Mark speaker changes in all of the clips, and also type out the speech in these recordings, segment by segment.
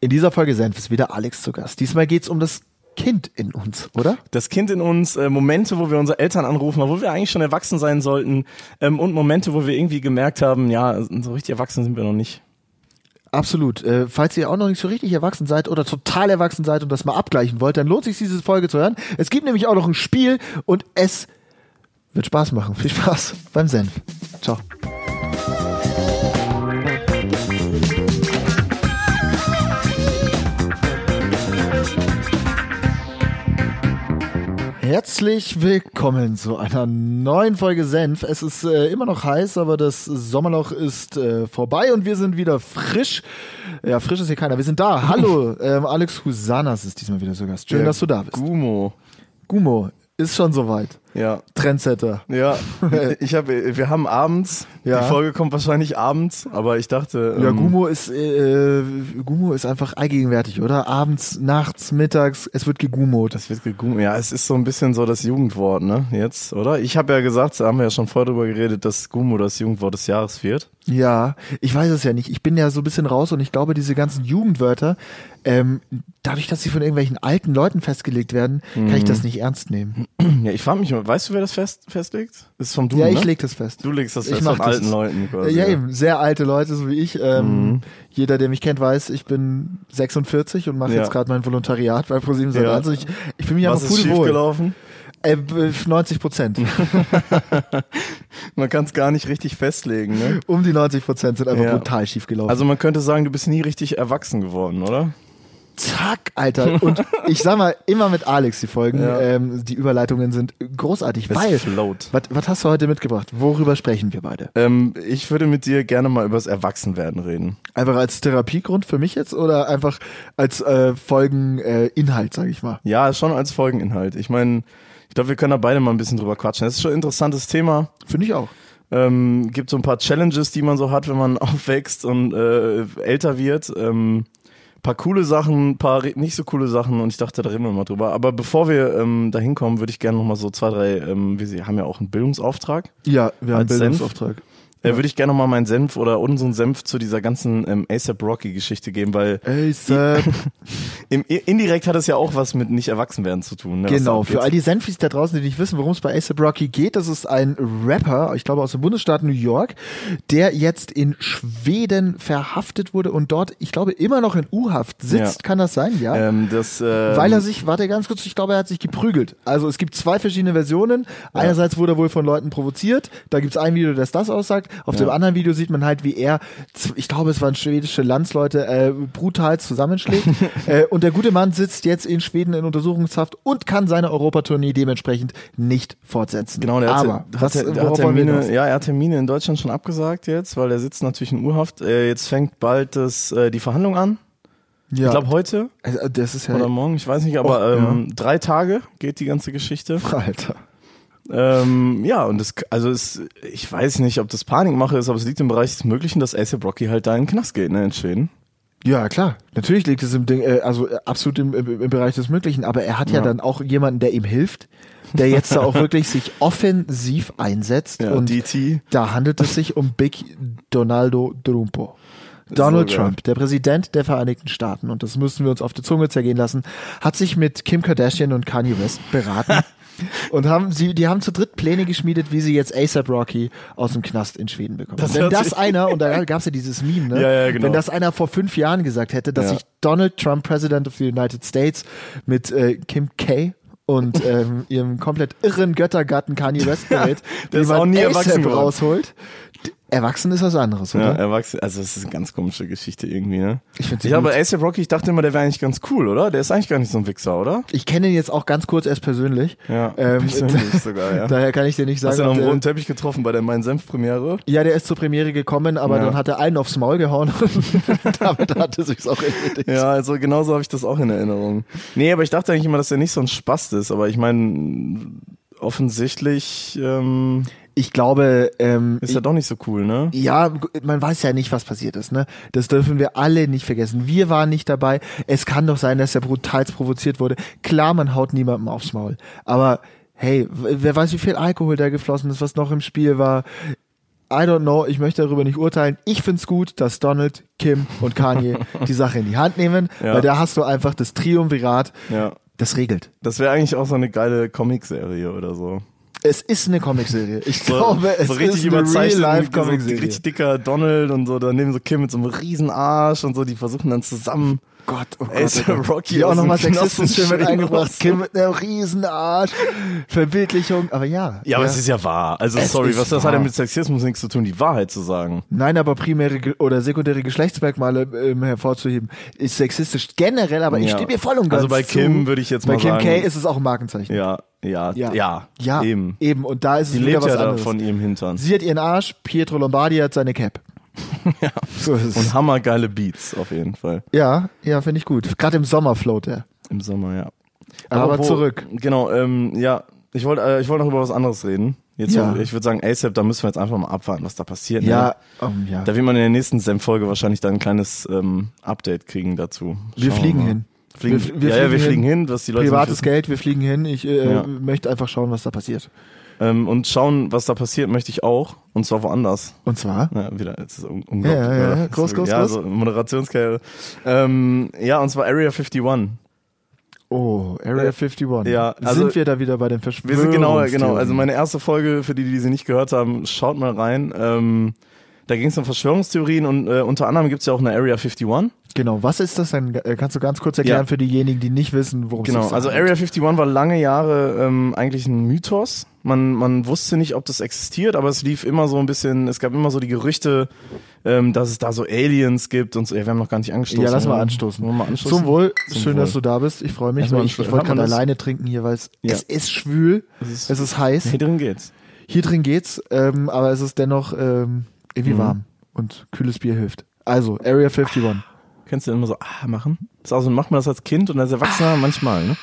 Speaker 1: In dieser Folge Senf ist wieder Alex zu Gast. Diesmal geht es um das Kind in uns, oder?
Speaker 2: Das Kind in uns, äh, Momente, wo wir unsere Eltern anrufen, obwohl wir eigentlich schon erwachsen sein sollten ähm, und Momente, wo wir irgendwie gemerkt haben, ja, so richtig erwachsen sind wir noch nicht.
Speaker 1: Absolut. Äh, falls ihr auch noch nicht so richtig erwachsen seid oder total erwachsen seid und das mal abgleichen wollt, dann lohnt sich diese Folge zu hören. Es gibt nämlich auch noch ein Spiel und es wird Spaß machen. Viel Spaß beim Senf. Ciao. Herzlich willkommen zu einer neuen Folge Senf. Es ist äh, immer noch heiß, aber das Sommerloch ist äh, vorbei und wir sind wieder frisch. Ja, frisch ist hier keiner. Wir sind da. Hallo, ähm, Alex Husanas ist diesmal wieder zu Gast. Schön,
Speaker 2: Ja,
Speaker 1: dass du da bist.
Speaker 2: Gumo.
Speaker 1: Gummo ist schon soweit.
Speaker 2: Ja.
Speaker 1: Trendsetter.
Speaker 2: Ja, ich habe, wir haben abends,
Speaker 1: Ja.
Speaker 2: die Folge kommt wahrscheinlich abends, aber ich dachte,
Speaker 1: Ja,
Speaker 2: ähm,
Speaker 1: Gummo ist, äh, Gummo ist einfach allgegenwärtig, oder? Abends, nachts, mittags, es wird gegummot.
Speaker 2: das wird gegumo. Ja, es ist so ein bisschen so das Jugendwort, ne? Jetzt, oder? Ich habe ja gesagt, da haben wir ja schon vorher drüber geredet, dass Gumo das Jugendwort des Jahres wird.
Speaker 1: Ja, ich weiß es ja nicht. Ich bin ja so ein bisschen raus und ich glaube, diese ganzen Jugendwörter, ähm, dadurch, dass sie von irgendwelchen alten Leuten festgelegt werden, kann ich
Speaker 2: Mhm.
Speaker 1: das nicht ernst nehmen.
Speaker 2: Ja, ich frage mich, immer, weißt du, wer das fest, festlegt? Ist vom Du,
Speaker 1: ja, ich
Speaker 2: ne?
Speaker 1: leg das fest.
Speaker 2: Du legst das
Speaker 1: Ich
Speaker 2: fest
Speaker 1: mach
Speaker 2: von
Speaker 1: das.
Speaker 2: alten Leuten quasi. Mhm.
Speaker 1: ja, eben, sehr alte Leute, so wie ich. Ähm, Jeder, der mich kennt, weiß, ich bin 46 und mache
Speaker 2: Ja.
Speaker 1: jetzt gerade mein Volontariat bei ProSieben.
Speaker 2: Ja.
Speaker 1: Also ich, ich fühle mich
Speaker 2: Was
Speaker 1: einfach
Speaker 2: ist
Speaker 1: pudelwohl.
Speaker 2: schiefgelaufen?
Speaker 1: Äh, 90 Prozent.
Speaker 2: Man kann es gar nicht richtig festlegen, ne?
Speaker 1: Um die 90 Prozent sind einfach
Speaker 2: Ja.
Speaker 1: brutal schief gelaufen.
Speaker 2: Also man könnte sagen, du bist nie richtig erwachsen geworden, oder?
Speaker 1: zack, Alter. Und ich sag mal, immer mit Alex die Folgen.
Speaker 2: Ja.
Speaker 1: Ähm, die Überleitungen sind großartig, weil.
Speaker 2: float.
Speaker 1: Was, was hast du heute mitgebracht? Worüber sprechen wir beide?
Speaker 2: Ähm, ich würde mit dir gerne mal über das Erwachsenwerden reden.
Speaker 1: Einfach als Therapiegrund für mich jetzt oder einfach als äh, Folgeninhalt, äh, Inhalt, sag ich mal?
Speaker 2: Ja, schon als Folgeninhalt. Ich meine, ich glaube, wir können da beide mal ein bisschen drüber quatschen. Das ist schon ein interessantes Thema.
Speaker 1: Finde ich auch.
Speaker 2: Ähm, gibt so ein paar Challenges, die man so hat, wenn man aufwächst und äh, älter wird. Ähm, paar coole Sachen, paar re- nicht so coole Sachen und ich dachte, da reden wir mal drüber. Aber bevor wir ähm, da hinkommen, würde ich gerne nochmal so zwei, drei, ähm, wir sie- haben ja auch einen Bildungsauftrag.
Speaker 1: Ja, wir haben einen
Speaker 2: Als Senf?
Speaker 1: Bildungsauftrag.
Speaker 2: Äh, Würde ich gerne nochmal meinen Senf oder unseren Senf zu dieser ganzen ähm, ASAP Rocky-Geschichte geben, weil
Speaker 1: Äh. ASAP.
Speaker 2: im, indirekt hat es ja auch was mit nicht erwachsen werden zu tun. Ne, was da
Speaker 1: Genau,
Speaker 2: abgeht.
Speaker 1: für all die Senfis da draußen, die nicht wissen, worum es bei A$AP Rocky geht, das ist ein Rapper, ich glaube aus dem Bundesstaat New York, der jetzt in Schweden verhaftet wurde und dort, ich glaube, immer noch in U-Haft sitzt,
Speaker 2: Ja.
Speaker 1: kann das sein, ja?
Speaker 2: ähm, das, ähm,
Speaker 1: Weil er sich, warte ganz kurz, ich glaube, er hat sich geprügelt. Also es gibt zwei verschiedene Versionen. Einerseits wurde er wohl von Leuten provoziert. Da gibt es ein Video, das das aussagt. Auf dem anderen Video sieht man halt, wie er, z- ich glaube, es waren schwedische Landsleute, äh, brutal zusammenschlägt. äh, und der gute Mann sitzt jetzt in Schweden in Untersuchungshaft und kann seine Europatournee dementsprechend nicht fortsetzen.
Speaker 2: Genau, der
Speaker 1: Aber,
Speaker 2: hat,
Speaker 1: was,
Speaker 2: hat, hat
Speaker 1: worauf wollen wir hinaus?
Speaker 2: Termine, ja, er hat Termine in Deutschland schon abgesagt jetzt, weil er sitzt natürlich in Urhaft. Äh, jetzt fängt bald das, äh, die Verhandlung an.
Speaker 1: ja. Oh,
Speaker 2: Ich glaube heute
Speaker 1: also, das ist ja,
Speaker 2: oder morgen, ich weiß nicht, aber
Speaker 1: Och,
Speaker 2: ähm, drei Tage geht die ganze Geschichte.
Speaker 1: Alter.
Speaker 2: Ähm, ja, und das, also es, ich weiß nicht, ob das Panikmache ist, aber es liegt im Bereich des Möglichen, dass Ace Rocky halt da in den Knast geht, ne, in Schweden.
Speaker 1: Ja, klar. Natürlich liegt es im Ding, äh, also äh, absolut im, im, im Bereich des Möglichen, aber er hat ja,
Speaker 2: Ja.
Speaker 1: dann auch jemanden, der ihm hilft, der jetzt da auch wirklich sich offensiv einsetzt
Speaker 2: Ja,
Speaker 1: und
Speaker 2: DT.
Speaker 1: da handelt es sich um Big Donaldo Trumpo. Donald
Speaker 2: So geil.
Speaker 1: Trump, der Präsident der Vereinigten Staaten, und das müssen wir uns auf die Zunge zergehen lassen, hat sich mit Kim Kardashian und Kanye West beraten und haben sie, die haben zu dritt Pläne geschmiedet, wie sie jetzt ASAP Rocky aus dem Knast in Schweden bekommen.
Speaker 2: Das
Speaker 1: Wenn
Speaker 2: hört
Speaker 1: das
Speaker 2: sich-
Speaker 1: einer, und da gab's ja dieses Meme, ne?
Speaker 2: Ja, ja, genau.
Speaker 1: Wenn das einer vor fünf Jahren gesagt hätte, dass
Speaker 2: Ja.
Speaker 1: sich Donald Trump, President of the United States, mit äh, Kim K. und ähm, ihrem komplett irren Göttergatten Kanye West berät,
Speaker 2: Der
Speaker 1: wie
Speaker 2: ist
Speaker 1: man
Speaker 2: auch nie erwachsen
Speaker 1: A$AP
Speaker 2: geworden.
Speaker 1: rausholt. D- Erwachsen ist was anderes,
Speaker 2: Ja,
Speaker 1: oder?
Speaker 2: erwachsen. Also es ist eine ganz komische Geschichte irgendwie, ne?
Speaker 1: ne? Ich find's
Speaker 2: Ich
Speaker 1: gut.
Speaker 2: habe Ace Rocky, ich dachte immer, der wäre eigentlich ganz cool, oder? Der ist eigentlich gar nicht so ein Wichser, oder?
Speaker 1: Ich kenne ihn jetzt auch ganz kurz erst persönlich.
Speaker 2: Ja,
Speaker 1: Ähm,
Speaker 2: persönlich sogar, ja.
Speaker 1: Daher kann ich dir nicht sagen.
Speaker 2: Hast du noch
Speaker 1: ob
Speaker 2: einen
Speaker 1: der- äh,
Speaker 2: roten Teppich getroffen bei der Mein Senf Premiere?
Speaker 1: ja, der ist zur Premiere gekommen, aber
Speaker 2: Ja.
Speaker 1: dann hat er einen aufs Maul gehauen und damit hat er sich's auch erledigt.
Speaker 2: Ja, also genauso habe ich das auch in Erinnerung. Nee, aber ich dachte eigentlich immer, dass der nicht so ein Spast ist, aber ich meine, offensichtlich ähm,
Speaker 1: Ich glaube, ähm,
Speaker 2: ist er doch nicht so cool, ne?
Speaker 1: Ja, gu- man weiß ja nicht, was passiert ist. Ne? Das dürfen wir alle nicht vergessen. Wir waren nicht dabei. Es kann doch sein, dass er brutal provoziert wurde. Klar, man haut niemandem aufs Maul. Aber hey, w- wer weiß, wie viel Alkohol da geflossen ist, was noch im Spiel war. I don't know, ich möchte darüber nicht urteilen. Ich find's gut, dass Donald, Kim und Kanye die Sache in die Hand nehmen,
Speaker 2: Ja.
Speaker 1: weil da hast du einfach das Triumvirat,
Speaker 2: Ja.
Speaker 1: das regelt.
Speaker 2: Das wäre eigentlich auch so eine geile Comicserie oder so.
Speaker 1: Es ist eine Comicserie. Ich
Speaker 2: So,
Speaker 1: glaube, es
Speaker 2: so
Speaker 1: ist
Speaker 2: richtig
Speaker 1: eine
Speaker 2: überzeichnet, so ein
Speaker 1: Real-Life-Comicserie.
Speaker 2: richtig dicker Donald und so, daneben so Kim mit so einem riesen Arsch und so, die versuchen dann zusammen.
Speaker 1: Gott, oh
Speaker 2: Ey, ist ja Rocky
Speaker 1: Hier auch
Speaker 2: aus dem
Speaker 1: nochmal
Speaker 2: Knast
Speaker 1: sexistisch schön mit
Speaker 2: schwingen
Speaker 1: eingebracht.
Speaker 2: lassen.
Speaker 1: Kim mit einem riesen Arsch. Verbildlichung, aber ja.
Speaker 2: Ja, aber es ist ja wahr. Also
Speaker 1: Es
Speaker 2: sorry,
Speaker 1: ist
Speaker 2: was das hat
Speaker 1: wahr.
Speaker 2: ja mit Sexismus nichts zu tun, die Wahrheit zu sagen.
Speaker 1: Nein, aber primäre ge- oder sekundäre Geschlechtsmerkmale ähm, hervorzuheben, ist sexistisch generell, aber ich
Speaker 2: Ja.
Speaker 1: stimme dir voll und ganz
Speaker 2: Also bei Kim
Speaker 1: zu.
Speaker 2: würde ich jetzt
Speaker 1: bei
Speaker 2: mal
Speaker 1: Kim
Speaker 2: sagen-
Speaker 1: K ist es auch ein Markenzeichen.
Speaker 2: Ja, ja, ja, ja,
Speaker 1: ja,
Speaker 2: eben.
Speaker 1: eben. Und da ist es
Speaker 2: Die
Speaker 1: wieder
Speaker 2: lebt
Speaker 1: was
Speaker 2: ja da
Speaker 1: anderes.
Speaker 2: von ihrem Hintern.
Speaker 1: Sie hat ihren Arsch, Pietro Lombardi hat seine Cap. ja. So ist es.
Speaker 2: Und hammergeile Beats auf jeden Fall.
Speaker 1: Ja, ja, finde ich gut. Gerade im Sommer float er.
Speaker 2: Im Sommer, ja.
Speaker 1: Aber,
Speaker 2: wo-
Speaker 1: zurück.
Speaker 2: Genau, ähm, ja. Ich wollte äh, ich wollte noch über was anderes reden. Jetzt,
Speaker 1: Ja.
Speaker 2: so- ich würde sagen, ASAP, da müssen wir jetzt einfach mal abwarten, was da passiert. ne?
Speaker 1: Ja, ähm, ja.
Speaker 2: Da wird man in der nächsten Senf-Folge wahrscheinlich dann ein kleines ähm, Update kriegen dazu.
Speaker 1: Wir
Speaker 2: Schauen
Speaker 1: fliegen
Speaker 2: mal.
Speaker 1: hin.
Speaker 2: Fliegen,
Speaker 1: Wir- wir
Speaker 2: ja, ja, wir
Speaker 1: fliegen
Speaker 2: fliegen
Speaker 1: hin.
Speaker 2: hin, dass die Leute
Speaker 1: Privates
Speaker 2: nicht wissen.
Speaker 1: Geld, wir fliegen hin. Ich äh,
Speaker 2: Ja.
Speaker 1: möchte einfach schauen, was da passiert.
Speaker 2: Ähm, und schauen, was da passiert, möchte ich auch. Und zwar woanders.
Speaker 1: Und zwar,
Speaker 2: Ja, wieder, es ist un
Speaker 1: Ja,
Speaker 2: unglaublich.
Speaker 1: ja, ja,
Speaker 2: oder?
Speaker 1: ja.
Speaker 2: Es
Speaker 1: Groß,
Speaker 2: ist-
Speaker 1: groß,
Speaker 2: ja,
Speaker 1: groß.
Speaker 2: So Moderationskarriere. Ähm, ja, und zwar Area 51.
Speaker 1: oh, Area 51.
Speaker 2: ja, also-
Speaker 1: sind wir da wieder bei den Verschwörungen?
Speaker 2: Wir sind genau, genau. Also meine erste Folge, für die, die sie nicht gehört haben, schaut mal rein. Ähm, da ging es um Verschwörungstheorien und äh, unter anderem gibt es ja auch eine Area 51.
Speaker 1: Genau, was ist das denn? Äh, Kannst du ganz kurz erklären
Speaker 2: Ja.
Speaker 1: für diejenigen, die nicht wissen, worum es
Speaker 2: Genau,
Speaker 1: sich
Speaker 2: also
Speaker 1: handelt?
Speaker 2: Area 51 war lange Jahre ähm, eigentlich ein Mythos. Man, man wusste nicht, ob das existiert, aber es lief immer so ein bisschen, es gab immer so die Gerüchte, ähm, dass es da so Aliens gibt und so. Ja, wir haben noch gar nicht angestoßen.
Speaker 1: Ja, lass mal
Speaker 2: oder?
Speaker 1: anstoßen.
Speaker 2: Wollen wir mal anstoßen?
Speaker 1: Zum Wohl,
Speaker 2: Zum
Speaker 1: schön,
Speaker 2: Wohl. Also
Speaker 1: dass du da bist. Ich freue mich,
Speaker 2: Erstmal
Speaker 1: weil ich,
Speaker 2: ein
Speaker 1: ich
Speaker 2: Schluck.
Speaker 1: wollte
Speaker 2: Hat man
Speaker 1: gerade
Speaker 2: das?
Speaker 1: alleine trinken hier, weil es,
Speaker 2: Ja.
Speaker 1: es ist schwül,
Speaker 2: Es ist-
Speaker 1: es ist heiß.
Speaker 2: Hier drin geht's.
Speaker 1: Hier drin geht's, ähm, aber es ist dennoch ähm, irgendwie
Speaker 2: Mhm.
Speaker 1: warm und kühles Bier hilft. Also, Area 51.
Speaker 2: Kannst du immer so ah machen? Ist auch so, macht man das als Kind und als Erwachsener manchmal, ne?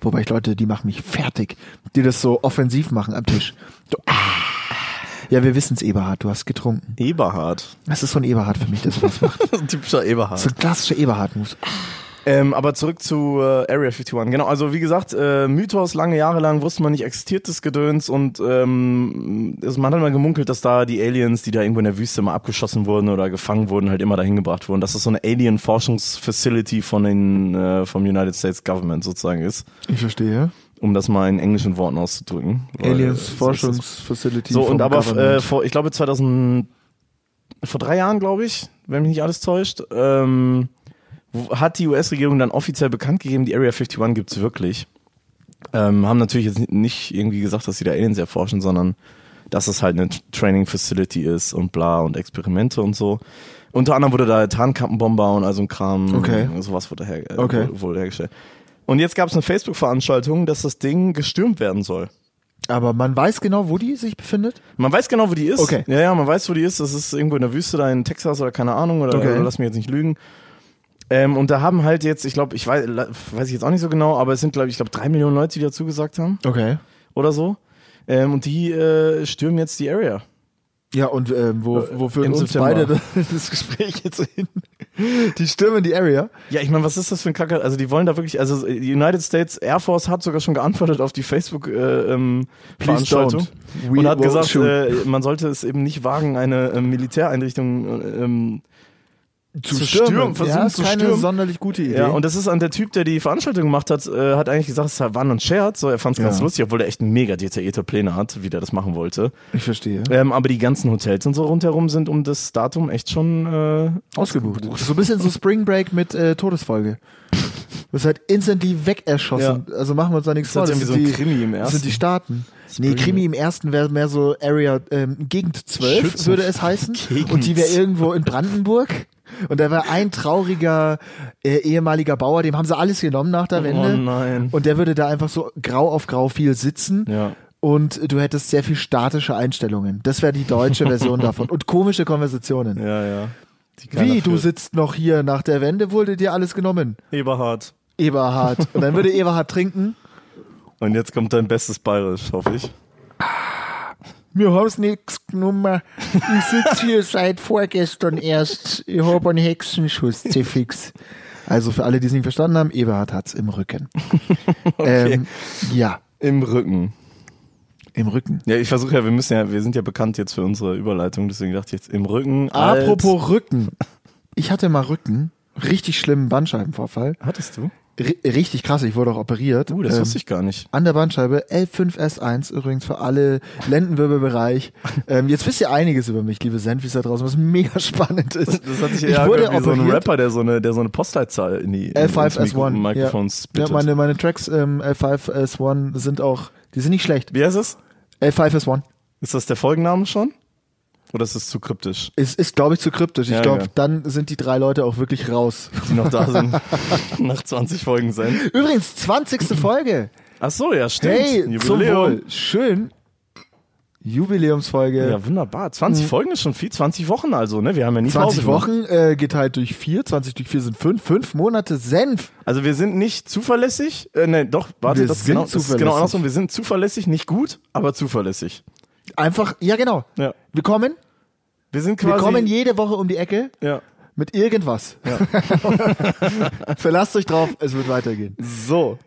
Speaker 1: Wobei ich Leute, die machen mich fertig, die das so offensiv machen am Tisch. So, ah. Ja, wir wissen's, Eberhard, du hast getrunken.
Speaker 2: Eberhard.
Speaker 1: Das ist so ein Eberhard für mich, der sowas macht.
Speaker 2: Typischer Eberhard.
Speaker 1: So ein klassischer Eberhard-Mus.
Speaker 2: Ähm, aber zurück zu äh, Area 51. Genau, also wie gesagt, äh, Mythos, lange Jahre lang wusste man nicht, existiert das Gedöns und ähm, es- man hat immer gemunkelt, dass da die Aliens, die da irgendwo in der Wüste mal abgeschossen wurden oder gefangen wurden, halt immer dahin gebracht wurden, dass das so eine Alien-Forschungsfacility von den, äh, vom United States Government sozusagen ist,
Speaker 1: Ich verstehe.
Speaker 2: um das mal in englischen Worten auszudrücken. Weil,
Speaker 1: Aliens
Speaker 2: äh,
Speaker 1: Forschungsfacility.
Speaker 2: So,
Speaker 1: vom
Speaker 2: und aber äh,
Speaker 1: Government.
Speaker 2: vor, ich glaube 2000, vor drei Jahren, glaube ich, wenn mich nicht alles täuscht, ähm, wo- hat die US-Regierung dann offiziell bekannt gegeben, die Area 51 gibt's wirklich. Ähm, haben natürlich jetzt nicht irgendwie gesagt, dass sie da Aliens erforschen, sondern dass es halt eine Training Facility ist und bla und Experimente und so. Unter anderem wurde da Tarnkappenbomber und all so ein Kram,
Speaker 1: Okay.
Speaker 2: sowas wurde, her äh,
Speaker 1: Okay.
Speaker 2: wurde, wurde hergestellt. Und jetzt gab's eine Facebook-Veranstaltung, dass das Ding gestürmt werden soll.
Speaker 1: äh, aber man weiß genau, wo die sich befindet.
Speaker 2: Man weiß genau, wo die ist.
Speaker 1: Okay.
Speaker 2: Ja, ja, man weiß, wo die ist. Das ist irgendwo in der Wüste, da in Texas oder keine Ahnung, oder,
Speaker 1: Okay.
Speaker 2: oder lass mich jetzt nicht lügen. Ähm, und da haben halt jetzt, ich glaube, ich weiß, la- weiß ich jetzt auch nicht so genau, aber es sind, glaube ich, glaube drei Millionen Leute, die dazu gesagt haben
Speaker 1: Okay.
Speaker 2: oder so. Ähm, und die äh, stürmen jetzt die Area.
Speaker 1: Ja, und ähm, wo, wo führen
Speaker 2: Äh, Im
Speaker 1: uns
Speaker 2: September.
Speaker 1: beide das, das Gespräch jetzt hin? Die stürmen die Area.
Speaker 2: Ja, ich meine, was ist das für ein Kacke? Also die wollen da wirklich, also die United States Air Force hat sogar schon geantwortet auf die Facebook-Veranstaltung.
Speaker 1: don't. We
Speaker 2: und hat
Speaker 1: won't
Speaker 2: gesagt,
Speaker 1: shoot.
Speaker 2: äh, man sollte es eben nicht wagen, eine ähm, Militäreinrichtung äh, ähm, Zu stürmen, versuchen
Speaker 1: ja, ist
Speaker 2: zu
Speaker 1: keine
Speaker 2: stürmen.
Speaker 1: sonderlich gute Idee.
Speaker 2: Ja, und das ist an der Typ, der die Veranstaltung gemacht hat, äh, hat eigentlich gesagt, es war Wann und Scherz. So, er fand es ganz
Speaker 1: Ja.
Speaker 2: lustig, obwohl er echt mega detaillierte Pläne hat, wie der das machen wollte.
Speaker 1: ich verstehe.
Speaker 2: Ähm, aber die ganzen Hotels und so rundherum sind um das Datum echt schon äh,
Speaker 1: Ausgebucht. So ein bisschen so Spring Break mit äh, Todesfolge. Das ist halt instantly wegerschossen. Also machen wir uns da nichts vor.
Speaker 2: Das ist irgendwie
Speaker 1: sind
Speaker 2: so ein Krimi im
Speaker 1: Das sind die
Speaker 2: Ersten.
Speaker 1: Staaten. nee,
Speaker 2: Break.
Speaker 1: Krimi im ersten wäre mehr so Area ähm, Gegend 12,
Speaker 2: Schützen-
Speaker 1: würde es heißen.
Speaker 2: Gegend.
Speaker 1: Und die wäre irgendwo in Brandenburg. Und da war ein trauriger äh, ehemaliger Bauer, dem haben sie alles genommen nach der Wende.
Speaker 2: Oh nein.
Speaker 1: Und der würde da einfach so grau auf grau viel sitzen.
Speaker 2: Ja.
Speaker 1: Und du hättest sehr viel statische Einstellungen. Das wäre die deutsche Version davon. Und komische Konversationen.
Speaker 2: Ja, ja. Die keiner
Speaker 1: Wie, du
Speaker 2: führt.
Speaker 1: sitzt noch hier nach der Wende, wurde dir alles genommen.
Speaker 2: Eberhard.
Speaker 1: Eberhard. Und dann würde Eberhard trinken.
Speaker 2: Und jetzt kommt dein bestes Bayerisch, hoffe ich.
Speaker 1: Mir haben's nix genommen. Ich sitz hier seit vorgestern erst. Ich hab einen Hexenschuss, Zifix. Also für alle, die es nicht verstanden haben, Eberhard hat's im Rücken. Ähm, ja.
Speaker 2: Im Rücken.
Speaker 1: Im Rücken.
Speaker 2: Ja, ich versuche ja, wir müssen ja, wir sind ja bekannt jetzt für unsere Überleitung, deswegen dachte ich jetzt im Rücken.
Speaker 1: Apropos Rücken. Ich hatte mal Rücken. Richtig schlimmen Bandscheibenvorfall.
Speaker 2: als- Hattest du?
Speaker 1: Ri- richtig krass, ich wurde auch operiert.
Speaker 2: Uh, das
Speaker 1: Ähm,
Speaker 2: wusste ich gar nicht.
Speaker 1: an der Bandscheibe L5S1 übrigens für alle Lendenwirbelbereich. Ähm, jetzt wisst ihr einiges über mich, liebe Senfis da draußen, was mega spannend ist.
Speaker 2: Das hat sich
Speaker 1: ich
Speaker 2: eher
Speaker 1: wurde
Speaker 2: angehört wie so ein
Speaker 1: operiert.
Speaker 2: Rapper, der so eine, der so eine Postleitzahl in die in- ins Mikro-
Speaker 1: L5S1.
Speaker 2: Mikrofon
Speaker 1: ja.
Speaker 2: spittet.
Speaker 1: ja, meine, meine Tracks ähm, L5S1 sind auch, die sind nicht schlecht.
Speaker 2: wie heißt es?
Speaker 1: L5S1
Speaker 2: Ist das der Folgenname schon? Oder ist es zu kryptisch?
Speaker 1: ist, ist glaube ich, zu kryptisch. Ich
Speaker 2: Ja,
Speaker 1: glaube,
Speaker 2: ja.
Speaker 1: dann sind die drei Leute auch wirklich raus.
Speaker 2: Die noch da sind, nach 20 Folgen sein.
Speaker 1: Übrigens, 20. Folge.
Speaker 2: Ach so, ja, stimmt.
Speaker 1: Hey, zum Wohl. Schön. Jubiläumsfolge.
Speaker 2: Ja, wunderbar. 20 Folgen ist schon viel. 20 Wochen also, ne? Wir haben ja nie
Speaker 1: 20
Speaker 2: Pause gemacht.
Speaker 1: Mhm. Wochen äh, geteilt durch 4, 20 durch 4 sind 5, 5 Monate Senf.
Speaker 2: Also wir sind nicht zuverlässig. Äh, ne, doch, warte,
Speaker 1: Wir
Speaker 2: das, ist
Speaker 1: sind
Speaker 2: genau, das ist genau
Speaker 1: zuverlässig.
Speaker 2: andersrum. Wir sind zuverlässig, nicht gut, aber zuverlässig.
Speaker 1: Einfach, ja genau.
Speaker 2: Ja.
Speaker 1: Wir kommen,
Speaker 2: Wir sind
Speaker 1: wir
Speaker 2: quasi...
Speaker 1: kommen jede Woche um die Ecke
Speaker 2: ja.
Speaker 1: mit irgendwas. Verlasst euch drauf, es wird weitergehen.
Speaker 2: So.
Speaker 1: Ähm,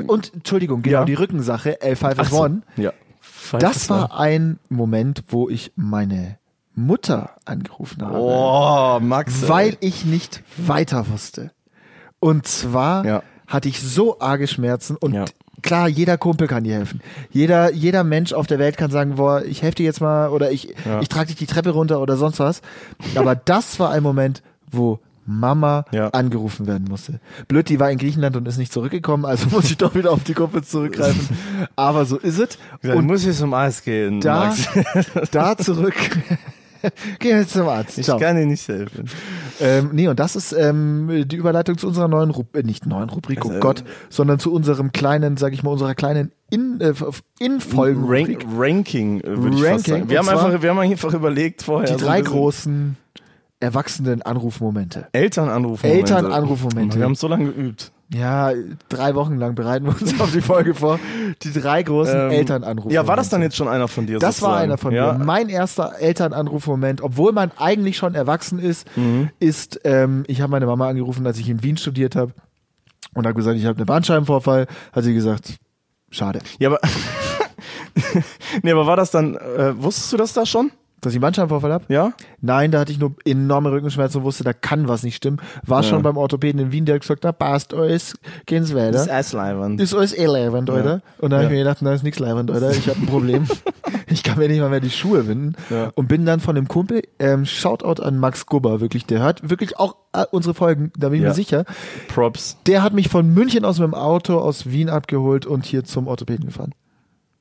Speaker 2: Ähm,
Speaker 1: und Entschuldigung, genau,
Speaker 2: ja.
Speaker 1: die Rückensache,
Speaker 2: ach so.
Speaker 1: L5S1.
Speaker 2: Ja.
Speaker 1: Das war ein Moment, wo ich meine Mutter angerufen habe.
Speaker 2: Oh, Max. ey.
Speaker 1: weil ich nicht weiter wusste. Und zwar
Speaker 2: Ja.
Speaker 1: hatte ich so arge Schmerzen und
Speaker 2: Ja.
Speaker 1: klar, jeder Kumpel kann dir helfen. Jeder, jeder Mensch auf der Welt kann sagen, boah, ich helfe dir jetzt mal oder ich,
Speaker 2: Ja.
Speaker 1: ich trage dich die Treppe runter oder sonst was. Aber das war ein Moment, wo Mama
Speaker 2: Ja.
Speaker 1: angerufen werden musste. Blöd, die war in Griechenland und ist nicht zurückgekommen, also muss ich doch wieder auf die Kumpel zurückgreifen. Aber so ist es.
Speaker 2: Ja,
Speaker 1: Und
Speaker 2: muss jetzt zum Eis gehen,
Speaker 1: da, da zurück. Geh jetzt zum Arzt. Ciao.
Speaker 2: dir nicht helfen.
Speaker 1: Ähm, nee, und das ist ähm, die Überleitung zu unserer neuen Rubrik, äh, nicht neuen Rubrik, oh
Speaker 2: Also,
Speaker 1: Gott, sondern zu unserem kleinen, sag ich mal, unserer kleinen in, äh, In-Folgen.
Speaker 2: Rank, Ranking, äh, würde ich fast
Speaker 1: Ranking,
Speaker 2: sagen. Wir
Speaker 1: und
Speaker 2: haben,
Speaker 1: zwar
Speaker 2: einfach, wir haben einfach überlegt vorher.
Speaker 1: die
Speaker 2: so ein
Speaker 1: drei
Speaker 2: bisschen
Speaker 1: großen erwachsenen Anrufmomente.
Speaker 2: Elternanrufmomente.
Speaker 1: Elternanrufmomente.
Speaker 2: Wir haben es so lange geübt.
Speaker 1: Ja, drei Wochen lang bereiten wir uns auf die Folge vor. Die drei großen
Speaker 2: Ähm,
Speaker 1: Elternanrufmomente.
Speaker 2: Ja, war das dann jetzt schon einer von dir?
Speaker 1: Das war
Speaker 2: sozusagen?
Speaker 1: einer von
Speaker 2: ja.
Speaker 1: mir. Mein erster Elternanrufmoment, obwohl man eigentlich schon erwachsen ist, ist, ähm, ich habe meine Mama angerufen, als ich in Wien studiert habe und habe gesagt, ich habe einen Bandscheibenvorfall. Hat sie gesagt, schade.
Speaker 2: Ja, aber. nee, aber war das dann. Äh, wusstest du das da schon?
Speaker 1: Dass ich einen Bandscheibenvorfall habe?
Speaker 2: Ja?
Speaker 1: Nein, da hatte ich nur enorme Rückenschmerzen und wusste, da kann was nicht stimmen. War schon beim Orthopäden in Wien, der hat gesagt, na passt alles, gehen's weiter.
Speaker 2: Eisleibern.
Speaker 1: ist alles eh leibend, oder? Und da habe ich mir gedacht, na, ist nichts leibend, oder? Ich habe ein Problem. ich kann mir nicht mal mehr die Schuhe binden.
Speaker 2: Ja.
Speaker 1: Und bin dann von dem Kumpel, ähm, Shoutout an Max Gubber, wirklich, der hört wirklich auch äh, unsere Folgen, da bin ich
Speaker 2: Ja.
Speaker 1: mir sicher.
Speaker 2: Props.
Speaker 1: Der hat mich von München aus mit dem Auto aus Wien abgeholt und hier zum Orthopäden gefahren.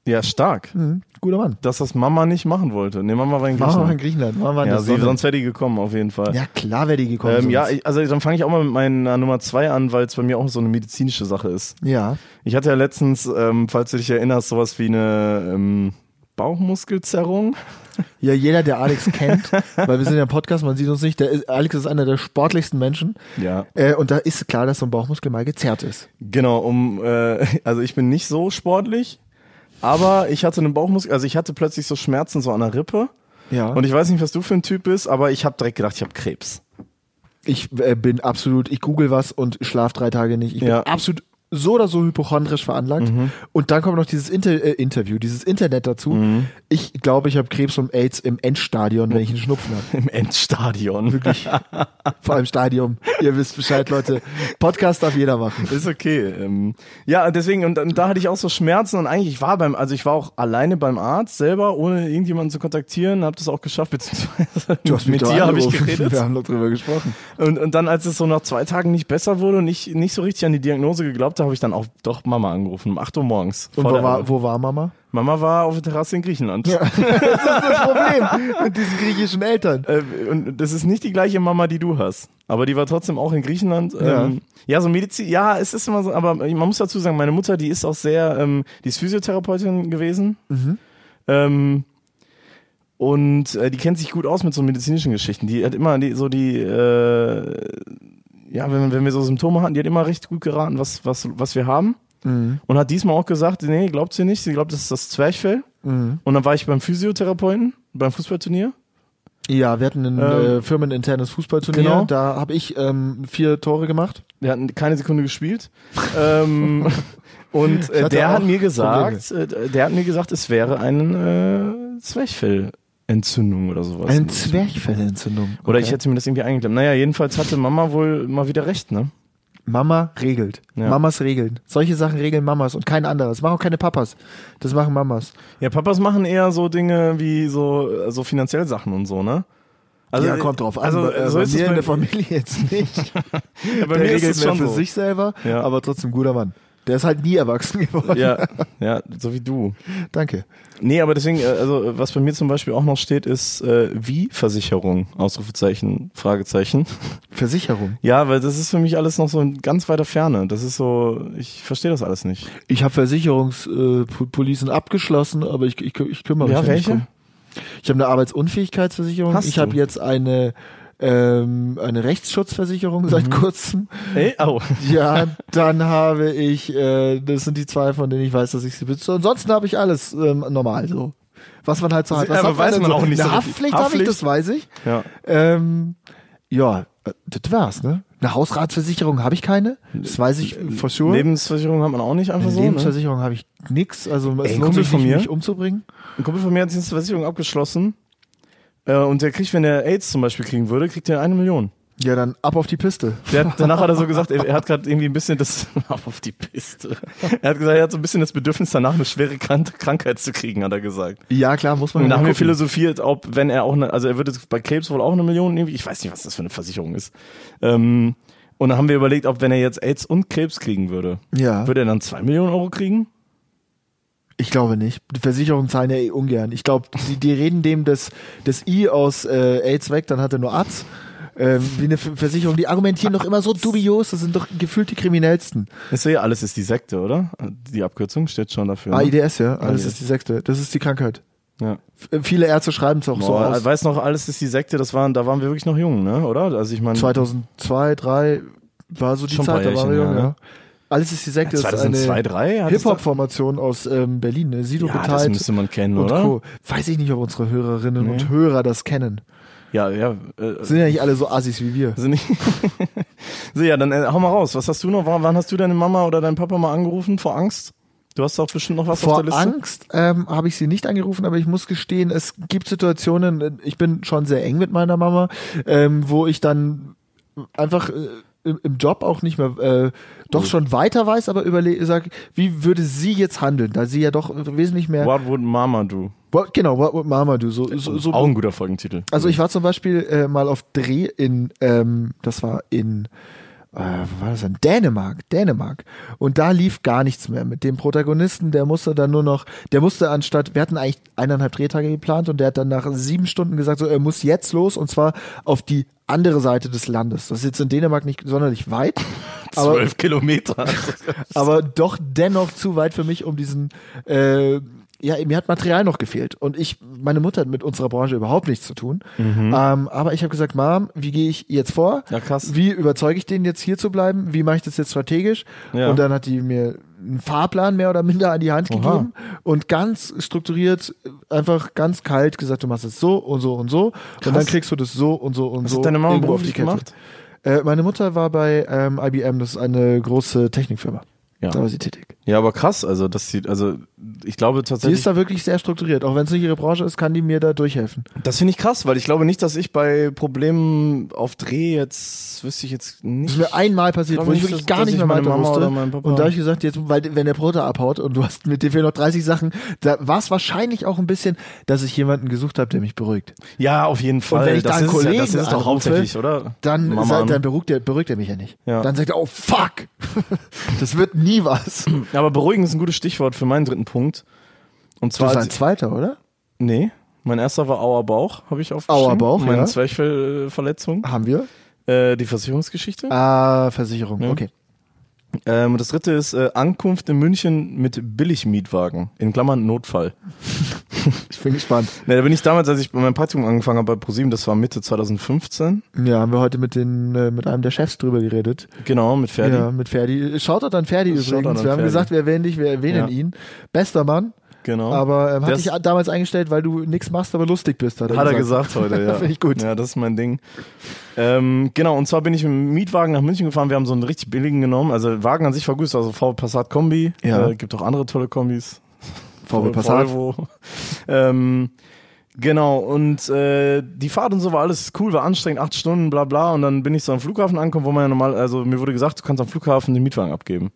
Speaker 2: Ja, stark.
Speaker 1: Hm, guter Mann.
Speaker 2: Dass das Mama nicht machen wollte. Nee, Mama war in
Speaker 1: Machen wir mal in
Speaker 2: Griechenland.
Speaker 1: Griechenland. Machen wir in
Speaker 2: Ja,
Speaker 1: der
Speaker 2: sie,
Speaker 1: Sonne.
Speaker 2: sonst wäre die gekommen, auf jeden Fall.
Speaker 1: ja, klar wäre die gekommen.
Speaker 2: Ähm, ja,
Speaker 1: sonst.
Speaker 2: ich, also dann fange ich auch mal mit meiner Nummer zwei an, weil es bei mir auch so eine medizinische Sache ist.
Speaker 1: ja.
Speaker 2: Ich hatte ja letztens, ähm, falls du dich erinnerst, sowas wie eine ähm, Bauchmuskelzerrung.
Speaker 1: Ja, jeder, der Alex kennt, weil wir sind ja im Podcast, man sieht uns nicht. Der ist, Alex ist einer der sportlichsten Menschen.
Speaker 2: Ja.
Speaker 1: Äh, und da ist klar, dass so ein Bauchmuskel mal gezerrt ist.
Speaker 2: Genau, um, äh, also ich bin nicht so sportlich, aber ich hatte einen Bauchmuskel, also ich hatte plötzlich so Schmerzen so an der Rippe.
Speaker 1: Ja.
Speaker 2: Und ich weiß nicht, was du für ein Typ bist, aber ich habe direkt gedacht, ich habe Krebs.
Speaker 1: Ich äh, bin absolut, ich google was und schlaf drei Tage nicht. Ich bin
Speaker 2: Ja. Mhm.
Speaker 1: absolut so oder so hypochondrisch veranlagt. Und dann kommt noch dieses Inter äh, Interview, dieses Internet dazu.
Speaker 2: Mhm.
Speaker 1: Ich glaube, ich habe Krebs und AIDS im Endstadion, wenn ich einen Schnupfen habe.
Speaker 2: Im Endstadion.
Speaker 1: Wirklich. Vor allem Stadion. Ihr wisst Bescheid, Leute. Podcast darf jeder machen.
Speaker 2: Ist okay. Ähm, ja, deswegen, und, und da hatte ich auch so Schmerzen und eigentlich ich war beim, also ich war auch alleine beim Arzt selber, ohne irgendjemanden zu kontaktieren, habe das auch geschafft, beziehungsweise mit
Speaker 1: doch
Speaker 2: dir habe ich
Speaker 1: angerufen.
Speaker 2: geredet.
Speaker 1: Wir haben noch drüber gesprochen.
Speaker 2: Und, und dann, als es so nach zwei Tagen nicht besser wurde und ich nicht so richtig an die Diagnose geglaubt habe, habe ich dann auch doch Mama angerufen, um 8 Uhr morgens.
Speaker 1: Und
Speaker 2: vor
Speaker 1: wo
Speaker 2: der
Speaker 1: war,
Speaker 2: Arbeit.
Speaker 1: wo war Mama?
Speaker 2: Mama war auf der Terrasse in Griechenland.
Speaker 1: Das Problem mit diesen griechischen Eltern.
Speaker 2: Äh, und das ist nicht die gleiche Mama, die du hast. Aber die war trotzdem auch in Griechenland.
Speaker 1: Ja.
Speaker 2: Ähm, ja, so Medizin, ja, es ist immer so, aber man muss dazu sagen, meine Mutter, die ist auch sehr, ähm, die ist Physiotherapeutin gewesen. Ähm, und äh, die kennt sich gut aus mit so medizinischen Geschichten. Die hat immer die, so die, äh, ja, wenn, wenn wir so Symptome hatten, die hat immer recht gut geraten, was, was, was wir haben. Und hat diesmal auch gesagt, nee, glaubt sie
Speaker 1: Mhm.
Speaker 2: nicht. Sie glaubt, das ist das Zwerchfell. Und dann war ich beim Physiotherapeuten, beim Fußballturnier.
Speaker 1: Ja, wir hatten ein
Speaker 2: Ähm,
Speaker 1: äh, firmeninternes Fußballturnier.
Speaker 2: genau.
Speaker 1: Da habe ich ähm, vier Tore gemacht.
Speaker 2: Wir hatten keine Sekunde gespielt. ähm,
Speaker 1: Ich
Speaker 2: und äh,
Speaker 1: hatte
Speaker 2: der
Speaker 1: auch
Speaker 2: hat mir gesagt, äh, der hat mir gesagt, es wäre eine äh, Zwerchfellentzündung oder sowas.
Speaker 1: Eine Zwerchfellentzündung.
Speaker 2: oder
Speaker 1: Okay.
Speaker 2: ich hätte mir das irgendwie eingeklemmt. Naja, jedenfalls hatte Mama wohl mal wieder recht, ne?
Speaker 1: Mama regelt.
Speaker 2: Ja.
Speaker 1: Mamas regeln. Solche Sachen regeln Mamas und kein anderes. Machen auch keine Papas. Das machen Mamas.
Speaker 2: Ja, Papas machen eher so Dinge wie so, so finanziell Sachen und so, ne? Also, Also,
Speaker 1: Bei- äh,
Speaker 2: so
Speaker 1: bei
Speaker 2: ist
Speaker 1: mir
Speaker 2: es
Speaker 1: in
Speaker 2: bei,
Speaker 1: der Familie jetzt nicht.
Speaker 2: ja,
Speaker 1: der
Speaker 2: bei mir ist
Speaker 1: regelt
Speaker 2: es schon
Speaker 1: mehr für
Speaker 2: so.
Speaker 1: sich selber,
Speaker 2: Ja.
Speaker 1: aber trotzdem guter Mann. Der ist halt nie erwachsen geworden.
Speaker 2: Ja, ja, so wie du.
Speaker 1: Danke.
Speaker 2: Nee, aber deswegen, äh, also äh, was bei mir zum Beispiel auch noch steht, ist äh, wie Versicherung, Ausrufezeichen, Fragezeichen.
Speaker 1: Versicherung.
Speaker 2: Ja, weil das ist für mich alles noch so in ganz weiter Ferne. Das ist so, ich verstehe das alles nicht.
Speaker 1: Ich habe Versicherungspolicen abgeschlossen, aber ich, ich, ich kümmere mich
Speaker 2: ja,
Speaker 1: nicht drum.
Speaker 2: welche?
Speaker 1: Ich habe eine Arbeitsunfähigkeitsversicherung.
Speaker 2: Hast
Speaker 1: ich
Speaker 2: du?
Speaker 1: habe jetzt eine ähm, eine Rechtsschutzversicherung seit kurzem.
Speaker 2: Ey, au.
Speaker 1: Ja, dann habe ich, äh, das sind die zwei, von denen ich weiß, dass ich sie besitze. Ansonsten habe ich alles ähm, normal so. Was man halt so hat. Was
Speaker 2: Aber
Speaker 1: hat
Speaker 2: weiß
Speaker 1: denn
Speaker 2: man
Speaker 1: so?
Speaker 2: auch nicht
Speaker 1: Eine
Speaker 2: so richtig.
Speaker 1: Haftpflicht habe ich,
Speaker 2: Haftpflicht?
Speaker 1: das weiß ich.
Speaker 2: Ja.
Speaker 1: Ähm, ja, äh, das war's, ne? Eine Hausratsversicherung habe ich keine. Das weiß ich äh, for sure.
Speaker 2: Lebensversicherung hat man auch nicht einfach
Speaker 1: eine
Speaker 2: so. Ne?
Speaker 1: Lebensversicherung habe ich nix. Also es
Speaker 2: Ey,
Speaker 1: lohnt
Speaker 2: Kumpel
Speaker 1: sich
Speaker 2: von
Speaker 1: nicht,
Speaker 2: mir?
Speaker 1: mich umzubringen.
Speaker 2: Ein Kumpel von mir hat jetzt eine Versicherung abgeschlossen. Äh, und der kriegt, wenn er AIDS zum Beispiel kriegen würde, kriegt er eine Million.
Speaker 1: Ja, dann ab auf die Piste.
Speaker 2: Der hat, danach hat er so gesagt, er, er hat gerade irgendwie ein bisschen das auf die Piste. Er hat gesagt, er hat so ein bisschen das Bedürfnis danach, eine schwere Krank Krankheit zu kriegen, hat er gesagt.
Speaker 1: Ja, klar, muss man
Speaker 2: Und da haben wir
Speaker 1: gucken.
Speaker 2: philosophiert, ob, wenn er auch, eine, also er würde bei Krebs wohl auch eine Million nehmen. Ich weiß nicht, was das für eine Versicherung ist. Ähm, und dann haben wir überlegt, ob, wenn er jetzt AIDS und Krebs kriegen würde,
Speaker 1: Ja,
Speaker 2: würde er dann zwei Millionen Euro kriegen?
Speaker 1: ich glaube nicht. Die Versicherungen zahlen ja eh ungern. Ich glaube, die, die reden dem das, das I aus äh, AIDS weg, dann hat er nur Arzt. Ähm, wie eine F- Versicherung, die argumentieren doch immer so dubios, das sind doch gefühlt die kriminellsten.
Speaker 2: Ich sehe, alles ist die Sekte, oder? Die Abkürzung steht schon dafür. Ne?
Speaker 1: AIDS, ja, alles
Speaker 2: AIDS.
Speaker 1: ist die Sekte, das ist Ah, die Krankheit.
Speaker 2: Ja.
Speaker 1: F- äh, Viele Ärzte schreiben es auch so
Speaker 2: Boah,
Speaker 1: aus.
Speaker 2: weiß noch, alles ist die Sekte, das waren, da waren wir wirklich noch jung, ne? Oder? Also ich meine,
Speaker 1: 2002, 3 war so die
Speaker 2: Schon ein
Speaker 1: Zeit,
Speaker 2: paar
Speaker 1: da waren wir
Speaker 2: Jährchen, ne?
Speaker 1: jung,
Speaker 2: ja,
Speaker 1: ja. Alles ist die Sekte, das ist
Speaker 2: 2002,
Speaker 1: eine
Speaker 2: 2003?
Speaker 1: Hip-Hop-Formation aus ähm, Berlin, ne? Sido
Speaker 2: Ja, das
Speaker 1: geteilt
Speaker 2: müsste man kennen,
Speaker 1: und
Speaker 2: oder?
Speaker 1: Co. Weiß ich nicht, ob unsere Hörerinnen und Hörer das kennen.
Speaker 2: Ja, ja. Äh,
Speaker 1: Sind ja nicht alle so Assis wie wir.
Speaker 2: sind nicht so, ja, dann äh, hau mal raus. Was hast du noch? Wann, wann hast du deine Mama oder deinen Papa mal angerufen vor Angst? Du hast doch bestimmt noch was auf
Speaker 1: Vor
Speaker 2: der Liste.
Speaker 1: Angst ähm, habe ich sie nicht angerufen, aber ich muss gestehen, es gibt Situationen, äh, ich bin schon sehr eng mit meiner Mama, ähm, wo ich dann einfach äh, im im Job auch nicht mehr äh,
Speaker 2: Hm.
Speaker 1: doch schon weiter weiß, aber überlege, sag, wie würde sie jetzt handeln, da sie ja doch wesentlich mehr.
Speaker 2: What would Mama do?
Speaker 1: What, genau, what would Mama do? So, so, so
Speaker 2: auch ein guter Folgentitel.
Speaker 1: Also ich war zum Beispiel äh, mal auf Dreh in, ähm, das war in, äh, wo war das denn? Dänemark, Dänemark. Und da lief gar nichts mehr mit dem Protagonisten. Der musste dann nur noch, der musste anstatt, wir hatten eigentlich eineinhalb Drehtage geplant und der hat dann nach sieben Stunden gesagt, so, er muss jetzt los und zwar auf die andere Seite des Landes. Das ist jetzt in Dänemark nicht sonderlich weit, aber,
Speaker 2: Zwölf Kilometer.
Speaker 1: aber doch dennoch zu weit für mich, um diesen, äh, ja, mir hat Material noch gefehlt. Und ich, meine Mutter hat mit unserer Branche überhaupt nichts zu tun. Ähm, aber ich habe gesagt, Mom, wie gehe ich jetzt vor?
Speaker 2: Mhm. Ja, krass.
Speaker 1: Wie überzeuge ich den jetzt hier zu bleiben? Wie mache ich das jetzt strategisch?
Speaker 2: Ja.
Speaker 1: Und dann hat die mir einen Fahrplan mehr oder minder an die Hand
Speaker 2: Oha.
Speaker 1: gegeben und ganz strukturiert, einfach ganz kalt gesagt, du machst es so und so und so. Und dann kriegst du das so und so und
Speaker 2: Was
Speaker 1: so
Speaker 2: hat deine Mama
Speaker 1: irgendwo auf die
Speaker 2: beruflich
Speaker 1: Kette.
Speaker 2: gemacht?
Speaker 1: Äh, meine Mutter war bei ähm, IBM, das ist eine große Technikfirma.
Speaker 2: Ja.
Speaker 1: Da war sie tätig.
Speaker 2: Ja, aber krass. Also das sieht, also ich glaube
Speaker 1: Die
Speaker 2: tatsächlich.
Speaker 1: ist da wirklich sehr strukturiert. Auch wenn es nicht ihre Branche ist, kann die mir da durchhelfen.
Speaker 2: das finde ich krass, weil ich glaube nicht, dass ich bei Problemen auf Dreh jetzt wüsste ich jetzt
Speaker 1: Das
Speaker 2: nicht.
Speaker 1: ist mir einmal passiert,
Speaker 2: glaub
Speaker 1: wo ich
Speaker 2: nicht,
Speaker 1: wirklich
Speaker 2: dass-
Speaker 1: gar
Speaker 2: dass
Speaker 1: nicht
Speaker 2: ich
Speaker 1: mehr
Speaker 2: meine
Speaker 1: weiter
Speaker 2: Mama
Speaker 1: wusste.
Speaker 2: oder meinen Papa-
Speaker 1: Und da habe ich gesagt, jetzt, weil wenn der Bruder abhaut und du hast mit dir fehlen noch 30 Sachen, da war es wahrscheinlich auch ein bisschen, dass ich jemanden gesucht habe, der mich beruhigt.
Speaker 2: Ja, auf jeden Fall.
Speaker 1: wenn ich da
Speaker 2: das
Speaker 1: einen
Speaker 2: ist, ja-
Speaker 1: Kollegen
Speaker 2: das ist doch
Speaker 1: anrufe,
Speaker 2: hauptsächlich, oder?
Speaker 1: Dann, halt
Speaker 2: Mama
Speaker 1: sei-
Speaker 2: an.
Speaker 1: dann beruhigt, er, beruhigt er mich ja nicht.
Speaker 2: Ja.
Speaker 1: Dann sagt er, oh fuck, das wird nie was.
Speaker 2: Aber beruhigen ist ein gutes Stichwort für meinen dritten Punkt. Und
Speaker 1: Du
Speaker 2: zwar
Speaker 1: bist
Speaker 2: als-
Speaker 1: ein Zweiter, oder?
Speaker 2: Nee, mein erster war Auer Bauch, habe ich aufgeschrieben.
Speaker 1: Auer Bauch,
Speaker 2: Meine
Speaker 1: ja.
Speaker 2: Zwerchfellverletzung.
Speaker 1: Haben wir?
Speaker 2: Äh, die Versicherungsgeschichte.
Speaker 1: Ah, Versicherung,
Speaker 2: Ja.
Speaker 1: okay.
Speaker 2: Ähm, das dritte ist äh, Ankunft in München mit Billigmietwagen. In Klammern Notfall.
Speaker 1: Ich bin gespannt.
Speaker 2: Ne, da bin ich damals, als ich bei meinem Praktikum angefangen habe bei ProSieben, das war Mitte 2015.
Speaker 1: Ja, haben wir heute mit, den, äh, mit einem der Chefs drüber geredet.
Speaker 2: Genau, mit Ferdi.
Speaker 1: Ja, mit Ferdi. Shoutout an Ferdi
Speaker 2: Shoutout
Speaker 1: übrigens.
Speaker 2: an
Speaker 1: wir haben
Speaker 2: Ferdi.
Speaker 1: gesagt, wir erwähnen dich, wir erwähnen
Speaker 2: Ja.
Speaker 1: ihn. Bester Mann.
Speaker 2: Genau.
Speaker 1: Aber ähm, hatte
Speaker 2: Das-
Speaker 1: ich a- damals eingestellt, weil du nichts machst, aber lustig bist. Hat er
Speaker 2: Hat er
Speaker 1: gesagt.
Speaker 2: gesagt heute, ja.
Speaker 1: Finde ich gut.
Speaker 2: Ja, das ist mein Ding. Ähm, genau, und zwar bin ich mit dem Mietwagen nach München gefahren. Wir haben so einen richtig billigen genommen. Also der Wagen an sich war gut, es war so VW Passat Kombi.
Speaker 1: Ja.
Speaker 2: Äh, gibt auch andere tolle Kombis.
Speaker 1: VW Passat.
Speaker 2: Volvo. ähm, genau, und äh, die Fahrt und so war alles cool, war anstrengend, acht Stunden, bla bla. Und dann bin ich so am Flughafen angekommen, wo man ja normal, also mir wurde gesagt, du kannst am Flughafen den Mietwagen abgeben.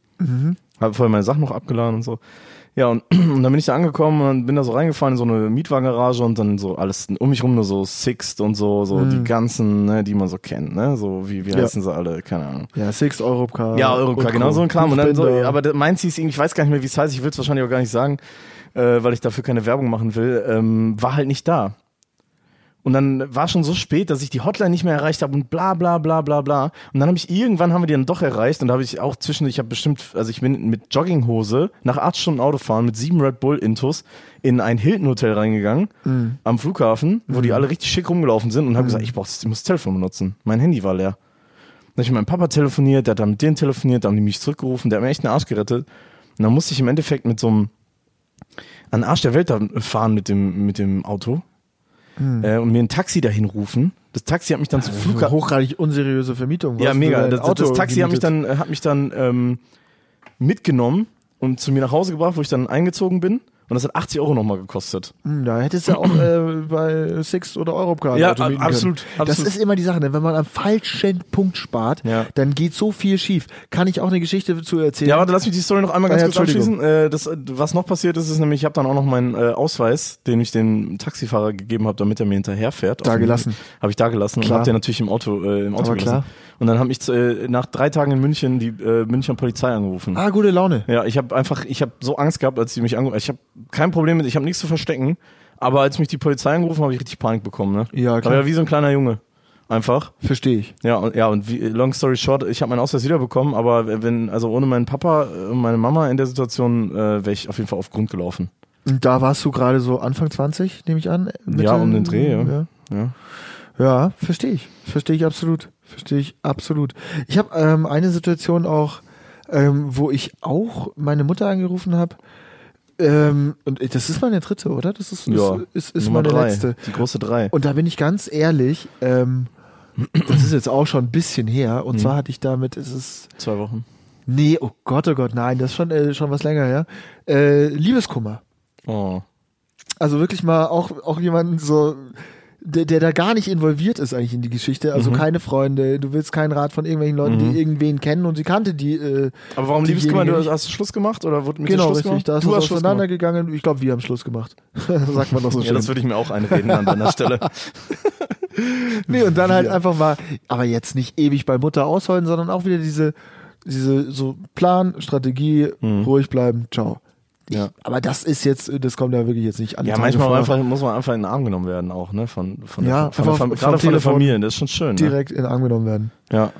Speaker 2: Habe vorher meine Sachen noch abgeladen und so. Ja, und, und dann bin ich da angekommen und bin da so reingefahren in so eine Mietwagengarage und dann so alles um mich rum nur so Sixt und so, so die ganzen, ne, die man so kennt, ne? So, wie, wie
Speaker 1: Ja.
Speaker 2: heißen sie alle? Keine Ahnung.
Speaker 1: Ja, Six, Europcar.
Speaker 2: Ja, Europcar,
Speaker 1: und
Speaker 2: genau
Speaker 1: Co.
Speaker 2: so ein Kram. Und dann so,
Speaker 1: Buchbinder.
Speaker 2: aber meint sie es irgendwie, ich weiß gar nicht mehr, wie es heißt, ich will es wahrscheinlich auch gar nicht sagen, äh, weil ich dafür keine Werbung machen will, ähm, war halt nicht da. Und dann war schon so spät, dass ich die Hotline nicht mehr erreicht habe und bla bla bla bla bla. Und dann habe ich irgendwann haben wir die dann doch erreicht und da habe ich auch zwischendurch, ich habe bestimmt, also ich bin mit Jogginghose nach acht Stunden Autofahren mit sieben Red Bull Intus in ein Hilton Hotel reingegangen
Speaker 1: Hm.
Speaker 2: am Flughafen, wo
Speaker 1: Mhm.
Speaker 2: die alle richtig schick rumgelaufen sind und habe gesagt, ich, brauch, ich muss das Telefon benutzen. Mein Handy war leer. Dann habe ich mit meinem Papa telefoniert, der hat dann mit denen telefoniert, dann haben die mich zurückgerufen, der hat mir echt einen Arsch gerettet. Und dann musste ich im Endeffekt mit so einem an den Arsch der Welt da fahren mit dem, mit dem Auto
Speaker 1: Mhm.
Speaker 2: äh, und mir ein Taxi dahin rufen. Das Taxi hat mich dann zum
Speaker 1: Flugha-
Speaker 2: Flughafen.
Speaker 1: hochgradig unseriöse Vermietung.
Speaker 2: Ja,
Speaker 1: Äh, Was, du
Speaker 2: mega.
Speaker 1: dein
Speaker 2: Das,
Speaker 1: Auto
Speaker 2: das Taxi hat mich
Speaker 1: gemietet?
Speaker 2: dann, äh, hat mich dann ähm, mitgenommen und zu mir nach Hause gebracht, wo ich dann eingezogen bin. Und das hat 80 Euro nochmal gekostet.
Speaker 1: Hm, Da hättest du auch äh, bei Six oder Europcar ein
Speaker 2: Ja,
Speaker 1: Auto
Speaker 2: ab-
Speaker 1: mieten
Speaker 2: absolut,
Speaker 1: können. Das
Speaker 2: absolut.
Speaker 1: ist immer die Sache, denn wenn man am falschen Punkt spart,
Speaker 2: Ja.
Speaker 1: dann geht so viel schief. Kann ich auch eine Geschichte zu erzählen?
Speaker 2: Ja, warte, lass mich die Story noch einmal ganz
Speaker 1: Ah ja,
Speaker 2: kurz abschließen. Äh, das, äh, was noch passiert ist, ist nämlich, ich habe dann auch noch meinen äh, Ausweis, den ich dem Taxifahrer gegeben habe, damit er mir hinterherfährt.
Speaker 1: Da gelassen.
Speaker 2: Habe ich da gelassen und
Speaker 1: Klar.
Speaker 2: habe den natürlich im Auto, äh, im Auto
Speaker 1: Aber
Speaker 2: gelassen.
Speaker 1: klar.
Speaker 2: Und dann habe ich äh, nach drei Tagen in München die äh, Münchner Polizei angerufen.
Speaker 1: Ah, gute Laune.
Speaker 2: Ja, ich habe einfach, ich habe so Angst gehabt, als die mich angerufen Ich habe kein Problem mit, ich habe nichts zu verstecken. Aber als mich die Polizei angerufen, habe ich richtig Panik bekommen. Ne?
Speaker 1: Ja, klar.
Speaker 2: Aber ja, wie so ein kleiner Junge. Einfach.
Speaker 1: Verstehe ich.
Speaker 2: Ja, und, ja, und wie, long story short, ich habe meinen Ausweis wiederbekommen, aber wenn, also ohne meinen Papa äh, und meine Mama in der Situation, äh, wäre ich auf jeden Fall auf Grund gelaufen.
Speaker 1: Und da warst du gerade so Anfang 20, nehme ich an? Mitte-
Speaker 2: Ja, um den Dreh, ja.
Speaker 1: Ja,
Speaker 2: Ja.
Speaker 1: Ja, verstehe ich. Verstehe ich absolut. Verstehe ich absolut. Ich habe ähm, eine Situation auch, ähm, wo ich auch meine Mutter angerufen habe. Ähm, und das ist meine dritte, oder? Das ist,
Speaker 2: Ja,
Speaker 1: ist, ist, ist
Speaker 2: Nummer
Speaker 1: meine
Speaker 2: drei,
Speaker 1: letzte.
Speaker 2: Die große drei.
Speaker 1: Und da bin ich ganz ehrlich, ähm, das ist jetzt auch schon ein bisschen her.
Speaker 2: Mhm.
Speaker 1: Und zwar hatte ich damit, es ist,
Speaker 2: Zwei Wochen.
Speaker 1: nee, oh Gott, oh Gott, nein, das ist schon, äh, schon was länger her. Äh, Liebeskummer.
Speaker 2: Oh.
Speaker 1: Also wirklich mal auch, auch jemanden so, der, der da gar nicht involviert ist eigentlich in die Geschichte. Also
Speaker 2: Mhm.
Speaker 1: keine Freunde, du willst keinen Rat von irgendwelchen Leuten, die irgendwen kennen und sie kannte die. Äh,
Speaker 2: Aber warum Liebeskummer? Du
Speaker 1: diejenige
Speaker 2: hast, hast du Schluss gemacht oder wurde mit dir
Speaker 1: Genau,
Speaker 2: Schluss
Speaker 1: richtig.
Speaker 2: gemacht?
Speaker 1: Da ist
Speaker 2: du
Speaker 1: das
Speaker 2: hast Schluss gemacht.
Speaker 1: auseinandergegangen. Ich glaube, wir haben Schluss gemacht. Sagt man doch so
Speaker 2: Ja,
Speaker 1: schön.
Speaker 2: das würde ich mir auch einreden an deiner Stelle.
Speaker 1: Nee, und dann halt einfach mal, aber jetzt nicht ewig bei Mutter ausholen, sondern auch wieder diese, diese so Plan, Strategie, ruhig bleiben, ciao.
Speaker 2: Mhm. Ja.
Speaker 1: Aber das ist jetzt, das kommt ja wirklich jetzt nicht alle
Speaker 2: Ja,
Speaker 1: Tage
Speaker 2: manchmal auch
Speaker 1: vor.
Speaker 2: einfach, muss man einfach in den Arm genommen werden auch, ne? Von, von
Speaker 1: Ja,
Speaker 2: der, von der,
Speaker 1: einfach vom
Speaker 2: Fam- gerade von der
Speaker 1: Telefon
Speaker 2: Familie, das ist schon schön. Ne?
Speaker 1: direkt in den Arm genommen werden.
Speaker 2: Ja.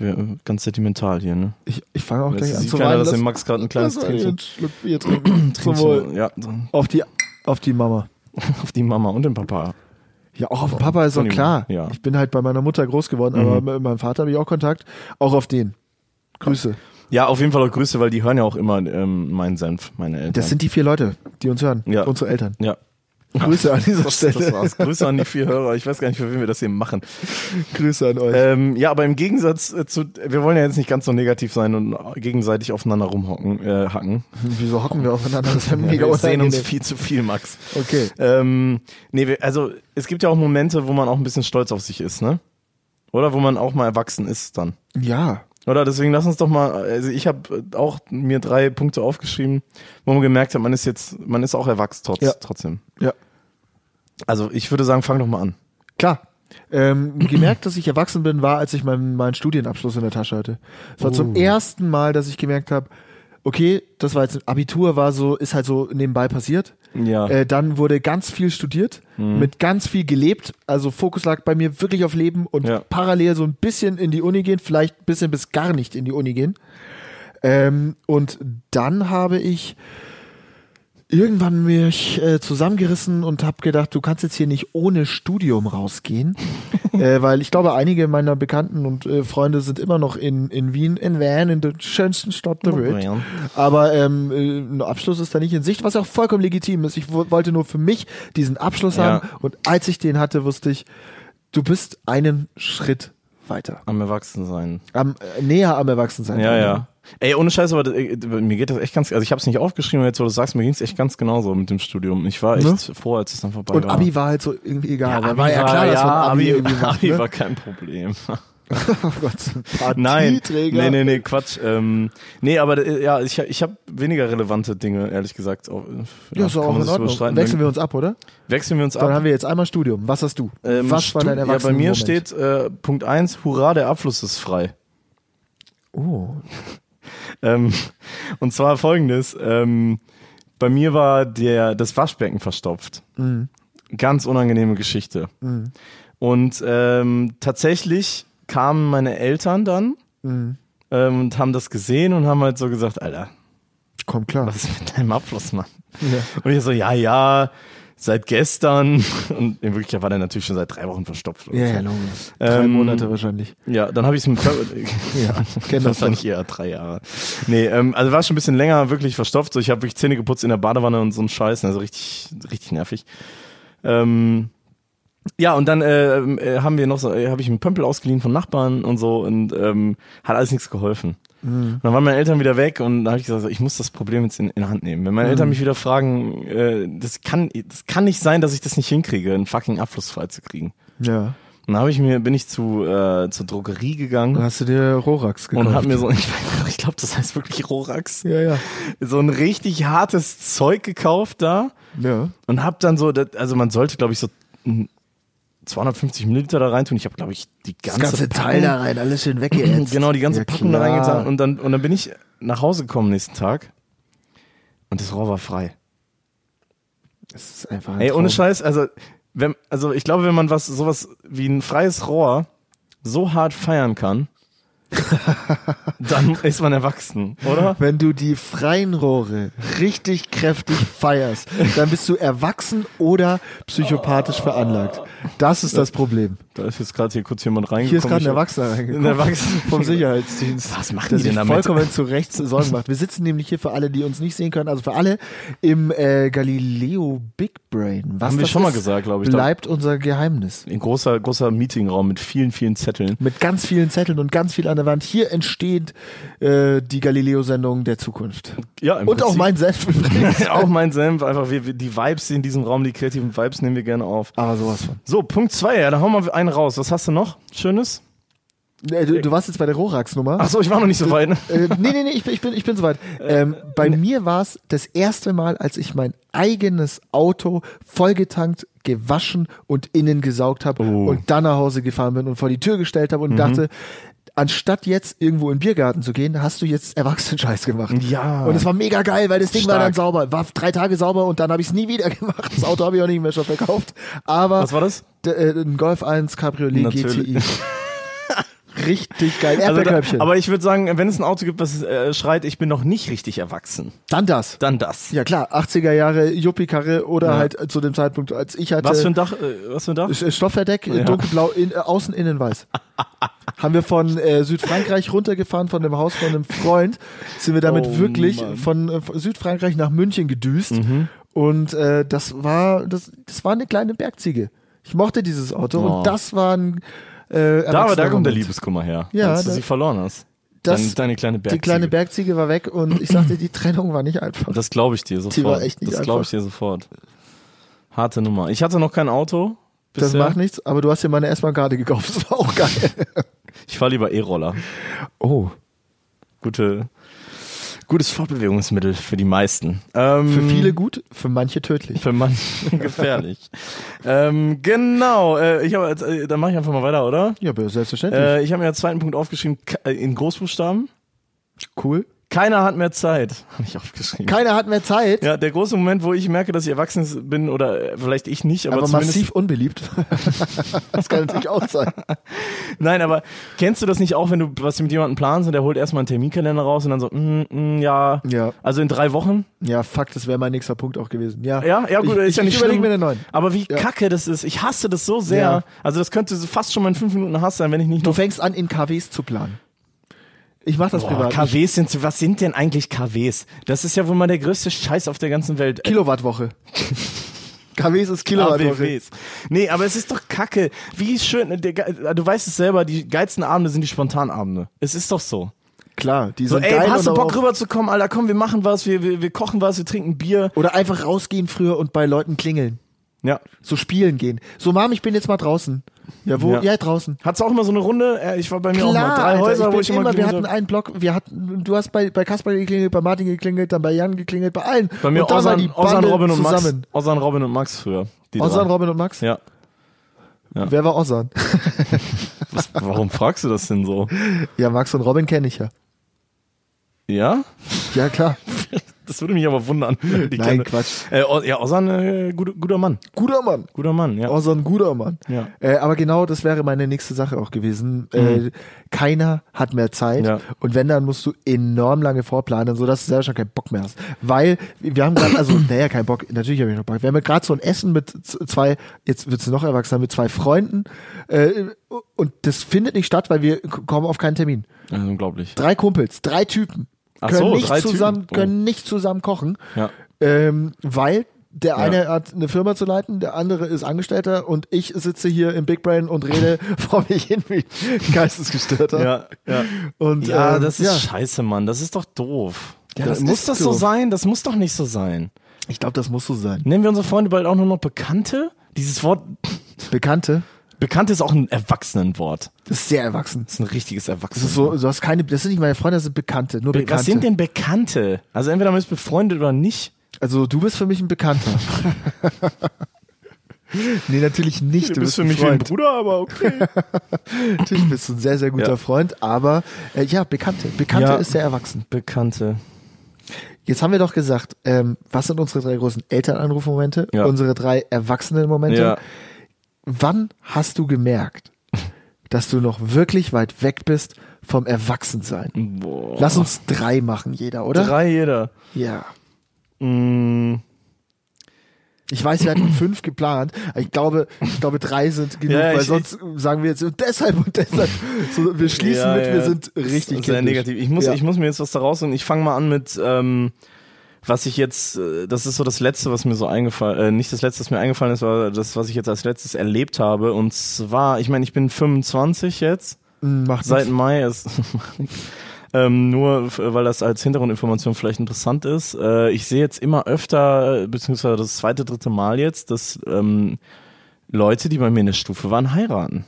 Speaker 2: Ja, Ganz sentimental hier, ne?
Speaker 1: Ich, ich fange auch
Speaker 2: Jetzt
Speaker 1: gleich an
Speaker 2: sieht
Speaker 1: zu
Speaker 2: keiner,
Speaker 1: weinen.
Speaker 2: dass
Speaker 1: Lass-
Speaker 2: dem Max gerade ein kleines
Speaker 1: lass mal
Speaker 2: Tränchen,
Speaker 1: einen Schluck Bier trinken. Zum Wohl.
Speaker 2: Tränchen, ja, so
Speaker 1: Auf die, auf die Mama.
Speaker 2: auf die Mama und den Papa.
Speaker 1: Ja, auch auf den Papa ist
Speaker 2: Von
Speaker 1: doch
Speaker 2: ihm,
Speaker 1: klar.
Speaker 2: ja. Mhm.
Speaker 1: Ich bin halt bei meiner Mutter groß geworden, aber mit meinem Vater habe ich auch Kontakt. Auch auf den. Grüße.
Speaker 2: Ja, auf jeden Fall auch Grüße, weil die hören ja auch immer ähm, meinen Senf, meine Eltern.
Speaker 1: Das sind die vier Leute, die uns hören.
Speaker 2: Ja.
Speaker 1: Unsere Eltern.
Speaker 2: ja.
Speaker 1: Grüße an dieser
Speaker 2: Das,
Speaker 1: Stelle.
Speaker 2: das war's. Grüße an die vier Hörer. Ich weiß gar nicht, für wen wir das hier machen.
Speaker 1: Grüße an euch.
Speaker 2: Ähm, ja, aber im Gegensatz äh, zu, wir wollen ja jetzt nicht ganz so negativ sein und gegenseitig aufeinander rumhocken, äh, hacken.
Speaker 1: Wieso hocken wir aufeinander? Das ist ja mega
Speaker 2: wir sehen uns
Speaker 1: unangenehm.
Speaker 2: viel zu viel, Max.
Speaker 1: Okay.
Speaker 2: Ähm, nee, wir, also es gibt ja auch Momente, wo man auch ein bisschen stolz auf sich ist, ne? Oder wo man auch mal erwachsen ist dann.
Speaker 1: Ja.
Speaker 2: Oder deswegen lass uns doch mal, also ich habe auch mir drei Punkte aufgeschrieben, wo man gemerkt hat, man ist jetzt, man ist auch erwachsen trotz,
Speaker 1: Ja.
Speaker 2: trotzdem.
Speaker 1: Ja.
Speaker 2: Also ich würde sagen, fang doch mal an.
Speaker 1: Klar. Ähm, gemerkt, dass ich erwachsen bin, war, als ich meinen meinen Studienabschluss in der Tasche hatte. Es war
Speaker 2: Oh.
Speaker 1: zum ersten Mal, dass ich gemerkt habe, okay, das war jetzt Abitur, war so, ist halt so nebenbei passiert.
Speaker 2: Ja. Mhm.
Speaker 1: Äh, dann wurde ganz viel studiert, mit ganz viel gelebt. Also Fokus lag bei mir wirklich auf Leben und
Speaker 2: Ja.
Speaker 1: parallel so ein bisschen in die Uni gehen, vielleicht ein bisschen bis gar nicht in die Uni gehen. Ähm, und dann habe ich irgendwann mich äh, zusammengerissen und habe gedacht, du kannst jetzt hier nicht ohne Studium rausgehen, äh, weil ich glaube, einige meiner Bekannten und äh, Freunde sind immer noch in, in Wien, in Wien, in der schönsten Stadt der Welt.
Speaker 2: Ja.
Speaker 1: Aber ähm, äh, ein Abschluss ist da nicht in Sicht, was auch vollkommen legitim ist. Ich wo- wollte nur für mich diesen Abschluss
Speaker 2: Ja.
Speaker 1: haben und als ich den hatte, wusste ich, du bist einen Schritt weiter.
Speaker 2: Am Erwachsensein.
Speaker 1: Am, äh, näher am Erwachsensein.
Speaker 2: Ja, ja. Ey, ohne Scheiß, aber äh, mir geht das echt ganz, also ich habe es nicht aufgeschrieben, aber jetzt wo du sagst, mir ging es echt ganz genauso mit dem Studium. Ich war echt froh, als es dann vorbei
Speaker 1: Ne? Und
Speaker 2: war.
Speaker 1: Abi war halt so irgendwie egal.
Speaker 2: Ja,
Speaker 1: Ja,
Speaker 2: Abi
Speaker 1: war ja klar, dass man Abi, irgendwie macht.
Speaker 2: Abi
Speaker 1: ne?
Speaker 2: war kein Problem.
Speaker 1: Oh Gott.
Speaker 2: Nein,
Speaker 1: Partieträger.
Speaker 2: nee, nee, nee, Quatsch. Ähm, nee, aber äh, ja, ich, ich habe weniger relevante Dinge, ehrlich gesagt. äh, Auch,
Speaker 1: Ja, ist doch auch in Ordnung. Wechseln wir uns ab, oder?
Speaker 2: Wechseln wir uns
Speaker 1: Dann
Speaker 2: ab.
Speaker 1: haben wir jetzt einmal Studium. Was hast du?
Speaker 2: Ähm,
Speaker 1: Was war
Speaker 2: Stu-
Speaker 1: dein
Speaker 2: ja, bei
Speaker 1: Erwachsenen
Speaker 2: mir steht äh, Punkt 1, Hurra, der Abfluss ist frei.
Speaker 1: Oh.
Speaker 2: Ähm, und zwar folgendes: ähm, Bei mir war der, das Waschbecken verstopft.
Speaker 1: Mhm.
Speaker 2: Ganz unangenehme Geschichte. Und ähm, tatsächlich kamen meine Eltern dann
Speaker 1: hm,
Speaker 2: ähm, und haben das gesehen und haben halt so gesagt: Alter,
Speaker 1: Komm klar.
Speaker 2: was ist mit deinem Abfluss, Mann?
Speaker 1: Ja.
Speaker 2: Und ich so: Ja, ja, seit gestern. Und in Wirklichkeit war der natürlich schon seit drei Wochen verstopft.
Speaker 1: Ja, ja, logisch. Drei
Speaker 2: Ähm,
Speaker 1: Monate wahrscheinlich.
Speaker 2: Ja, dann habe ich es mit Körper-
Speaker 1: Ja, kenn das
Speaker 2: das war
Speaker 1: doch.
Speaker 2: nicht eher drei Jahre. Nee, ähm, also war schon ein bisschen länger wirklich verstopft. So, ich habe wirklich Zähne geputzt in der Badewanne und so ein Scheiß. Also richtig, richtig nervig. Ähm, ja, und dann äh, äh, haben wir noch so, äh, habe ich einen Pömpel ausgeliehen von Nachbarn und so und ähm, hat alles nichts geholfen. Und dann waren meine Eltern wieder weg und da habe ich gesagt, so, ich muss das Problem jetzt in, in die Hand nehmen. Wenn meine Eltern mich wieder fragen, äh, das kann, das kann nicht sein, dass ich das nicht hinkriege, einen fucking Abfluss freizukriegen.
Speaker 1: Ja.
Speaker 2: Und dann habe ich mir, bin ich zu, äh, zur Drogerie gegangen
Speaker 1: Dann hast du dir Rorax gekauft.
Speaker 2: und hab mir so, ich, weiß- ich glaube, das heißt wirklich Rorax,
Speaker 1: ja, ja.
Speaker 2: so ein richtig hartes Zeug gekauft da
Speaker 1: Ja.
Speaker 2: und hab dann so, das- also man sollte, glaube ich, so mm, 250 Milliliter da reintun. Ich habe, glaube ich, die ganze, Packung-
Speaker 1: rein, alles schön
Speaker 2: Und
Speaker 1: weggeätzt.
Speaker 2: Genau, die ganze
Speaker 1: Ja,
Speaker 2: Packung da
Speaker 1: klar.
Speaker 2: reingetan. Und dann, und dann bin ich nach Hause gekommen nächsten Tag und das Rohr war frei.
Speaker 1: Das ist einfach ein
Speaker 2: Ey,
Speaker 1: Traum.
Speaker 2: ohne Scheiß, also, wenn, also ich glaube, wenn man was, sowas wie ein freies Rohr so hart feiern kann, dann ist man erwachsen, oder?
Speaker 1: Wenn du die freien Rohre richtig kräftig feierst, dann bist du erwachsen oder psychopathisch veranlagt. Das ist das Problem.
Speaker 2: Da ist jetzt gerade hier kurz jemand reingekommen.
Speaker 1: Hier ist gerade ein
Speaker 2: Ich-
Speaker 1: Erwachsener
Speaker 2: Ein
Speaker 1: reingekommen.
Speaker 2: Erwachsener
Speaker 1: vom Sicherheitsdienst.
Speaker 2: Was machen
Speaker 1: der
Speaker 2: die denn
Speaker 1: sich
Speaker 2: damit?
Speaker 1: vollkommen zu Recht Sorgen macht. Wir sitzen nämlich hier für alle, die uns nicht sehen können, also für alle im äh, Galileo Big Brain. Was
Speaker 2: Haben wir
Speaker 1: das
Speaker 2: schon mal
Speaker 1: ist,
Speaker 2: gesagt, glaube ich. Da-
Speaker 1: Bleibt unser Geheimnis.
Speaker 2: Ein großer, großer Meetingraum mit vielen, vielen Zetteln.
Speaker 1: Mit ganz vielen Zetteln und ganz viel an der Wand. Hier entsteht äh, die Galileo-Sendung der Zukunft.
Speaker 2: Ja, im
Speaker 1: Und auch
Speaker 2: Prinzip-
Speaker 1: mein Selbst übrigens.
Speaker 2: auch mein Senf, einfach wir, wir, die Vibes in diesem Raum, die kreativen Vibes nehmen wir gerne auf.
Speaker 1: Aber sowas von.
Speaker 2: So, Punkt zwei, ja, da hauen wir einen raus. Was hast du noch? Schönes?
Speaker 1: Äh, Du, du warst jetzt bei der Rorax-Nummer.
Speaker 2: Achso, ich war noch nicht so weit. ne?
Speaker 1: äh, nee, nee, nee, ich bin, ich bin, ich bin soweit. Ähm, bei mir war es das erste Mal, als ich mein eigenes Auto vollgetankt, gewaschen und innen gesaugt habe
Speaker 2: Oh.
Speaker 1: und dann nach Hause gefahren bin und vor die Tür gestellt habe und
Speaker 2: Mhm.
Speaker 1: dachte, anstatt jetzt irgendwo in den Biergarten zu gehen, hast du jetzt Erwachsenen-Scheiß gemacht.
Speaker 2: Ja.
Speaker 1: Ah. Und es war mega geil, weil das Ding war
Speaker 2: Stark.
Speaker 1: dann sauber. War drei Tage sauber und dann habe ich es nie wieder gemacht. Das Auto habe ich auch nicht mehr schon verkauft. Aber
Speaker 2: Was war das?
Speaker 1: D- äh, ein Golf 1 Cabriolet
Speaker 2: Also- Natürlich.
Speaker 1: GTI. Richtig geil.
Speaker 2: Also da,
Speaker 1: Erdbeerkörbchen.
Speaker 2: aber ich würde sagen, wenn es ein Auto gibt, was äh, schreit, ich bin noch nicht richtig erwachsen,
Speaker 1: dann das.
Speaker 2: dann das.
Speaker 1: Ja klar, 80er Jahre Juppie-Karre oder
Speaker 2: Ja.
Speaker 1: halt zu dem Zeitpunkt, als ich hatte
Speaker 2: Was für ein Dach? Äh, was für ein Dach?
Speaker 1: Sch- Stoffverdeck, äh, dunkelblau, in, äh, außen, innen weiß. Haben wir von äh, Südfrankreich runtergefahren, von dem Haus von einem Freund, sind wir damit
Speaker 2: Oh,
Speaker 1: wirklich
Speaker 2: Mann. Mhm.
Speaker 1: von äh, von Südfrankreich nach München gedüst. Und äh, das war das, das war eine kleine Bergziege. Ich mochte dieses Auto
Speaker 2: Oh.
Speaker 1: und das war ein äh,
Speaker 2: Da, da
Speaker 1: Erwachsener-
Speaker 2: kommt der Liebeskummer her,
Speaker 1: Ja,
Speaker 2: als du
Speaker 1: da-
Speaker 2: sie verloren hast.
Speaker 1: Das-
Speaker 2: deine, deine kleine Bergziege.
Speaker 1: Die kleine Bergziege war weg und ich sagte, die Trennung war nicht einfach.
Speaker 2: Das glaube ich dir sofort.
Speaker 1: war echt nicht
Speaker 2: das glaube ich
Speaker 1: einfach.
Speaker 2: dir sofort. Harte Nummer. Ich hatte noch kein Auto.
Speaker 1: Das
Speaker 2: bisher.
Speaker 1: macht nichts, aber du hast dir meine S-Bahn-Karte gekauft. Das war auch geil.
Speaker 2: Ich fahre lieber E-Roller.
Speaker 1: Oh.
Speaker 2: Gute, gutes Fortbewegungsmittel für die meisten. Ähm,
Speaker 1: Für viele gut, für manche tödlich.
Speaker 2: Für manche gefährlich. ähm, genau. Äh, ich hab, jetzt, äh, dann mache ich einfach mal weiter, oder?
Speaker 1: Ja, aber selbstverständlich.
Speaker 2: Äh, ich habe mir als zweiten Punkt aufgeschrieben, K- äh, in Großbuchstaben.
Speaker 1: cool.
Speaker 2: äh, Keiner hat mehr Zeit, habe ich aufgeschrieben.
Speaker 1: Keiner hat mehr Zeit.
Speaker 2: ja, der große Moment, wo ich merke, dass ich erwachsen bin, oder äh, vielleicht ich nicht, aber,
Speaker 1: aber
Speaker 2: zumindest.
Speaker 1: massiv unbeliebt. das kann natürlich auch sein.
Speaker 2: Nein, aber kennst du das nicht auch, wenn du was mit jemandem planst und der holt erstmal einen Terminkalender raus und dann so, mm, mm, ja,
Speaker 1: Ja.
Speaker 2: also in drei Wochen?
Speaker 1: Ja, fuck, das wäre mein nächster Punkt auch gewesen. Ja,
Speaker 2: Ja, ja, gut,
Speaker 1: ich,
Speaker 2: ist
Speaker 1: ich,
Speaker 2: ja nicht
Speaker 1: Ich überlege
Speaker 2: schlimm.
Speaker 1: mir den neuen.
Speaker 2: Aber wie
Speaker 1: Ja.
Speaker 2: kacke das ist. Ich hasse das so sehr.
Speaker 1: Ja.
Speaker 2: Also das könnte so fast schon mal in fünf Minuten Hass sein, wenn ich nicht
Speaker 1: Du
Speaker 2: noch...
Speaker 1: fängst an, in KWs zu planen. Ich mach das
Speaker 2: Boah,
Speaker 1: privat. Ich-
Speaker 2: KWs sind, so- was sind denn eigentlich KWs? Das ist ja wohl mal der größte Scheiß auf der ganzen Welt.
Speaker 1: Kilowattwoche. KWs ist Kilowattwoche.
Speaker 2: ABWs. Nee, aber es ist doch kacke. Wie schön, der, Ge- du weißt es selber, die geilsten Abende sind die Spontanabende. Es ist doch so.
Speaker 1: Klar, die
Speaker 2: So,
Speaker 1: sind
Speaker 2: ey,
Speaker 1: geil.
Speaker 2: hast
Speaker 1: und
Speaker 2: du
Speaker 1: aber
Speaker 2: Bock
Speaker 1: auch-
Speaker 2: rüberzukommen, Alter, komm, wir machen was, wir, wir, wir kochen was, wir trinken Bier.
Speaker 1: Oder einfach rausgehen früher und bei Leuten klingeln.
Speaker 2: Ja.
Speaker 1: So spielen gehen. So, Mom, ich bin jetzt mal draußen. Ja, wo?
Speaker 2: Ja.
Speaker 1: Ja, draußen.
Speaker 2: Hat's auch immer so eine Runde? Äh, Ich war bei mir
Speaker 1: Klar,
Speaker 2: auch mal. Drei
Speaker 1: Alter,
Speaker 2: Häuser,
Speaker 1: ich
Speaker 2: wo
Speaker 1: bin
Speaker 2: ich immer,
Speaker 1: wir
Speaker 2: gewesen
Speaker 1: hatten einen Block, wir hatten, du hast bei, bei Kasper geklingelt, bei Martin geklingelt, dann bei Jan geklingelt, bei allen.
Speaker 2: Bei mir
Speaker 1: und da war
Speaker 2: Ozan,
Speaker 1: die
Speaker 2: Ozan
Speaker 1: Bande
Speaker 2: Robin und Max.
Speaker 1: zusammen.
Speaker 2: Ozan Robin und Max früher. Die
Speaker 1: Ozan,
Speaker 2: drei.
Speaker 1: Robin und Max?
Speaker 2: Ja.
Speaker 1: Wer war Ozan?
Speaker 2: Was, warum fragst du das denn so?
Speaker 1: Ja, Max und Robin kenne ich ja.
Speaker 2: Ja?
Speaker 1: Ja, klar.
Speaker 2: Das würde mich aber wundern. Die
Speaker 1: Nein,
Speaker 2: Kenne.
Speaker 1: Quatsch.
Speaker 2: Äh, O- ja, Ozan, äh, guter, guter Mann.
Speaker 1: Guter Mann.
Speaker 2: Guter Mann, ja.
Speaker 1: Ozan, guter Mann.
Speaker 2: Ja.
Speaker 1: Äh, aber genau das wäre meine nächste Sache auch gewesen. Äh, keiner hat mehr Zeit.
Speaker 2: Mhm. Ja.
Speaker 1: Und wenn, dann musst du enorm lange vorplanen, sodass du selber schon keinen Bock mehr hast. Weil wir haben gerade, also, naja, keinen Bock, natürlich habe ich noch Bock. Wir haben ja gerade so ein Essen mit z- zwei, jetzt wird es noch erwachsener, mit zwei Freunden. Äh, und das findet nicht statt, weil wir k- kommen auf keinen Termin.
Speaker 2: Also unglaublich.
Speaker 1: Drei Kumpels, drei Typen.
Speaker 2: Ach
Speaker 1: können,
Speaker 2: so,
Speaker 1: nicht
Speaker 2: drei
Speaker 1: zusammen,
Speaker 2: Typen. Oh.
Speaker 1: können nicht zusammen kochen.
Speaker 2: Ja.
Speaker 1: Ähm, weil der eine hat eine Firma zu leiten, der andere ist Angestellter und ich sitze hier im Big Brain und rede vor mich hin wie ein Geistesgestörter.
Speaker 2: Ja, ja.
Speaker 1: Und,
Speaker 2: ja,
Speaker 1: ähm,
Speaker 2: das ist
Speaker 1: ja.
Speaker 2: scheiße, Mann. Das ist doch doof.
Speaker 1: Ja, das
Speaker 2: das muss
Speaker 1: ist
Speaker 2: das so
Speaker 1: doof.
Speaker 2: sein? Das muss doch nicht so sein.
Speaker 1: Ich glaube, das muss so sein.
Speaker 2: Nennen wir unsere Freunde bald auch nur noch Bekannte? Dieses Wort
Speaker 1: Bekannte,
Speaker 2: Bekannte ist auch ein Erwachsenenwort.
Speaker 1: das ist sehr erwachsen.
Speaker 2: Das ist ein richtiges
Speaker 1: Das ist
Speaker 2: Erwachsenenwort.
Speaker 1: so, du hast keine, das sind nicht meine Freunde, das sind Bekannte, nur Bekannte.
Speaker 2: Was sind denn Bekannte? Also entweder man ist befreundet oder nicht.
Speaker 1: Also du bist für mich ein Bekannter. nee, natürlich nicht. Du, bist, ein Freund.
Speaker 2: Bruder, aber okay.
Speaker 1: Natürlich bist du ein sehr, sehr guter
Speaker 2: Ja.
Speaker 1: Freund, aber äh, ja, Bekannte. Bekannte
Speaker 2: Ja.
Speaker 1: ist sehr erwachsen.
Speaker 2: Bekannte.
Speaker 1: Jetzt haben wir doch gesagt, ähm, was sind unsere drei großen Elternanrufmomente,
Speaker 2: Ja.
Speaker 1: unsere drei Erwachsenenmomente.
Speaker 2: Ja.
Speaker 1: Wann hast du gemerkt, dass du noch wirklich weit weg bist vom Erwachsensein?
Speaker 2: Boah.
Speaker 1: Lass uns drei machen, jeder, oder?
Speaker 2: Drei jeder.
Speaker 1: Ja.
Speaker 2: Mm,
Speaker 1: Ich weiß, wir hatten fünf geplant, aber ich glaube, ich glaube, drei sind genug,
Speaker 2: Ja,
Speaker 1: weil
Speaker 2: ich-
Speaker 1: sonst sagen wir jetzt und deshalb und deshalb. So, wir schließen
Speaker 2: ja,
Speaker 1: mit,
Speaker 2: ja.
Speaker 1: wir sind richtig
Speaker 2: Sehr
Speaker 1: kindisch.
Speaker 2: negativ. Ich muss,
Speaker 1: ja.
Speaker 2: ich muss mir jetzt was da rausholen. Ich fange mal an mit, ähm, was ich jetzt, äh, das ist so das Letzte, was mir so eingefallen, äh, nicht das Letzte, was mir eingefallen ist, aber das, was ich jetzt als letztes erlebt habe. Und zwar, ich meine, ich bin 25 jetzt.
Speaker 1: Mm, Macht
Speaker 2: Seit
Speaker 1: Seiten.
Speaker 2: Mai ist. Ähm, nur f- weil das als Hintergrundinformation vielleicht interessant ist. Äh, ich sehe jetzt immer öfter, äh, beziehungsweise das zweite, dritte Mal jetzt, dass ähm, Leute, die bei mir in der Stufe waren, heiraten.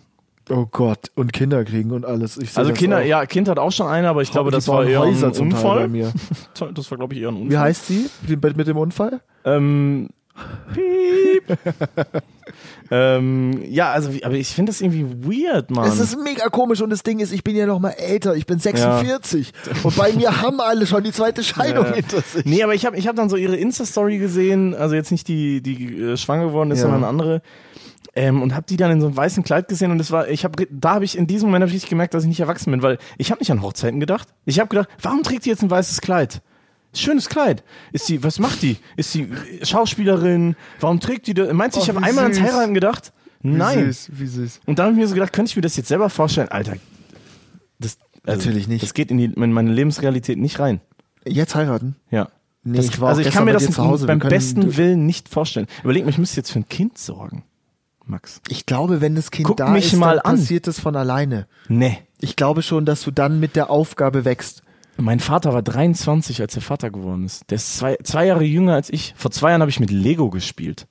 Speaker 1: Oh Gott, und Kinder kriegen und alles. Ich seh
Speaker 2: Also
Speaker 1: das
Speaker 2: Kinder,
Speaker 1: auch.
Speaker 2: ja, Kind hat auch schon eine, aber ich glaube,
Speaker 1: Die
Speaker 2: das war
Speaker 1: bauen
Speaker 2: eher
Speaker 1: Häuser
Speaker 2: ein
Speaker 1: zum Teil bei
Speaker 2: Unfall.
Speaker 1: mir.
Speaker 2: Das war, glaube ich, eher ein Unfall.
Speaker 1: Wie heißt sie die mit mit dem Unfall?
Speaker 2: Ähm, piep. ähm, ja, also, wie- aber ich finde das irgendwie weird, Mann.
Speaker 1: Es ist mega komisch und das Ding ist, ich bin ja noch mal älter, ich bin 46 und bei mir haben alle schon die zweite Scheidung
Speaker 2: Ja.
Speaker 1: hinter sich.
Speaker 2: Nee, aber ich habe ich hab dann so ihre Insta-Story gesehen, also jetzt nicht die, die äh, schwanger geworden ist,
Speaker 1: Ja.
Speaker 2: sondern eine andere. Ähm, und habe die dann in so einem weißen Kleid gesehen und das war, ich habe, da habe ich in diesem Moment hab ich richtig gemerkt, dass ich nicht erwachsen bin, weil ich habe nicht an Hochzeiten gedacht. Ich habe gedacht, warum trägt die jetzt ein weißes Kleid? Schönes Kleid. Ist die, was macht die? Ist die Schauspielerin? Warum trägt die das? Meinst du, ich
Speaker 1: Och,
Speaker 2: habe
Speaker 1: Oh, wie
Speaker 2: einmal ans
Speaker 1: süß.
Speaker 2: Heiraten gedacht? Nein.
Speaker 1: Wie süß, wie süß.
Speaker 2: Und dann habe ich mir so gedacht, könnte ich mir das jetzt selber vorstellen? Alter, das, also,
Speaker 1: Natürlich nicht.
Speaker 2: Das geht in, die, in meine Lebensrealität nicht rein.
Speaker 1: Jetzt heiraten?
Speaker 2: Ja.
Speaker 1: Nee,
Speaker 2: das,
Speaker 1: ich war
Speaker 2: also
Speaker 1: auch
Speaker 2: ich
Speaker 1: gestern
Speaker 2: kann mir
Speaker 1: bei
Speaker 2: das
Speaker 1: dir zu Hause.
Speaker 2: beim
Speaker 1: Wir können-
Speaker 2: besten Willen nicht vorstellen. Überleg mal, ich müsste jetzt für ein Kind sorgen, Max.
Speaker 1: Ich glaube, wenn das Kind
Speaker 2: Guck
Speaker 1: da
Speaker 2: mich
Speaker 1: ist,
Speaker 2: mal
Speaker 1: dann
Speaker 2: an.
Speaker 1: passiert es von alleine.
Speaker 2: Nee.
Speaker 1: Ich glaube schon, dass du dann mit der Aufgabe wächst.
Speaker 2: Mein Vater war 23, als er Vater geworden ist. Der ist zwei, zwei Jahre jünger als ich. Vor zwei Jahren habe ich mit Lego gespielt.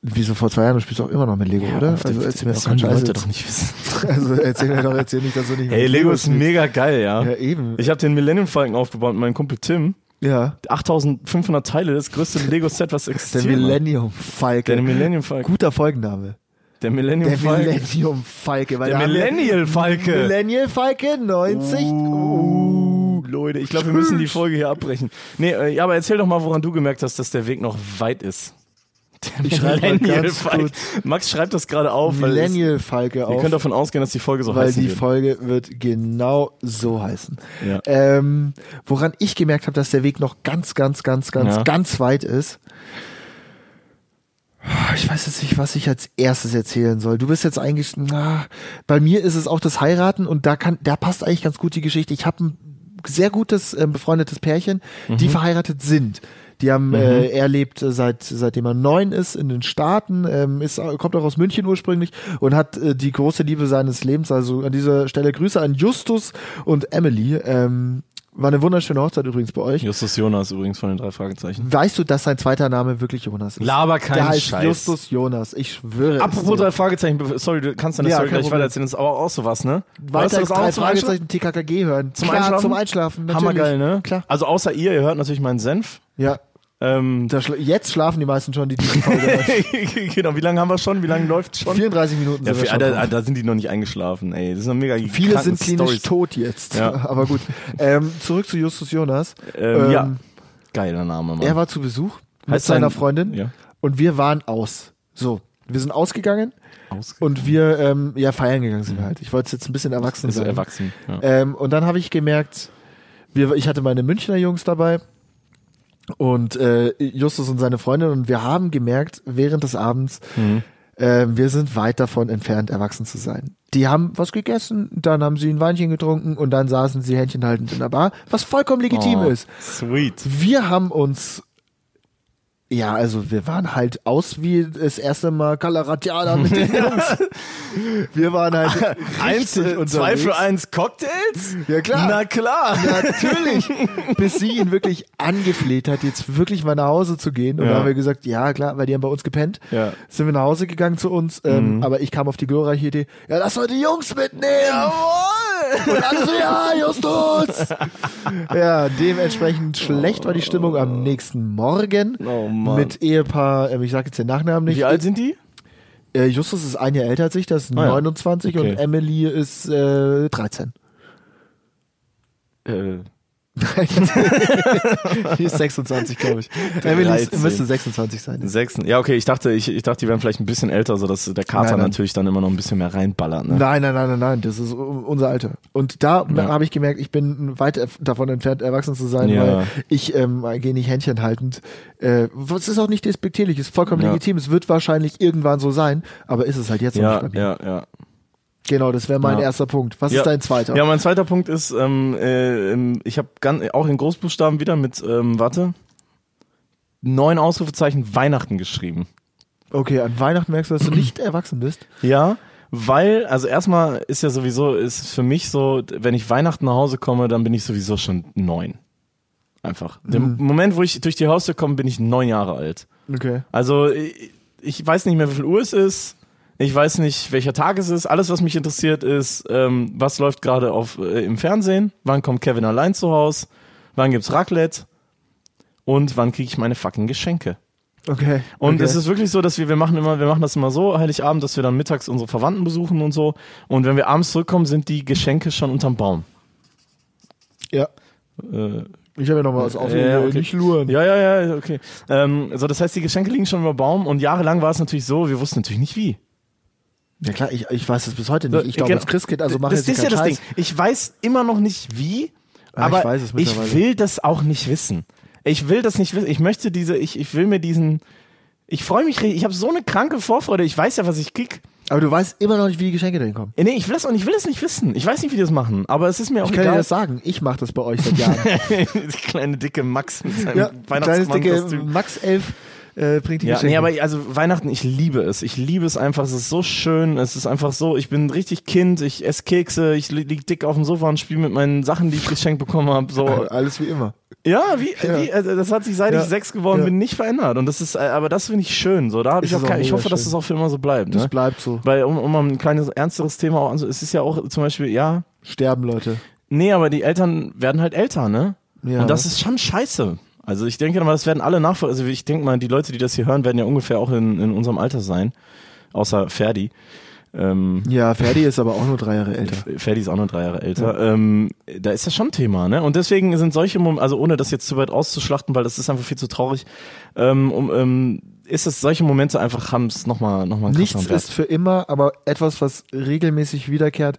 Speaker 1: Wieso vor zwei Jahren, du spielst auch immer noch mit Lego, oder?
Speaker 2: auf,
Speaker 1: Also
Speaker 2: das-
Speaker 1: erzähl mir
Speaker 2: das
Speaker 1: doch keinen
Speaker 2: sollen die
Speaker 1: Scheiß
Speaker 2: Leute
Speaker 1: jetzt.
Speaker 2: doch nicht wissen.
Speaker 1: Also erzähl mir doch, erzähl nicht, dass du nicht
Speaker 2: Hey,
Speaker 1: mit
Speaker 2: Lego ist
Speaker 1: spielst.
Speaker 2: mega geil, ja.
Speaker 1: Ja, eben.
Speaker 2: Ich habe den Millennium Falcon aufgebaut mit meinem Kumpel Tim.
Speaker 1: Ja,
Speaker 2: 8500 Teile, das größte Lego-Set, was
Speaker 1: der
Speaker 2: existiert.
Speaker 1: Millennium
Speaker 2: Der
Speaker 1: Falke.
Speaker 2: Millennium Falcon.
Speaker 1: Guter Folgenname.
Speaker 2: Der Millennium
Speaker 1: Der
Speaker 2: Falcon.
Speaker 1: Millennium Falke. Weil
Speaker 2: der
Speaker 1: da haben wir-
Speaker 2: Millennial Falke.
Speaker 1: Millennial Falke 90. Uh.
Speaker 2: gut, Leute. Ich glaube, wir müssen die Folge hier abbrechen. Nee, äh, ja, aber erzähl doch mal, woran du gemerkt hast, dass der Weg noch weit ist. Der
Speaker 1: Ich schreib mal ganz
Speaker 2: Millennial-Fight. Max schreibt das gerade auf. weil es-
Speaker 1: Millennial Falke
Speaker 2: Ihr
Speaker 1: auf,
Speaker 2: könnt davon ausgehen, dass die Folge so
Speaker 1: weil
Speaker 2: heißen
Speaker 1: die
Speaker 2: wird.
Speaker 1: Folge wird genau so heißen.
Speaker 2: Ja.
Speaker 1: Ähm, woran ich gemerkt habe, dass der Weg noch ganz, ganz, ganz, ganz,
Speaker 2: Ja.
Speaker 1: ganz weit ist. Ah, Ich weiß jetzt nicht, was ich als erstes erzählen soll. Du bist jetzt eigentlich, na, bei mir ist es auch das Heiraten und da kann, da passt eigentlich ganz gut die Geschichte. Ich habe ein sehr gutes ähm, befreundetes Pärchen, die verheiratet sind. Die haben äh, er lebt äh, seit seitdem er neun ist in den Staaten, ähm, ist kommt auch aus München ursprünglich und hat äh, die große Liebe seines Lebens. Also an dieser Stelle Grüße an Justus und Emily. Ähm, war eine wunderschöne Hochzeit übrigens bei euch.
Speaker 2: Justus Jonas übrigens von den drei Fragezeichen.
Speaker 1: Weißt du, dass sein zweiter Name wirklich Jonas ist?
Speaker 2: Laber keinen
Speaker 1: Der heißt
Speaker 2: Scheiß.
Speaker 1: Justus Jonas. Ich schwöre. es
Speaker 2: Apropos
Speaker 1: dir.
Speaker 2: drei Fragezeichen, be- sorry, du kannst deine
Speaker 1: Ja,
Speaker 2: Story
Speaker 1: kein
Speaker 2: gleich
Speaker 1: Problem.
Speaker 2: weitererzählen, das ist aber auch sowas, ne?
Speaker 1: weiter
Speaker 2: Weißt du
Speaker 1: als
Speaker 2: das auch
Speaker 1: drei
Speaker 2: zum Einschlafen?
Speaker 1: Fragezeichen TKKG hören.
Speaker 2: Zum
Speaker 1: Klar,
Speaker 2: Einschlafen?
Speaker 1: Zum Einschlafen. Natürlich.
Speaker 2: Hammergeil, ne?
Speaker 1: Klar.
Speaker 2: Also außer ihr, ihr hört natürlich meinen Senf.
Speaker 1: Ja.
Speaker 2: Ähm,
Speaker 1: Da schla jetzt schlafen die meisten schon, die diese Folge hören.
Speaker 2: genau, wie lange haben wir schon? Wie lange läuft schon?
Speaker 1: 34 Minuten
Speaker 2: ja,
Speaker 1: sind wir
Speaker 2: für,
Speaker 1: schon
Speaker 2: Alter,
Speaker 1: drauf.
Speaker 2: da sind die noch nicht eingeschlafen, ey. Das ist noch mega die
Speaker 1: Viele
Speaker 2: kranken
Speaker 1: sind klinisch
Speaker 2: Storys.
Speaker 1: tot jetzt.
Speaker 2: Ja.
Speaker 1: Aber gut. Ähm, zurück zu Justus Jonas.
Speaker 2: Ähm, ja.
Speaker 1: Ähm,
Speaker 2: Geiler Name, Mann.
Speaker 1: Er war zu Besuch mit
Speaker 2: Heißt
Speaker 1: seiner
Speaker 2: sein-
Speaker 1: Freundin
Speaker 2: Ja.
Speaker 1: und wir waren aus. So. Wir sind ausgegangen
Speaker 2: Ausge-
Speaker 1: und wir ähm, ja feiern gegangen sind halt. Ich wollte es jetzt ein bisschen erwachsen
Speaker 2: ist
Speaker 1: sein.
Speaker 2: Also erwachsen. Ja.
Speaker 1: Ähm, und dann habe ich gemerkt, wir, ich hatte meine Münchner Jungs dabei und äh, Justus und seine Freundin und wir haben gemerkt während des Abends,
Speaker 2: Mhm.
Speaker 1: ähm, wir sind weit davon entfernt, erwachsen zu sein. Die haben was gegessen, dann haben sie ein Weinchen getrunken und dann saßen sie händchenhaltend in der Bar, was vollkommen legitim
Speaker 2: Oh,
Speaker 1: ist.
Speaker 2: Sweet.
Speaker 1: Wir haben uns ja, also wir waren halt aus wie das erste Mal Calaratiana mit den Jungs. Wir waren halt
Speaker 2: Eins,
Speaker 1: richtig
Speaker 2: äh, zwei
Speaker 1: unterwegs.
Speaker 2: für eins Cocktails?
Speaker 1: Ja, klar.
Speaker 2: Na klar.
Speaker 1: Natürlich. Bis sie ihn wirklich angefleht hat, jetzt wirklich mal nach Hause zu gehen. Und
Speaker 2: Ja.
Speaker 1: dann haben wir gesagt, ja klar, weil die haben bei uns gepennt.
Speaker 2: Ja. Mhm.
Speaker 1: Sind wir nach Hause gegangen zu uns. Ähm, Aber ich kam auf die glorreiche Idee, ja, lass doch die Jungs mitnehmen.
Speaker 2: Jawohl.
Speaker 1: Und alle so, ja, Justus. ja, dementsprechend schlecht war die Stimmung am nächsten Morgen.
Speaker 2: Oh, Mann.
Speaker 1: Mit Ehepaar, ähm, ich sage jetzt den Nachnamen nicht.
Speaker 2: Wie alt sind die?
Speaker 1: Äh, Justus ist ein Jahr älter als ich, das ist
Speaker 2: ja.
Speaker 1: 29
Speaker 2: Okay.
Speaker 1: und Emily ist äh, 13.
Speaker 2: Äh,
Speaker 1: Die ist 26, glaube ich. Emily ist-
Speaker 2: 13.
Speaker 1: müsste 26 sein.
Speaker 2: sechs. Ja, okay, ich dachte, ich, ich dachte, die wären vielleicht ein bisschen älter, sodass der Kater
Speaker 1: Nein, nein.
Speaker 2: natürlich dann immer noch ein bisschen mehr reinballert. Ne?
Speaker 1: Nein, nein, nein, nein, nein, das ist u- unser Alter. Und da
Speaker 2: Ja.
Speaker 1: habe ich gemerkt, ich bin weit erf- davon entfernt, erwachsen zu sein,
Speaker 2: Ja.
Speaker 1: weil ich ähm, gehe nicht Händchen haltend. Äh, was ist auch nicht despektierlich, ist vollkommen
Speaker 2: Ja.
Speaker 1: legitim. Es wird wahrscheinlich irgendwann so sein, aber ist es halt jetzt noch
Speaker 2: Ja,
Speaker 1: nicht bei mir.
Speaker 2: ja, ja.
Speaker 1: Genau, das wäre mein
Speaker 2: Ja.
Speaker 1: erster Punkt. Was ist dein zweiter?
Speaker 2: Ja, mein zweiter Punkt ist, ähm, äh, ähm, ich habe auch in Großbuchstaben wieder mit, ähm, warte, neun Ausrufezeichen Weihnachten geschrieben.
Speaker 1: Okay, an Weihnachten merkst du, dass du nicht erwachsen bist.
Speaker 2: Ja, weil, also erstmal ist ja sowieso, ist es für mich so, wenn ich Weihnachten nach Hause komme, dann bin ich sowieso schon neun. Einfach. Im Moment, wo ich durch die Haustür komme, bin ich neun Jahre alt.
Speaker 1: Okay.
Speaker 2: Also ich, ich weiß nicht mehr, wie viel Uhr es ist. Ich weiß nicht, welcher Tag es ist. Alles, was mich interessiert, ist, ähm, was läuft gerade auf äh, im Fernsehen? Wann kommt Kevin allein zu Haus? Wann gibt's Raclette? Und wann kriege ich meine fucking Geschenke?
Speaker 1: Okay.
Speaker 2: Und
Speaker 1: okay.
Speaker 2: es ist wirklich so, dass wir, wir machen immer, wir machen das immer so, Heiligabend, dass wir dann mittags unsere Verwandten besuchen und so. Und wenn wir abends zurückkommen, sind die Geschenke schon unterm Baum.
Speaker 1: ja.
Speaker 2: Äh,
Speaker 1: Ich habe ja noch mal was auf.
Speaker 2: Ja, okay.
Speaker 1: Nicht luren.
Speaker 2: Ja, ja, ja, okay. Ähm, so, das heißt, die Geschenke liegen schon über Baum und jahrelang war es natürlich so, wir wussten natürlich nicht wie.
Speaker 1: Ja klar, ich, ich weiß das bis heute nicht. Ich glaube,
Speaker 2: Genau.
Speaker 1: als Christkind, also mache
Speaker 2: Das
Speaker 1: jetzt
Speaker 2: ist ja
Speaker 1: keinen
Speaker 2: das
Speaker 1: Scheiß.
Speaker 2: Ding. Ich weiß immer noch nicht wie,
Speaker 1: Ah, ich
Speaker 2: aber
Speaker 1: weiß es
Speaker 2: ich,
Speaker 1: mittlerweile.
Speaker 2: will das auch nicht wissen. Ich will das nicht wissen. Ich möchte diese, ich, ich will mir diesen, ich freue mich, richtig. ich habe so eine kranke Vorfreude. Ich weiß ja, was ich krieg.
Speaker 1: Aber du weißt immer noch nicht, wie die Geschenke dahin kommen.
Speaker 2: Äh, Nee, ich will das und ich will das nicht wissen. Ich weiß nicht, wie die das machen, aber es ist mir auch
Speaker 1: Ich kann dir
Speaker 2: egal.
Speaker 1: das sagen, ich mache das bei euch seit Jahren.
Speaker 2: das kleine dicke Max mit seinem
Speaker 1: ja, kleines dicke
Speaker 2: Weihnachtsmann-Kostüm.
Speaker 1: Max 11 äh, bringt die
Speaker 2: Ja,
Speaker 1: Geschenke.
Speaker 2: nee, aber ich- also Weihnachten, ich liebe es. Ich liebe es einfach. Es ist so schön. Es ist einfach so. Ich bin richtig Kind. Ich esse Kekse. Ich li- lieg dick auf dem Sofa und spiele mit meinen Sachen, die ich geschenkt bekommen habe. So.
Speaker 1: Alles wie
Speaker 2: Ne?
Speaker 1: immer.
Speaker 2: Ja, wie,
Speaker 1: Ja.
Speaker 2: wie also das hat sich seit
Speaker 1: Ja.
Speaker 2: ich sechs geworden
Speaker 1: Ja.
Speaker 2: bin nicht verändert. Und das ist, äh, aber das finde ich schön. So, da habe
Speaker 1: Es
Speaker 2: ich auch,
Speaker 1: ist auch
Speaker 2: kein, ich
Speaker 1: mega
Speaker 2: hoffe, dass
Speaker 1: schön.
Speaker 2: das auch für immer so bleibt.
Speaker 1: Das
Speaker 2: Ne?
Speaker 1: bleibt so.
Speaker 2: Weil um, um mal ein kleines ernsteres Thema auch, also es ist ja auch zum Beispiel, ja,
Speaker 1: Sterben Leute.
Speaker 2: Nee, aber die Eltern werden halt älter, ne?
Speaker 1: Ja.
Speaker 2: Und das ist schon scheiße. Also ich denke mal, das werden alle nachvoll. Also ich denke mal, die Leute, die das hier hören, werden ja ungefähr auch in, in unserem Alter sein. Außer Ferdi. Ähm,
Speaker 1: Ja, Ferdi ist aber auch nur drei Jahre älter.
Speaker 2: Ferdi ist auch nur drei Jahre älter. Ähm, da ist das schon ein Thema, ne? Und deswegen sind solche Momente, also ohne das jetzt zu weit auszuschlachten, weil das ist einfach viel zu traurig, ähm, um, ähm, ist es, solche Momente einfach haben es nochmal noch mal einen
Speaker 1: Nichts
Speaker 2: krasseren
Speaker 1: ist für immer, aber etwas, was regelmäßig wiederkehrt,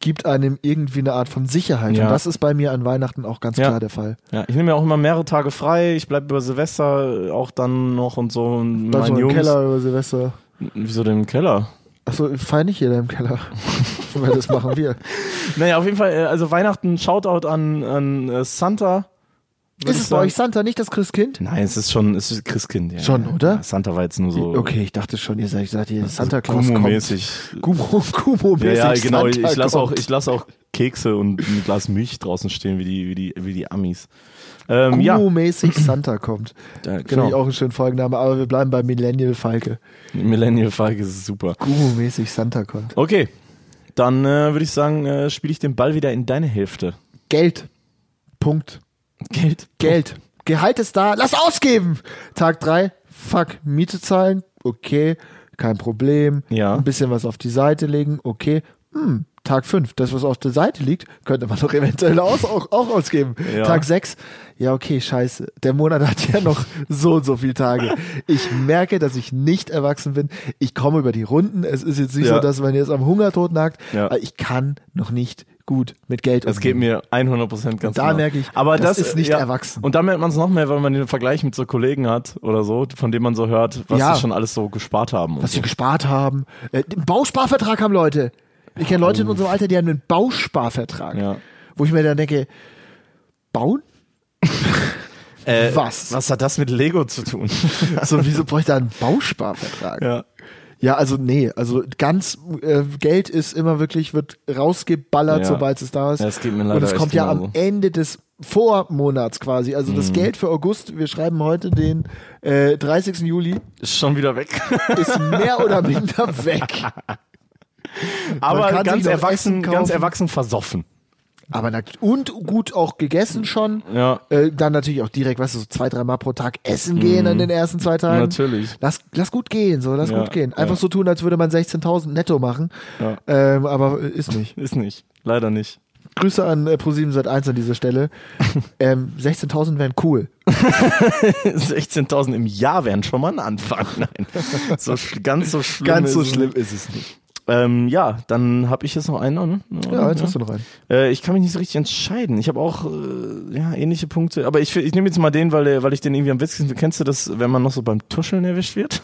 Speaker 1: gibt einem irgendwie eine Art von Sicherheit.
Speaker 2: Ja.
Speaker 1: Und das ist bei mir an Weihnachten auch ganz
Speaker 2: Ja.
Speaker 1: klar der Fall.
Speaker 2: Wert. Ja, ich nehme ja auch immer mehrere Tage frei, ich bleibe über Silvester äh, auch dann noch und so. Und
Speaker 1: Dann so Also
Speaker 2: meinen
Speaker 1: im
Speaker 2: Jungs-
Speaker 1: Keller über Silvester.
Speaker 2: Wieso denn im Keller?
Speaker 1: Achso, fein nicht jeder im Keller. Weil das machen wir.
Speaker 2: Naja, auf jeden Fall, äh, also Weihnachten, Shoutout an, an äh, Santa.
Speaker 1: Ist
Speaker 2: würd ich
Speaker 1: es bei
Speaker 2: sagen.
Speaker 1: euch Santa, nicht das Christkind?
Speaker 2: Nein, es ist schon, es ist Christkind. Ja.
Speaker 1: Schon, oder?
Speaker 2: Ja, Santa war jetzt nur so.
Speaker 1: Okay, ich dachte schon, ihr seid, seid ihr Santa Claus kommt.
Speaker 2: Äh, Also Kumo-mäßig.
Speaker 1: Kumo, Kumo-mäßig.
Speaker 2: Ja, ja, genau.
Speaker 1: Santa
Speaker 2: ich lasse auch,
Speaker 1: kommt.
Speaker 2: ich lass auch Kekse und ein Glas Milch draußen stehen, wie die, wie die, wie die Amis. Ähm, ja,
Speaker 1: Kumo-mäßig Santa kommt.
Speaker 2: Ja,
Speaker 1: Finde ich
Speaker 2: genau.
Speaker 1: auch einen schönen Folgenname, aber wir bleiben bei Millennial Falke.
Speaker 2: Millennial Falke ist super.
Speaker 1: Kumo-mäßig Santa kommt.
Speaker 2: Okay, dann äh, würde ich sagen, äh, spiele ich den Ball wieder in deine Hälfte.
Speaker 1: Geld. Punkt.
Speaker 2: Geld.
Speaker 1: Geld. Gehalt ist da. Lass ausgeben. Tag drei. Fuck. Miete zahlen. Okay. Kein Problem.
Speaker 2: Ja.
Speaker 1: Ein bisschen was auf die Seite legen. Okay. Hm. Tag fünf. Das, was auf der Seite liegt, könnte man doch eventuell aus, auch, auch ausgeben.
Speaker 2: Ja.
Speaker 1: Tag sechs. Ja, okay, scheiße. Der Monat hat ja noch so und so viele Tage. Ich merke, dass ich nicht erwachsen bin. Ich komme über die Runden. Es ist jetzt nicht
Speaker 2: Ja.
Speaker 1: so, dass man jetzt am Hungertod nagt.
Speaker 2: Ja.
Speaker 1: Aber ich kann noch nicht gut mit Geld
Speaker 2: Das geht mir 100% ganz
Speaker 1: Da
Speaker 2: genau.
Speaker 1: merke ich,
Speaker 2: aber
Speaker 1: das
Speaker 2: das,
Speaker 1: ist nicht erwachsen.
Speaker 2: Und da merkt man es noch mehr, wenn man den Vergleich mit so Kollegen hat oder so, von dem man so hört, was
Speaker 1: Ja.
Speaker 2: sie schon alles so gespart haben. und
Speaker 1: was
Speaker 2: so.
Speaker 1: sie gespart haben. Äh, den Bausparvertrag haben Leute. Ich kenne Leute in unserem Alter, die haben einen Bausparvertrag.
Speaker 2: Ja.
Speaker 1: Wo ich mir dann denke, bauen?
Speaker 2: Äh,
Speaker 1: was?
Speaker 2: Was hat das mit Lego zu tun?
Speaker 1: Also wieso bräuchte er einen Bausparvertrag? Ja.
Speaker 2: ja.
Speaker 1: also nee, also ganz äh, Geld ist immer wirklich, wird rausgeballert,
Speaker 2: Ja.
Speaker 1: sobald es da ist.
Speaker 2: Ja, es geht mir leider
Speaker 1: Und es
Speaker 2: echt genau Mhm.
Speaker 1: kommt ja am
Speaker 2: genauso.
Speaker 1: Ende des Vormonats quasi. Also das Geld für August, wir schreiben heute den äh, 30. Juli,
Speaker 2: Ist schon wieder weg.
Speaker 1: ist mehr oder minder weg. Man
Speaker 2: Aber
Speaker 1: kann sich
Speaker 2: ganz
Speaker 1: noch
Speaker 2: erwachsen,
Speaker 1: Essen kaufen.
Speaker 2: ganz erwachsen versoffen.
Speaker 1: Aber na, und gut auch gegessen schon.
Speaker 2: Ja.
Speaker 1: Äh, dann natürlich auch direkt, weißt du, so zwei, dreimal pro Tag essen gehen an den ersten zwei Tagen.
Speaker 2: Mhm. Natürlich.
Speaker 1: Lass, lass gut gehen, so, lass
Speaker 2: Ja,
Speaker 1: gut gehen. Einfach
Speaker 2: ja.
Speaker 1: so tun, als würde man 16.000 netto machen.
Speaker 2: Ja.
Speaker 1: Ähm, aber ist nicht.
Speaker 2: Ist nicht. Leider nicht.
Speaker 1: Grüße an äh, ProSieben Sat 1 an dieser Stelle. ähm, 16.000 wären cool.
Speaker 2: 16.000 im Jahr wären schon mal ein Anfang. Nein. So, sch- ganz so schlimm. ist es nicht.
Speaker 1: ist es nicht.
Speaker 2: Ähm, ja, dann habe ich jetzt noch einen. Ne?
Speaker 1: Ja, jetzt hast du noch einen.
Speaker 2: Äh, ich kann mich nicht so richtig entscheiden. Ich habe auch äh, ja, ähnliche Punkte. Aber ich, ich nehme jetzt mal den, weil, der- weil ich den irgendwie am witzigsten finde. Kennst du das, wenn man noch so beim Tuscheln erwischt wird?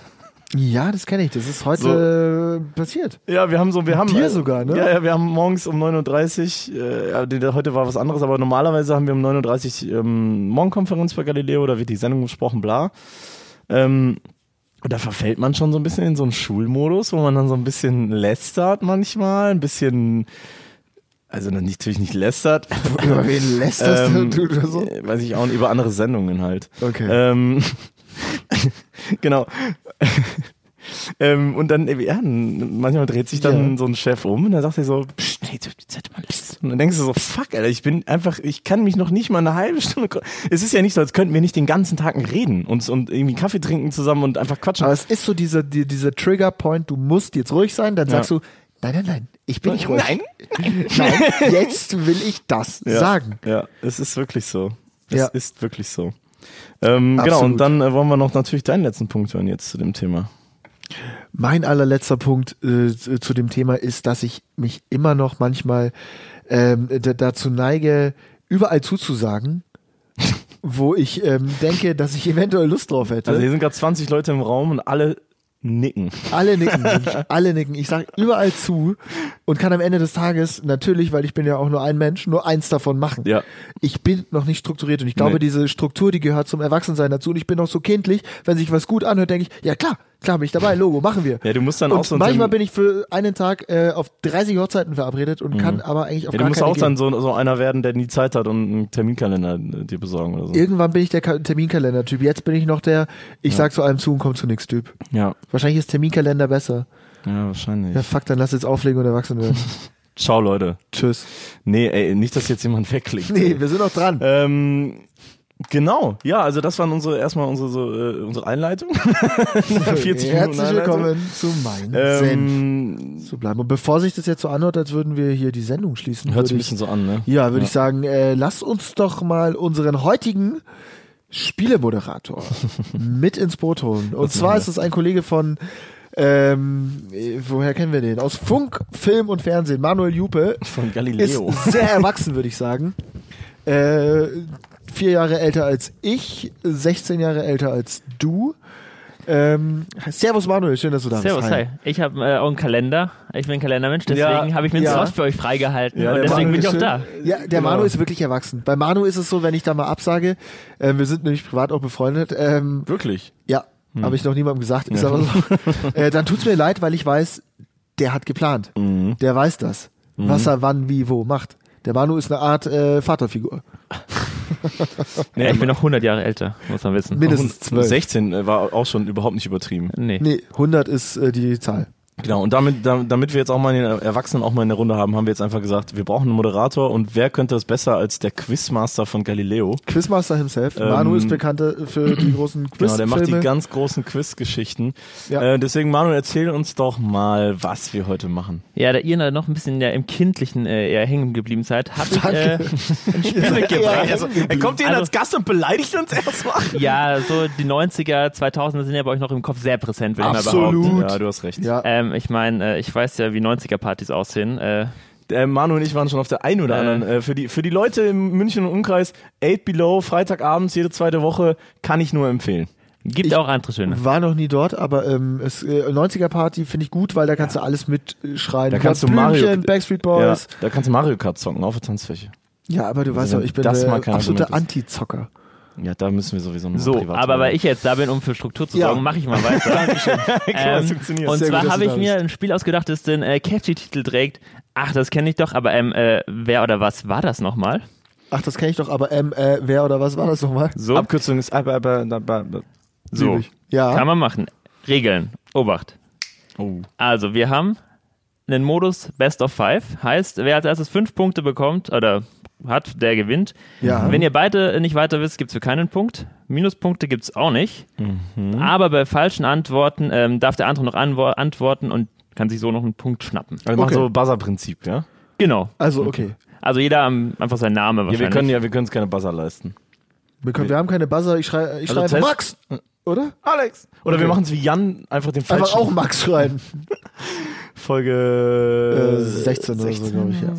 Speaker 1: Ja, das kenne ich. Das ist heute passiert.
Speaker 2: Ja, wir haben so, wir haben. äh,
Speaker 1: dir sogar, ne?
Speaker 2: Ja, ja, wir haben morgens um 9.30 Uhr, äh, ja, die- heute war was anderes, aber normalerweise haben wir um 9.30 Uhr ähm, Morgenkonferenz bei Galileo, da wird die Sendung besprochen, bla. Ähm, und da verfällt man schon so ein bisschen in so einen Schulmodus, wo man dann so ein bisschen lästert manchmal, ein bisschen, also dann natürlich nicht lästert,
Speaker 1: Über wen lässt das
Speaker 2: ähm,
Speaker 1: du oder so?
Speaker 2: äh, Weiß ich auch nicht, über andere Sendungen halt.
Speaker 1: Okay.
Speaker 2: Ähm, genau. ähm, und dann, äh, ja, n- manchmal dreht sich dann
Speaker 1: Ja.
Speaker 2: so ein Chef um und dann sagt er so, Psst, nee, du- jetzt hätte man Lust. Und dann denkst du so, fuck, Alter, ich bin einfach, ich kann mich noch nicht mal eine halbe Stunde. ko- Es ist ja nicht so, als könnten wir nicht den ganzen Tag reden und, und irgendwie Kaffee trinken zusammen und einfach quatschen.
Speaker 1: Aber es ist so dieser, die, dieser Trigger-Point, du musst jetzt ruhig sein, dann
Speaker 2: Ja.
Speaker 1: sagst du, nein, nein, nein, ich bin nicht ruhig.
Speaker 2: Nein.
Speaker 1: nein jetzt will ich das
Speaker 2: Ja,
Speaker 1: sagen.
Speaker 2: Ja, es ist wirklich so. Es
Speaker 1: Ja.
Speaker 2: ist wirklich so. Ähm, genau,
Speaker 1: Absolut.
Speaker 2: und dann äh, wollen wir noch natürlich deinen letzten Punkt hören jetzt zu dem Thema.
Speaker 1: Mein allerletzter Punkt äh, zu zu dem Thema ist, dass ich mich immer noch manchmal ähm, d- dazu neige, überall zuzusagen, wo ich ähm, denke, dass ich eventuell Lust drauf hätte.
Speaker 2: Also hier sind gerade 20 Leute im Raum und alle nicken.
Speaker 1: Alle nicken, wirklich, alle nicken. Ich sage überall zu und kann am Ende des Tages natürlich, weil ich bin ja auch nur ein Mensch, nur eins davon machen.
Speaker 2: Ja.
Speaker 1: Ich bin noch nicht strukturiert und ich glaube,
Speaker 2: Nee.
Speaker 1: diese Struktur, die gehört zum Erwachsensein dazu und ich bin noch so kindlich, wenn sich was gut anhört, denke ich, ja klar, klar bin ich dabei, Logo, machen wir.
Speaker 2: Ja, du musst dann
Speaker 1: und
Speaker 2: auch so ein
Speaker 1: manchmal
Speaker 2: Termin-
Speaker 1: bin ich für einen Tag äh, auf 30 Hochzeiten verabredet und kann aber eigentlich auf
Speaker 2: Mhm. Ja, du
Speaker 1: gar
Speaker 2: musst
Speaker 1: keine
Speaker 2: auch
Speaker 1: gehen.
Speaker 2: dann so, so einer werden, der nie Zeit hat und einen Terminkalender äh, dir besorgen oder so.
Speaker 1: Irgendwann bin ich der Ka- Terminkalender-Typ. Jetzt bin ich noch der, ich sag zu allem zu und komm zu nix Typ.
Speaker 2: Ja,
Speaker 1: Wahrscheinlich ist Terminkalender besser.
Speaker 2: ja, wahrscheinlich.
Speaker 1: Ja, fuck, dann lass jetzt auflegen und erwachsen werden.
Speaker 2: Ciao, Leute.
Speaker 1: Tschüss.
Speaker 2: Nee, ey, nicht, dass jetzt jemand wegklickt.
Speaker 1: Nee, wir sind noch dran.
Speaker 2: Ähm, Genau, ja, also das waren unsere erstmal unsere, so, äh, unsere Einleitung. 40 Minuten
Speaker 1: Herzlich
Speaker 2: Einleitung.
Speaker 1: willkommen zu meinem Senf.
Speaker 2: Ähm,
Speaker 1: Zu bleiben. Und bevor sich das jetzt so anhört, als würden wir hier die Sendung schließen,
Speaker 2: hört sich
Speaker 1: würde
Speaker 2: ein
Speaker 1: ich,
Speaker 2: bisschen so an, ne?
Speaker 1: ja, würde ich sagen, äh, lasst uns doch mal unseren heutigen Spielemoderator mit ins Boot holen. Und zwar ist es ein Kollege von ähm, äh, woher kennen wir den? Aus Funk, Film und Fernsehen. Manuel Jupe
Speaker 2: Von
Speaker 1: ist
Speaker 2: Galileo.
Speaker 1: sehr erwachsen, würde ich sagen. Äh, vier Jahre älter als ich, 16 Jahre älter als du. Ähm, Servus Manuel, schön, dass du da
Speaker 3: Servus,
Speaker 1: bist.
Speaker 3: hi. Ich habe äh, auch einen Kalender. Ich bin ein Kalendermensch, deswegen
Speaker 2: Ja,
Speaker 3: habe ich mir einen
Speaker 1: ja.
Speaker 3: Slot für euch freigehalten
Speaker 2: Ja,
Speaker 3: und
Speaker 2: der
Speaker 3: deswegen
Speaker 2: Manu
Speaker 3: bin ich
Speaker 1: ist
Speaker 3: auch da.
Speaker 1: schön. Ja, der Manu ist wirklich erwachsen. Bei Manu ist es so, wenn ich da mal absage, äh, wir sind nämlich privat auch befreundet, ähm,
Speaker 2: Wirklich?
Speaker 1: ja,
Speaker 3: Hm.
Speaker 1: habe ich noch niemandem gesagt, ist aber so. äh, dann tut's mir leid, weil ich weiß, der hat geplant.
Speaker 2: Mhm.
Speaker 1: Der weiß das.
Speaker 3: Mhm.
Speaker 1: Was er wann, wie, wo macht. Der Manu ist eine Art äh, Vaterfigur.
Speaker 3: Ja, ich bin noch 100 Jahre älter, muss man wissen.
Speaker 1: Mindestens zwölf.
Speaker 2: 16 äh, war auch schon überhaupt nicht übertrieben.
Speaker 3: Nee.
Speaker 1: Nee, 100 ist äh, die Zahl.
Speaker 2: Genau, und damit, da- damit wir jetzt auch mal den Erwachsenen auch mal in der Runde haben, haben wir jetzt einfach gesagt, wir brauchen einen Moderator und wer könnte das besser als der Quizmaster von Galileo?
Speaker 1: Quizmaster himself. Manu ist bekannt für die großen
Speaker 2: Ähm, Genau,
Speaker 1: Quiz.
Speaker 2: der macht die ganz großen Quizgeschichten.
Speaker 1: Ja.
Speaker 2: Äh, deswegen, Manuel, erzähl uns doch mal, was wir heute machen.
Speaker 3: Ja, da ihr noch ein bisschen ja, im Kindlichen äh, eher hängen geblieben seid, habe ich äh, ein Spiel mitgebracht.
Speaker 1: Ja, also, er
Speaker 2: kommt
Speaker 3: hierhin als
Speaker 2: Gast und beleidigt uns erstmal.
Speaker 3: Ja, so die 90er, 2000er sind ja bei euch noch im Kopf sehr präsent, würde ich mal
Speaker 1: Absolut.
Speaker 3: behaupten.
Speaker 2: Ja, du hast recht.
Speaker 1: ja.
Speaker 3: Ähm, ich meine, äh, ich weiß ja, wie 90er-Partys aussehen. Äh,
Speaker 2: Äh, Manu und ich waren schon auf der einen oder
Speaker 3: Äh.
Speaker 2: anderen. Äh, für, die, für die Leute im München und Umkreis, 8 Below, Freitagabends, jede zweite Woche, kann ich nur empfehlen.
Speaker 3: gibt
Speaker 1: Ich-
Speaker 3: auch andere schöne.
Speaker 1: War noch nie dort, aber ähm, es, äh, 90er Party finde ich gut, weil da kannst du alles äh, mitschreien.
Speaker 2: Da kannst du
Speaker 1: Blümchen,
Speaker 2: Mario-
Speaker 1: Backstreet
Speaker 2: Ja,
Speaker 1: Boys.
Speaker 2: da kannst du Mario Kart zocken auf der Tanzfläche.
Speaker 1: Ja, aber du weißt
Speaker 2: wenn
Speaker 1: doch, ich bin
Speaker 2: das mal
Speaker 1: der
Speaker 2: kein
Speaker 1: absolute
Speaker 2: Argument
Speaker 1: Anti-Zocker.
Speaker 2: Ja, da müssen wir sowieso noch
Speaker 3: So,
Speaker 2: privat
Speaker 3: aber
Speaker 2: drüber
Speaker 3: weil ich jetzt da bin, um für Struktur zu
Speaker 1: Ja.
Speaker 3: sorgen, mache ich mal weiter. Dankeschön.
Speaker 2: das
Speaker 3: ähm,
Speaker 2: funktioniert.
Speaker 3: und
Speaker 1: Sehr gut,
Speaker 3: zwar
Speaker 1: dass
Speaker 3: habe
Speaker 1: du
Speaker 3: ich
Speaker 1: da
Speaker 3: mir ein Spiel ausgedacht, das den äh, catchy Titel trägt. Ach, das kenne ich doch, aber ähm, äh, wer oder was war das nochmal?
Speaker 1: Ach, das kenne ich doch, aber ähm, äh, wer oder was war das nochmal?
Speaker 3: So,
Speaker 2: Abkürzung ist aber, aber, aber, aber.
Speaker 3: so.
Speaker 1: Lieb ich. Ja.
Speaker 3: kann man machen. Regeln, Obacht.
Speaker 2: Oh.
Speaker 3: Also, wir haben einen Modus Best of Five. Heißt, wer als erstes fünf Punkte bekommt oder hat, der gewinnt.
Speaker 1: Ja.
Speaker 3: Wenn ihr beide nicht weiter wisst, gibt es für keinen Punkt. Minuspunkte gibt es auch nicht.
Speaker 1: Mhm.
Speaker 3: Aber bei falschen Antworten ähm, darf der andere noch anwo- antworten und kann sich so noch einen Punkt schnappen.
Speaker 2: Also
Speaker 1: Okay.
Speaker 2: mach so Buzzer-Prinzip, ja?
Speaker 3: Genau.
Speaker 1: Also, okay.
Speaker 3: Also jeder ähm, einfach sein Name
Speaker 2: Ja,
Speaker 3: wahrscheinlich.
Speaker 2: wir können ja, wir können uns keine Buzzer leisten.
Speaker 1: Wir, können, wir haben keine Buzzer, ich schreibe ich
Speaker 2: Also
Speaker 1: schreibe
Speaker 2: Test-
Speaker 1: Max, oder?
Speaker 2: Alex! Oder wir machen es wie Jan, einfach den falschen.
Speaker 1: Einfach auch Max schreiben.
Speaker 2: Folge
Speaker 1: Äh, 16 oder so, glaube ich. Ja,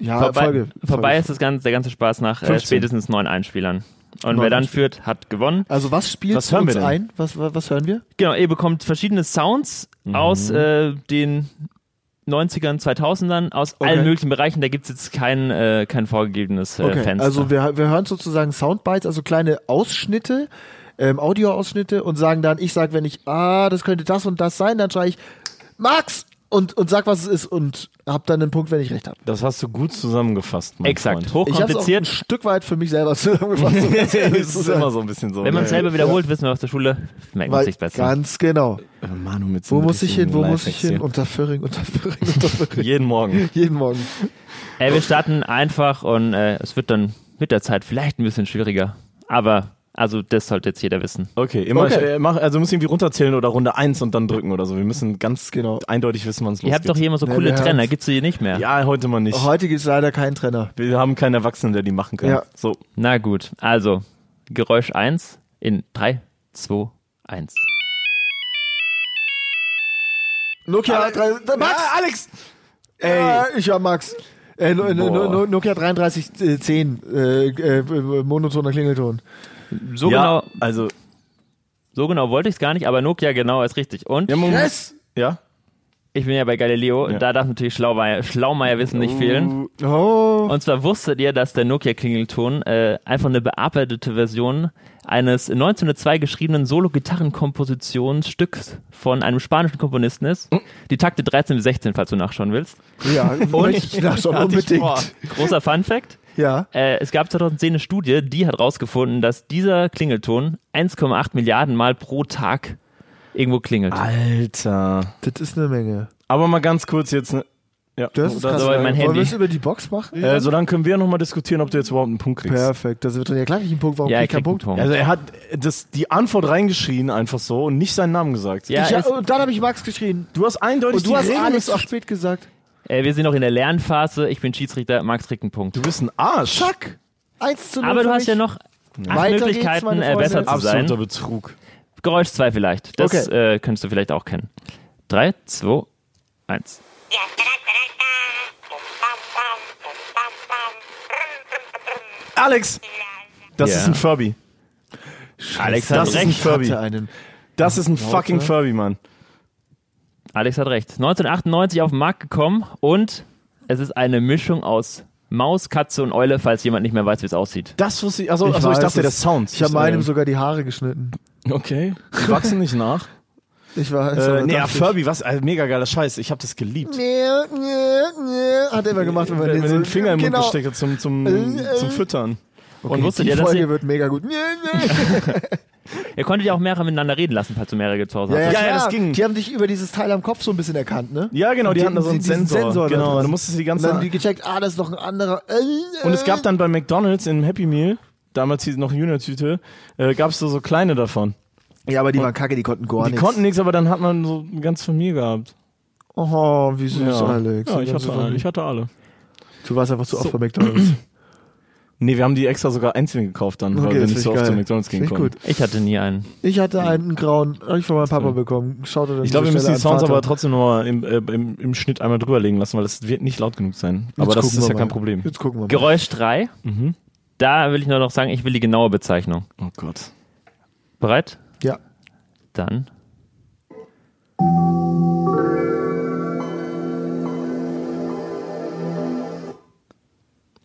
Speaker 1: ja
Speaker 3: vorbei,
Speaker 1: Folge.
Speaker 3: vorbei
Speaker 1: Folge.
Speaker 3: ist das ganze, der ganze Spaß nach äh,
Speaker 2: 15.
Speaker 3: spätestens neun Einspielern. Und wer dann führt, hat gewonnen.
Speaker 1: Also was spielst
Speaker 2: Was
Speaker 1: du
Speaker 2: hören wir
Speaker 1: uns
Speaker 2: denn?
Speaker 1: ein? Was, was, was hören wir?
Speaker 3: Genau, ihr bekommt verschiedene Sounds
Speaker 1: Mhm.
Speaker 3: aus äh, den 90ern, 2000ern, aus
Speaker 1: Okay.
Speaker 3: allen möglichen Bereichen. Da gibt es jetzt kein, äh, kein vorgegebenes äh, Fenster.
Speaker 1: Also wir, wir hören sozusagen Soundbites, also kleine Ausschnitte, ähm, Audioausschnitte und sagen dann, ich sag, wenn ich, ah, das könnte das und das sein, dann schreie ich Max und, und sag, was es ist und hab dann einen Punkt, wenn ich recht habe.
Speaker 2: Das hast du gut zusammengefasst, mein
Speaker 3: Exakt,
Speaker 2: Freund.
Speaker 1: Ich habe es auch ein
Speaker 3: hochkompliziert.
Speaker 1: Stück weit für mich selber zusammengefasst. um ganz
Speaker 2: das
Speaker 1: ehrlich zu
Speaker 2: ist
Speaker 1: sein.
Speaker 2: immer so ein bisschen so.
Speaker 3: Wenn man es
Speaker 2: ne?
Speaker 3: selber wiederholt, wissen wir aus der Schule, merkt man
Speaker 1: Weil,
Speaker 3: sich besser.
Speaker 1: ganz genau.
Speaker 2: Äh, Manu mit so
Speaker 1: Wo
Speaker 2: einem
Speaker 1: muss ich hin? Wo
Speaker 2: richtigen
Speaker 1: muss ich
Speaker 2: Lifehacks
Speaker 1: hin? Unter Föhring, unter Föhring, unter Föhring.
Speaker 2: hier. Jeden Morgen.
Speaker 1: Jeden Morgen.
Speaker 3: Ey, wir starten einfach und äh, es wird dann mit der Zeit vielleicht ein bisschen schwieriger. Aber, also das sollte jetzt jeder wissen.
Speaker 2: Okay, immer.
Speaker 1: Okay.
Speaker 2: Ich, äh, mach, also müssen irgendwie runterzählen oder Runde 1 und dann drücken oder so. Wir müssen ganz
Speaker 1: Genau.
Speaker 2: eindeutig wissen, wann es
Speaker 3: Ihr habt Oh.
Speaker 2: losgeht.
Speaker 3: doch hier immer so
Speaker 1: Nee,
Speaker 3: coole
Speaker 1: wir
Speaker 3: Trenner,
Speaker 1: haben's.
Speaker 3: gibt's die nicht mehr?
Speaker 2: ja, heute mal nicht.
Speaker 1: Heute gibt es leider keinen Trainer.
Speaker 2: Wir haben keinen Erwachsenen, der die machen kann.
Speaker 1: Ja.
Speaker 2: So.
Speaker 3: Na gut, also Geräusch 1 in 3, 2, 1.
Speaker 1: Nokia 3, Max!
Speaker 2: Alex!
Speaker 1: Ey. Ja, ich hab Max. Äh, no, no,
Speaker 2: Boah.
Speaker 1: no, Nokia 3310, äh, äh, äh, monotoner Klingelton.
Speaker 3: So,
Speaker 2: ja,
Speaker 3: genau,
Speaker 2: also.
Speaker 3: so genau wollte ich es gar nicht, aber Nokia genau ist richtig. Und
Speaker 2: Ja, Moment.
Speaker 1: Yes!
Speaker 2: ja?
Speaker 3: ich bin ja bei Galileo,
Speaker 2: Ja.
Speaker 3: da darf natürlich Schlaumeier, Schlaumeier Wissen nicht fehlen.
Speaker 1: Oh.
Speaker 3: Und zwar wusstet ihr, dass der Nokia-Klingelton äh, einfach eine bearbeitete Version eines 1902 geschriebenen Solo-Gitarrenkompositionsstücks von einem spanischen Komponisten ist. Die Takte 13 bis 16, falls du nachschauen willst.
Speaker 1: Ja, möchte ich nachschauen,
Speaker 2: Hatte ich vor.
Speaker 1: unbedingt.
Speaker 3: Großer Fun-Fact.
Speaker 1: Ja.
Speaker 3: Äh, es gab 2010 eine Studie, die hat rausgefunden, dass dieser Klingelton 1,8 Milliarden Mal pro Tag
Speaker 2: Ah.
Speaker 3: irgendwo klingelt.
Speaker 2: Alter.
Speaker 1: Das ist eine Menge.
Speaker 2: Aber mal ganz kurz jetzt. Ne? Ja.
Speaker 1: Das ist krass.
Speaker 3: aber mein
Speaker 1: Wollen
Speaker 3: Handy.
Speaker 1: wir es über die Box machen?
Speaker 2: Äh, solange können wir nochmal diskutieren, ob du jetzt überhaupt einen Punkt kriegst.
Speaker 1: Perfekt. Das wird ja klar, ich einen Punkt. Warum
Speaker 3: Ja,
Speaker 1: krieg
Speaker 3: er
Speaker 1: ich keinen
Speaker 3: kriegt einen
Speaker 1: Punkt?
Speaker 2: Also
Speaker 3: Punkt.
Speaker 2: er hat das, die Antwort reingeschrien einfach so und nicht seinen Namen gesagt.
Speaker 3: Ja,
Speaker 1: ich,
Speaker 3: es-
Speaker 1: und dann habe ich Max geschrien.
Speaker 2: Du hast eindeutig
Speaker 1: Und du hast
Speaker 2: die Regeln
Speaker 1: Alex zu
Speaker 2: missachtet.
Speaker 1: spät gesagt.
Speaker 3: Äh, wir sind noch in der Lernphase. Ich bin Schiedsrichter. Max kriegt einen Punkt.
Speaker 2: Du bist ein Arsch.
Speaker 1: Zack. 1 zu 0
Speaker 3: Aber du
Speaker 1: für
Speaker 3: hast
Speaker 1: mich.
Speaker 3: ja noch acht
Speaker 1: Weiter geht's,
Speaker 3: Möglichkeiten,
Speaker 1: meine
Speaker 3: äh, besser zu
Speaker 1: Freunde.
Speaker 3: sein.
Speaker 2: Absoluter Betrug.
Speaker 3: Geräusch 2 vielleicht. Das äh, könntest du vielleicht auch kennen. 3, 2, 1.
Speaker 2: Alex! Das
Speaker 3: Ja.
Speaker 2: ist ein Furby.
Speaker 3: Alex hat
Speaker 2: das ist ein
Speaker 3: recht.
Speaker 1: Ich
Speaker 2: Furby.
Speaker 1: hatte einen.
Speaker 2: Das ist ein fucking
Speaker 1: Leute.
Speaker 2: Furby, Mann.
Speaker 3: Alex hat recht. 1998 auf den Markt gekommen und es ist eine Mischung aus Maus, Katze und Eule, falls jemand nicht mehr weiß, wie es aussieht.
Speaker 2: Das wusste ich. Achso, achso Oh, also ich
Speaker 1: weiß
Speaker 2: dachte,
Speaker 1: es.
Speaker 2: der Sound.
Speaker 1: Ich habe
Speaker 2: Ist,
Speaker 1: meinem
Speaker 2: äh,
Speaker 1: sogar die Haare geschnitten.
Speaker 2: Okay. Die wachsen nicht nach.
Speaker 1: Ich war.
Speaker 2: äh, nee, ja,
Speaker 1: ja,
Speaker 2: Furby, was? Äh, mega geiler Scheiß. Ich habe das geliebt.
Speaker 1: Hat er immer gemacht, wenn man
Speaker 2: Wenn
Speaker 1: den,
Speaker 2: man
Speaker 1: so,
Speaker 2: den Finger im Mund
Speaker 1: genau.
Speaker 2: gesteckt hat zum, zum,
Speaker 1: Äh, äh.
Speaker 2: zum Füttern.
Speaker 1: Okay,
Speaker 3: Und wusstet
Speaker 1: die
Speaker 3: ihr, dass
Speaker 1: Folge
Speaker 3: ihr-
Speaker 1: wird mega gut.
Speaker 3: Ihr konntet ja auch mehrere miteinander reden lassen, falls du mehrere zu Hause
Speaker 1: Ja, ja,
Speaker 3: hattest.
Speaker 2: ja,
Speaker 1: klar.
Speaker 2: das ging.
Speaker 1: Die haben dich über dieses Teil am Kopf so ein bisschen erkannt, ne?
Speaker 2: Ja, genau, die, hatten da so einen
Speaker 1: diesen
Speaker 2: Sensor.
Speaker 1: da
Speaker 2: genau,
Speaker 1: dran.
Speaker 2: du musstest die
Speaker 1: Und
Speaker 2: ganze
Speaker 1: dann haben die gecheckt, ah, das ist noch ein anderer. Äh,
Speaker 2: Und es gab
Speaker 1: äh.
Speaker 2: dann bei McDonalds im Happy Meal, damals hieß es noch Junior-Tüte, äh, gab es da so kleine davon.
Speaker 1: äh. Ja, aber die waren kacke, die konnten gar
Speaker 2: die
Speaker 1: nichts.
Speaker 2: konnten nichts, aber dann hat man so eine ganze Familie gehabt.
Speaker 1: Oh, wie süß, Alex.
Speaker 2: ja ich, hatte alle, ich hatte alle.
Speaker 1: Du warst einfach zu oft bei McDonalds.
Speaker 2: Nee, wir haben die extra sogar einzeln gekauft dann, weil
Speaker 1: Okay,
Speaker 2: wir
Speaker 1: das
Speaker 2: nicht
Speaker 1: find
Speaker 2: so
Speaker 1: ich
Speaker 2: oft zu
Speaker 1: geil.
Speaker 2: McDonalds gehen
Speaker 1: Find ich
Speaker 2: konnten.
Speaker 1: gut.
Speaker 3: Ich hatte nie einen.
Speaker 1: Ich hatte einen grauen, hab ich von meinem Papa bekommen. Schaut er dann
Speaker 2: Ich glaube, wir müssen die Sounds aber
Speaker 1: aber trotzdem.
Speaker 2: trotzdem nochmal im, äh, im, im Schnitt einmal drüberlegen lassen, weil das wird nicht laut genug sein. aber das
Speaker 1: gucken
Speaker 2: ist
Speaker 1: wir
Speaker 2: ja kein
Speaker 1: mal.
Speaker 2: Problem.
Speaker 1: Jetzt gucken wir mal.
Speaker 3: Geräusch 3.
Speaker 1: Mhm.
Speaker 3: Da will ich nur noch sagen, ich will die genaue Bezeichnung.
Speaker 2: Oh Gott.
Speaker 3: Bereit?
Speaker 1: Ja.
Speaker 3: Dann.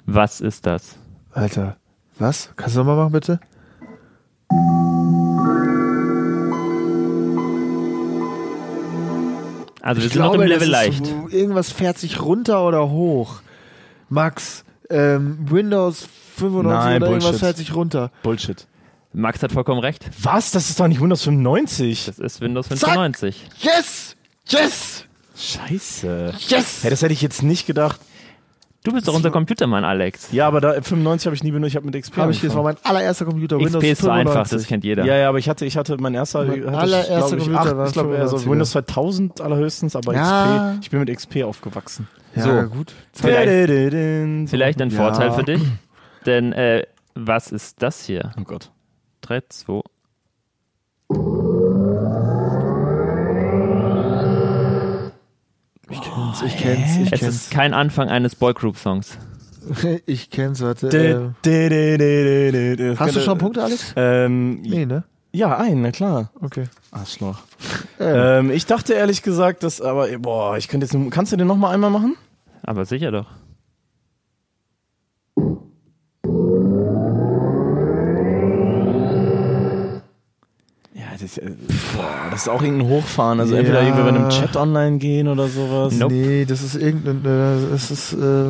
Speaker 3: Was ist das?
Speaker 1: Alter. Was? Kannst du nochmal machen, bitte?
Speaker 3: Also wir sind noch im Level
Speaker 1: das
Speaker 3: leicht.
Speaker 1: Ist, irgendwas fährt sich runter oder hoch. Max, ähm, Windows 95
Speaker 2: Nein,
Speaker 1: oder irgendwas
Speaker 2: Bullshit.
Speaker 1: fährt sich runter.
Speaker 2: Bullshit.
Speaker 3: Max hat vollkommen recht.
Speaker 2: Was? Das ist doch nicht Windows 95.
Speaker 3: Das ist Windows 95.
Speaker 1: Yes! Yes!
Speaker 2: Scheiße.
Speaker 1: Yes!
Speaker 2: Hey, das hätte ich jetzt nicht gedacht.
Speaker 3: Du bist doch unser Computermann, Alex.
Speaker 2: Ja, aber da, 95 habe ich nie benutzt, ich habe mit XP
Speaker 1: Hab ich, das war
Speaker 2: angefangen.
Speaker 1: mein allererster Computer, Windows
Speaker 3: XP ist so einfach,
Speaker 1: 95.
Speaker 3: das kennt jeder.
Speaker 2: Ja, ja, aber ich hatte, ich hatte mein erster,
Speaker 1: Mein
Speaker 2: hatte ich,
Speaker 1: allererster
Speaker 2: glaub ich,
Speaker 1: Computer
Speaker 2: acht,
Speaker 1: war
Speaker 2: ich glaube, also
Speaker 1: 95er.
Speaker 2: Windows 2000 allerhöchstens, aber
Speaker 1: Ja.
Speaker 2: XP, ich bin mit XP aufgewachsen.
Speaker 1: ja,
Speaker 3: So.
Speaker 1: gut.
Speaker 3: Vielleicht-
Speaker 2: Dadadadin. So.
Speaker 3: Vielleicht ein
Speaker 1: Ja.
Speaker 3: Vorteil für dich. Denn äh, was ist das hier?
Speaker 2: Oh Gott.
Speaker 3: 3, 2.
Speaker 1: Ich kenn's, ich kenn's, ich
Speaker 3: Es
Speaker 1: kenn's.
Speaker 3: ist kein Anfang eines Boygroup-Songs.
Speaker 1: Ich kenn's, warte. Äh,
Speaker 2: Dadadadadadadad.
Speaker 1: hast du schon Punkte, Alex?
Speaker 2: Äh. Ähm,
Speaker 1: Nee, ne?
Speaker 2: Ja, ein, na klar.
Speaker 1: Okay.
Speaker 2: Arschloch.
Speaker 1: Äh,
Speaker 2: Ähm, ich dachte ehrlich gesagt, dass, aber, boah, ich könnte jetzt, nur- kannst du den nochmal einmal machen?
Speaker 3: Aber sicher doch.
Speaker 2: Ja, das, äh, boah, das ist auch irgendein Hochfahren, also entweder
Speaker 1: Ja.
Speaker 2: irgendwie bei einem Chat online gehen oder sowas.
Speaker 3: Nope.
Speaker 1: Nee, das ist irgendein, äh, das ist, äh,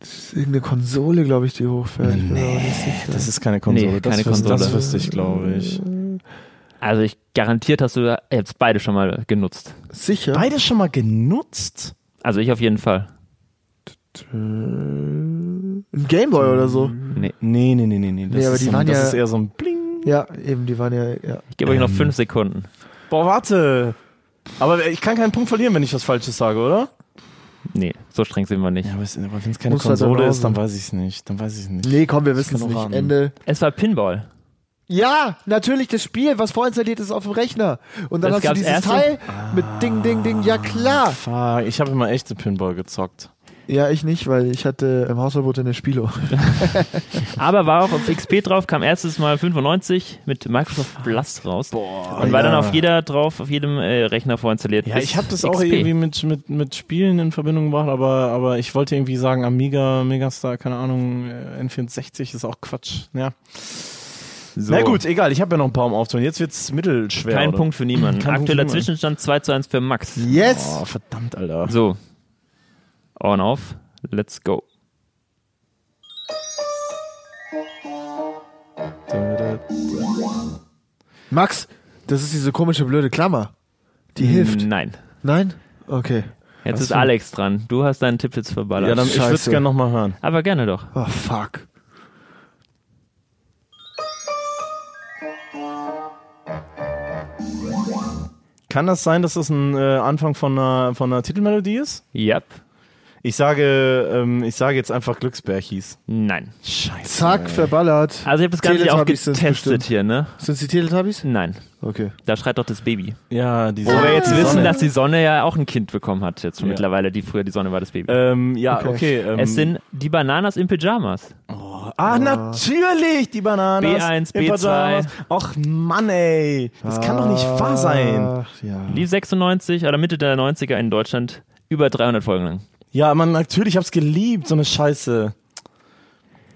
Speaker 1: das ist irgendeine Konsole, glaube ich, die hochfährt. Ich bin mir aber nicht sicher.
Speaker 2: Das ist keine Konsole.
Speaker 3: Nee,
Speaker 2: das,
Speaker 3: keine
Speaker 2: wüs- das
Speaker 3: Konsole.
Speaker 2: wüsste ich, glaube ich.
Speaker 3: Also ich garantiert hast du jetzt beide schon mal genutzt.
Speaker 1: sicher.
Speaker 2: Beide schon mal genutzt?
Speaker 3: Also ich auf jeden Fall.
Speaker 1: Äh, Ein Gameboy oder so.
Speaker 3: Nee.
Speaker 2: Nee, nee, nee, nee, nee. Das,
Speaker 1: Nee, aber
Speaker 2: ist,
Speaker 1: die
Speaker 2: so, ein-
Speaker 1: waren
Speaker 2: das
Speaker 1: ja-
Speaker 2: ist eher so ein Bling.
Speaker 1: Ja, eben, die waren ja, ja.
Speaker 3: Ich gebe euch
Speaker 2: Ähm.
Speaker 3: noch fünf Sekunden.
Speaker 2: Boah, warte. Aber ich kann keinen Punkt verlieren, wenn ich was Falsches sage, oder?
Speaker 3: Nee, so streng sind wir nicht.
Speaker 2: Ja, aber wenn es keine
Speaker 1: Muss halt
Speaker 2: Konsole
Speaker 1: dann
Speaker 2: ist, dann
Speaker 1: raus.
Speaker 2: weiß ich es nicht. Dann weiß ich es nicht.
Speaker 1: Nee, komm, wir wissen
Speaker 2: kann
Speaker 1: es
Speaker 2: auch
Speaker 1: nicht.
Speaker 2: raten.
Speaker 1: Ende.
Speaker 3: Es war Pinball.
Speaker 1: Ja, natürlich das Spiel, was vorinstalliert ist auf dem Rechner. Und dann
Speaker 3: Das
Speaker 1: hast du
Speaker 3: gab's
Speaker 1: dieses
Speaker 3: erst so-
Speaker 1: Teil
Speaker 2: Ah.
Speaker 1: mit Ding, Ding, Ding. Ja, klar.
Speaker 2: Fuck, ich habe immer echte Pinball gezockt.
Speaker 1: Ja, ich nicht, weil ich hatte im Hausverbot in der Spielo.
Speaker 3: Aber war auch auf XP drauf, kam erstes Mal 95 mit Microsoft Plus raus.
Speaker 2: Ah, Boah.
Speaker 3: und war dann auf jeder drauf, auf jedem äh, Rechner vorinstalliert.
Speaker 2: Ja,
Speaker 3: bis
Speaker 2: ich habe das auch
Speaker 3: XP.
Speaker 2: irgendwie mit, mit, mit Spielen in Verbindung gebracht, aber, aber ich wollte irgendwie sagen, Amiga, Megastar, keine Ahnung, äh, N64 ist auch Quatsch. Ja.
Speaker 3: So.
Speaker 2: Na gut, egal, ich habe ja noch ein paar um aufzunehmen. Jetzt wird's mittelschwer.
Speaker 3: Kein
Speaker 2: oder?
Speaker 3: Punkt für niemanden.
Speaker 2: Kein Punkt
Speaker 3: Aktueller
Speaker 2: für niemanden.
Speaker 3: Zwischenstand 2 zu 1 für Max.
Speaker 1: Yes!
Speaker 2: Oh, verdammt, Alter.
Speaker 3: So. On off. Let's go.
Speaker 1: Max, das ist diese komische blöde Klammer. Die hilft.
Speaker 2: Hm.
Speaker 3: Nein.
Speaker 1: Nein? Okay.
Speaker 3: Jetzt ist Alex dran. Du hast deinen Tipp jetzt verballert.
Speaker 2: Ja, dann, ich würde es
Speaker 1: Scheiße.
Speaker 2: gerne nochmal hören.
Speaker 3: Aber gerne doch.
Speaker 1: Oh, fuck.
Speaker 2: Kann das sein, dass das ein äh, Anfang von einer, von einer Titelmelodie ist?
Speaker 3: Yep.
Speaker 2: Ich sage, ähm, ich sage jetzt einfach Glücksberg hieß.
Speaker 3: Nein.
Speaker 2: Scheiße.
Speaker 1: Zack, verballert.
Speaker 3: Also ich habe das Ganze ja auch
Speaker 1: Teletubbies sind's
Speaker 3: getestet
Speaker 1: bestimmt.
Speaker 3: hier, ne?
Speaker 1: Sind die Teletubbies?
Speaker 3: Nein.
Speaker 1: Okay.
Speaker 3: Da schreit doch das Baby.
Speaker 2: Ja, die
Speaker 3: Wo wir jetzt
Speaker 2: die
Speaker 3: wissen,
Speaker 2: Sonne.
Speaker 3: dass die Sonne ja auch ein Kind bekommen hat jetzt
Speaker 2: Ja.
Speaker 3: mittlerweile, die früher die Sonne war das Baby.
Speaker 2: Ähm, ja, okay.
Speaker 1: Okay.
Speaker 2: ähm,
Speaker 3: es sind die Bananas in Pyjamas.
Speaker 2: ah, natürlich, die Bananen.
Speaker 3: B1, B2.
Speaker 2: Och, Mann, ey. Das kann doch nicht wahr sein.
Speaker 1: Ach, ja.
Speaker 3: Lief 96 oder Mitte der 90er in Deutschland über 300 Folgen lang.
Speaker 2: Ja, man, natürlich, hab's geliebt, so eine Scheiße.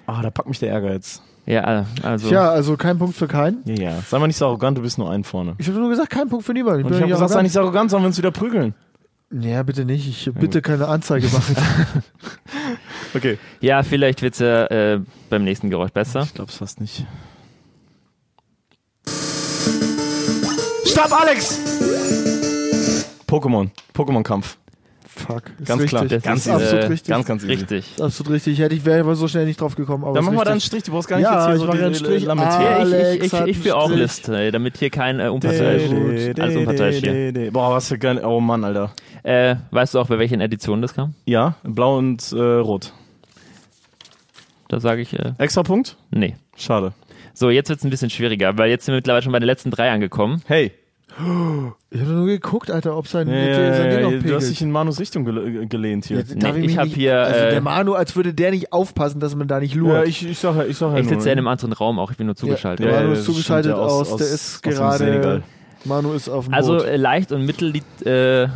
Speaker 2: Ah, da packt mich der Ehrgeiz.
Speaker 3: Ja, also
Speaker 1: Tja, also kein Punkt für keinen.
Speaker 2: Ja, ja. Sei mal nicht so arrogant, du bist nur ein vorne.
Speaker 1: Ich habe nur gesagt, kein Punkt für niemanden.
Speaker 2: Und ich
Speaker 1: bin
Speaker 2: hab
Speaker 1: ja
Speaker 2: gesagt, sei
Speaker 1: arrogant.
Speaker 2: nicht so arrogant, sollen wir uns wieder prügeln.
Speaker 1: Ja, bitte nicht. Ich bitte keine Anzeige machen.
Speaker 2: Okay.
Speaker 3: ja vielleicht wird's ja äh, beim nächsten Geräusch besser.
Speaker 2: Ich glaub's fast nicht. Stab Alex! Pokémon. Pokémon-Kampf.
Speaker 1: Fuck. Ist
Speaker 2: Ganz klar.
Speaker 1: richtig.
Speaker 2: Ganz
Speaker 1: ist absolut
Speaker 3: äh,
Speaker 1: richtig.
Speaker 2: Ganz, ganz easy.
Speaker 3: Richtig.
Speaker 1: Ist absolut richtig. Hätte ich wäre aber so schnell nicht drauf gekommen. Aber
Speaker 2: Dann
Speaker 1: ist
Speaker 2: machen wir da einen
Speaker 1: richtig.
Speaker 2: Strich. Du brauchst gar nicht
Speaker 1: Ja, ich
Speaker 2: jetzt hier so
Speaker 1: mach
Speaker 2: die-
Speaker 1: einen Strich.
Speaker 2: lamentieren.
Speaker 1: Ah,
Speaker 3: Ja, ich, ich,
Speaker 1: Alex
Speaker 3: ich,
Speaker 1: hat
Speaker 3: ich führe auch
Speaker 1: einen Strich.
Speaker 3: Liste, ey, damit hier kein äh, unparteiisch
Speaker 2: Dä, dä,
Speaker 3: alles unparteiisch hier.
Speaker 2: dä, dä. Boah, was für geil. Oh Mann, Alter.
Speaker 3: Äh, weißt du auch, bei welchen Editionen das kam?
Speaker 2: Ja, blau und äh, rot.
Speaker 3: Da sage ich, äh,
Speaker 2: Extra Punkt?
Speaker 3: nee.
Speaker 2: Schade.
Speaker 3: So, jetzt wird's ein bisschen schwieriger, weil jetzt sind wir mittlerweile schon bei den letzten drei angekommen.
Speaker 2: Hey,
Speaker 1: Ich habe nur geguckt, Alter, ob sein,
Speaker 2: äh,
Speaker 1: sein Ding noch
Speaker 2: du hast
Speaker 1: pegelt.
Speaker 2: dich in Manus Richtung gele äh, gelehnt hier.
Speaker 1: Ja, darf
Speaker 3: Nee,
Speaker 1: mich
Speaker 3: ich hab
Speaker 1: nicht-
Speaker 3: hier,
Speaker 1: Also
Speaker 3: äh,
Speaker 1: der Manu, als würde der nicht aufpassen, dass man da nicht lurt.
Speaker 2: Ja, ich, ich sag ja, ich sag ja
Speaker 3: Ich
Speaker 2: nur,
Speaker 3: sitze ja in
Speaker 2: ne?
Speaker 3: einem anderen Raum auch, ich bin nur zugeschaltet.
Speaker 1: der
Speaker 2: Ja,
Speaker 1: Manu
Speaker 2: ja,
Speaker 1: ist
Speaker 2: das stimmt,
Speaker 1: zugeschaltet
Speaker 2: ja, aus-
Speaker 1: aus, der
Speaker 2: aus-
Speaker 1: ist
Speaker 2: aus dem Senegal.
Speaker 1: gerade. Manu ist auf dem
Speaker 3: Also
Speaker 1: Boot.
Speaker 3: äh, leicht und mittel die, äh,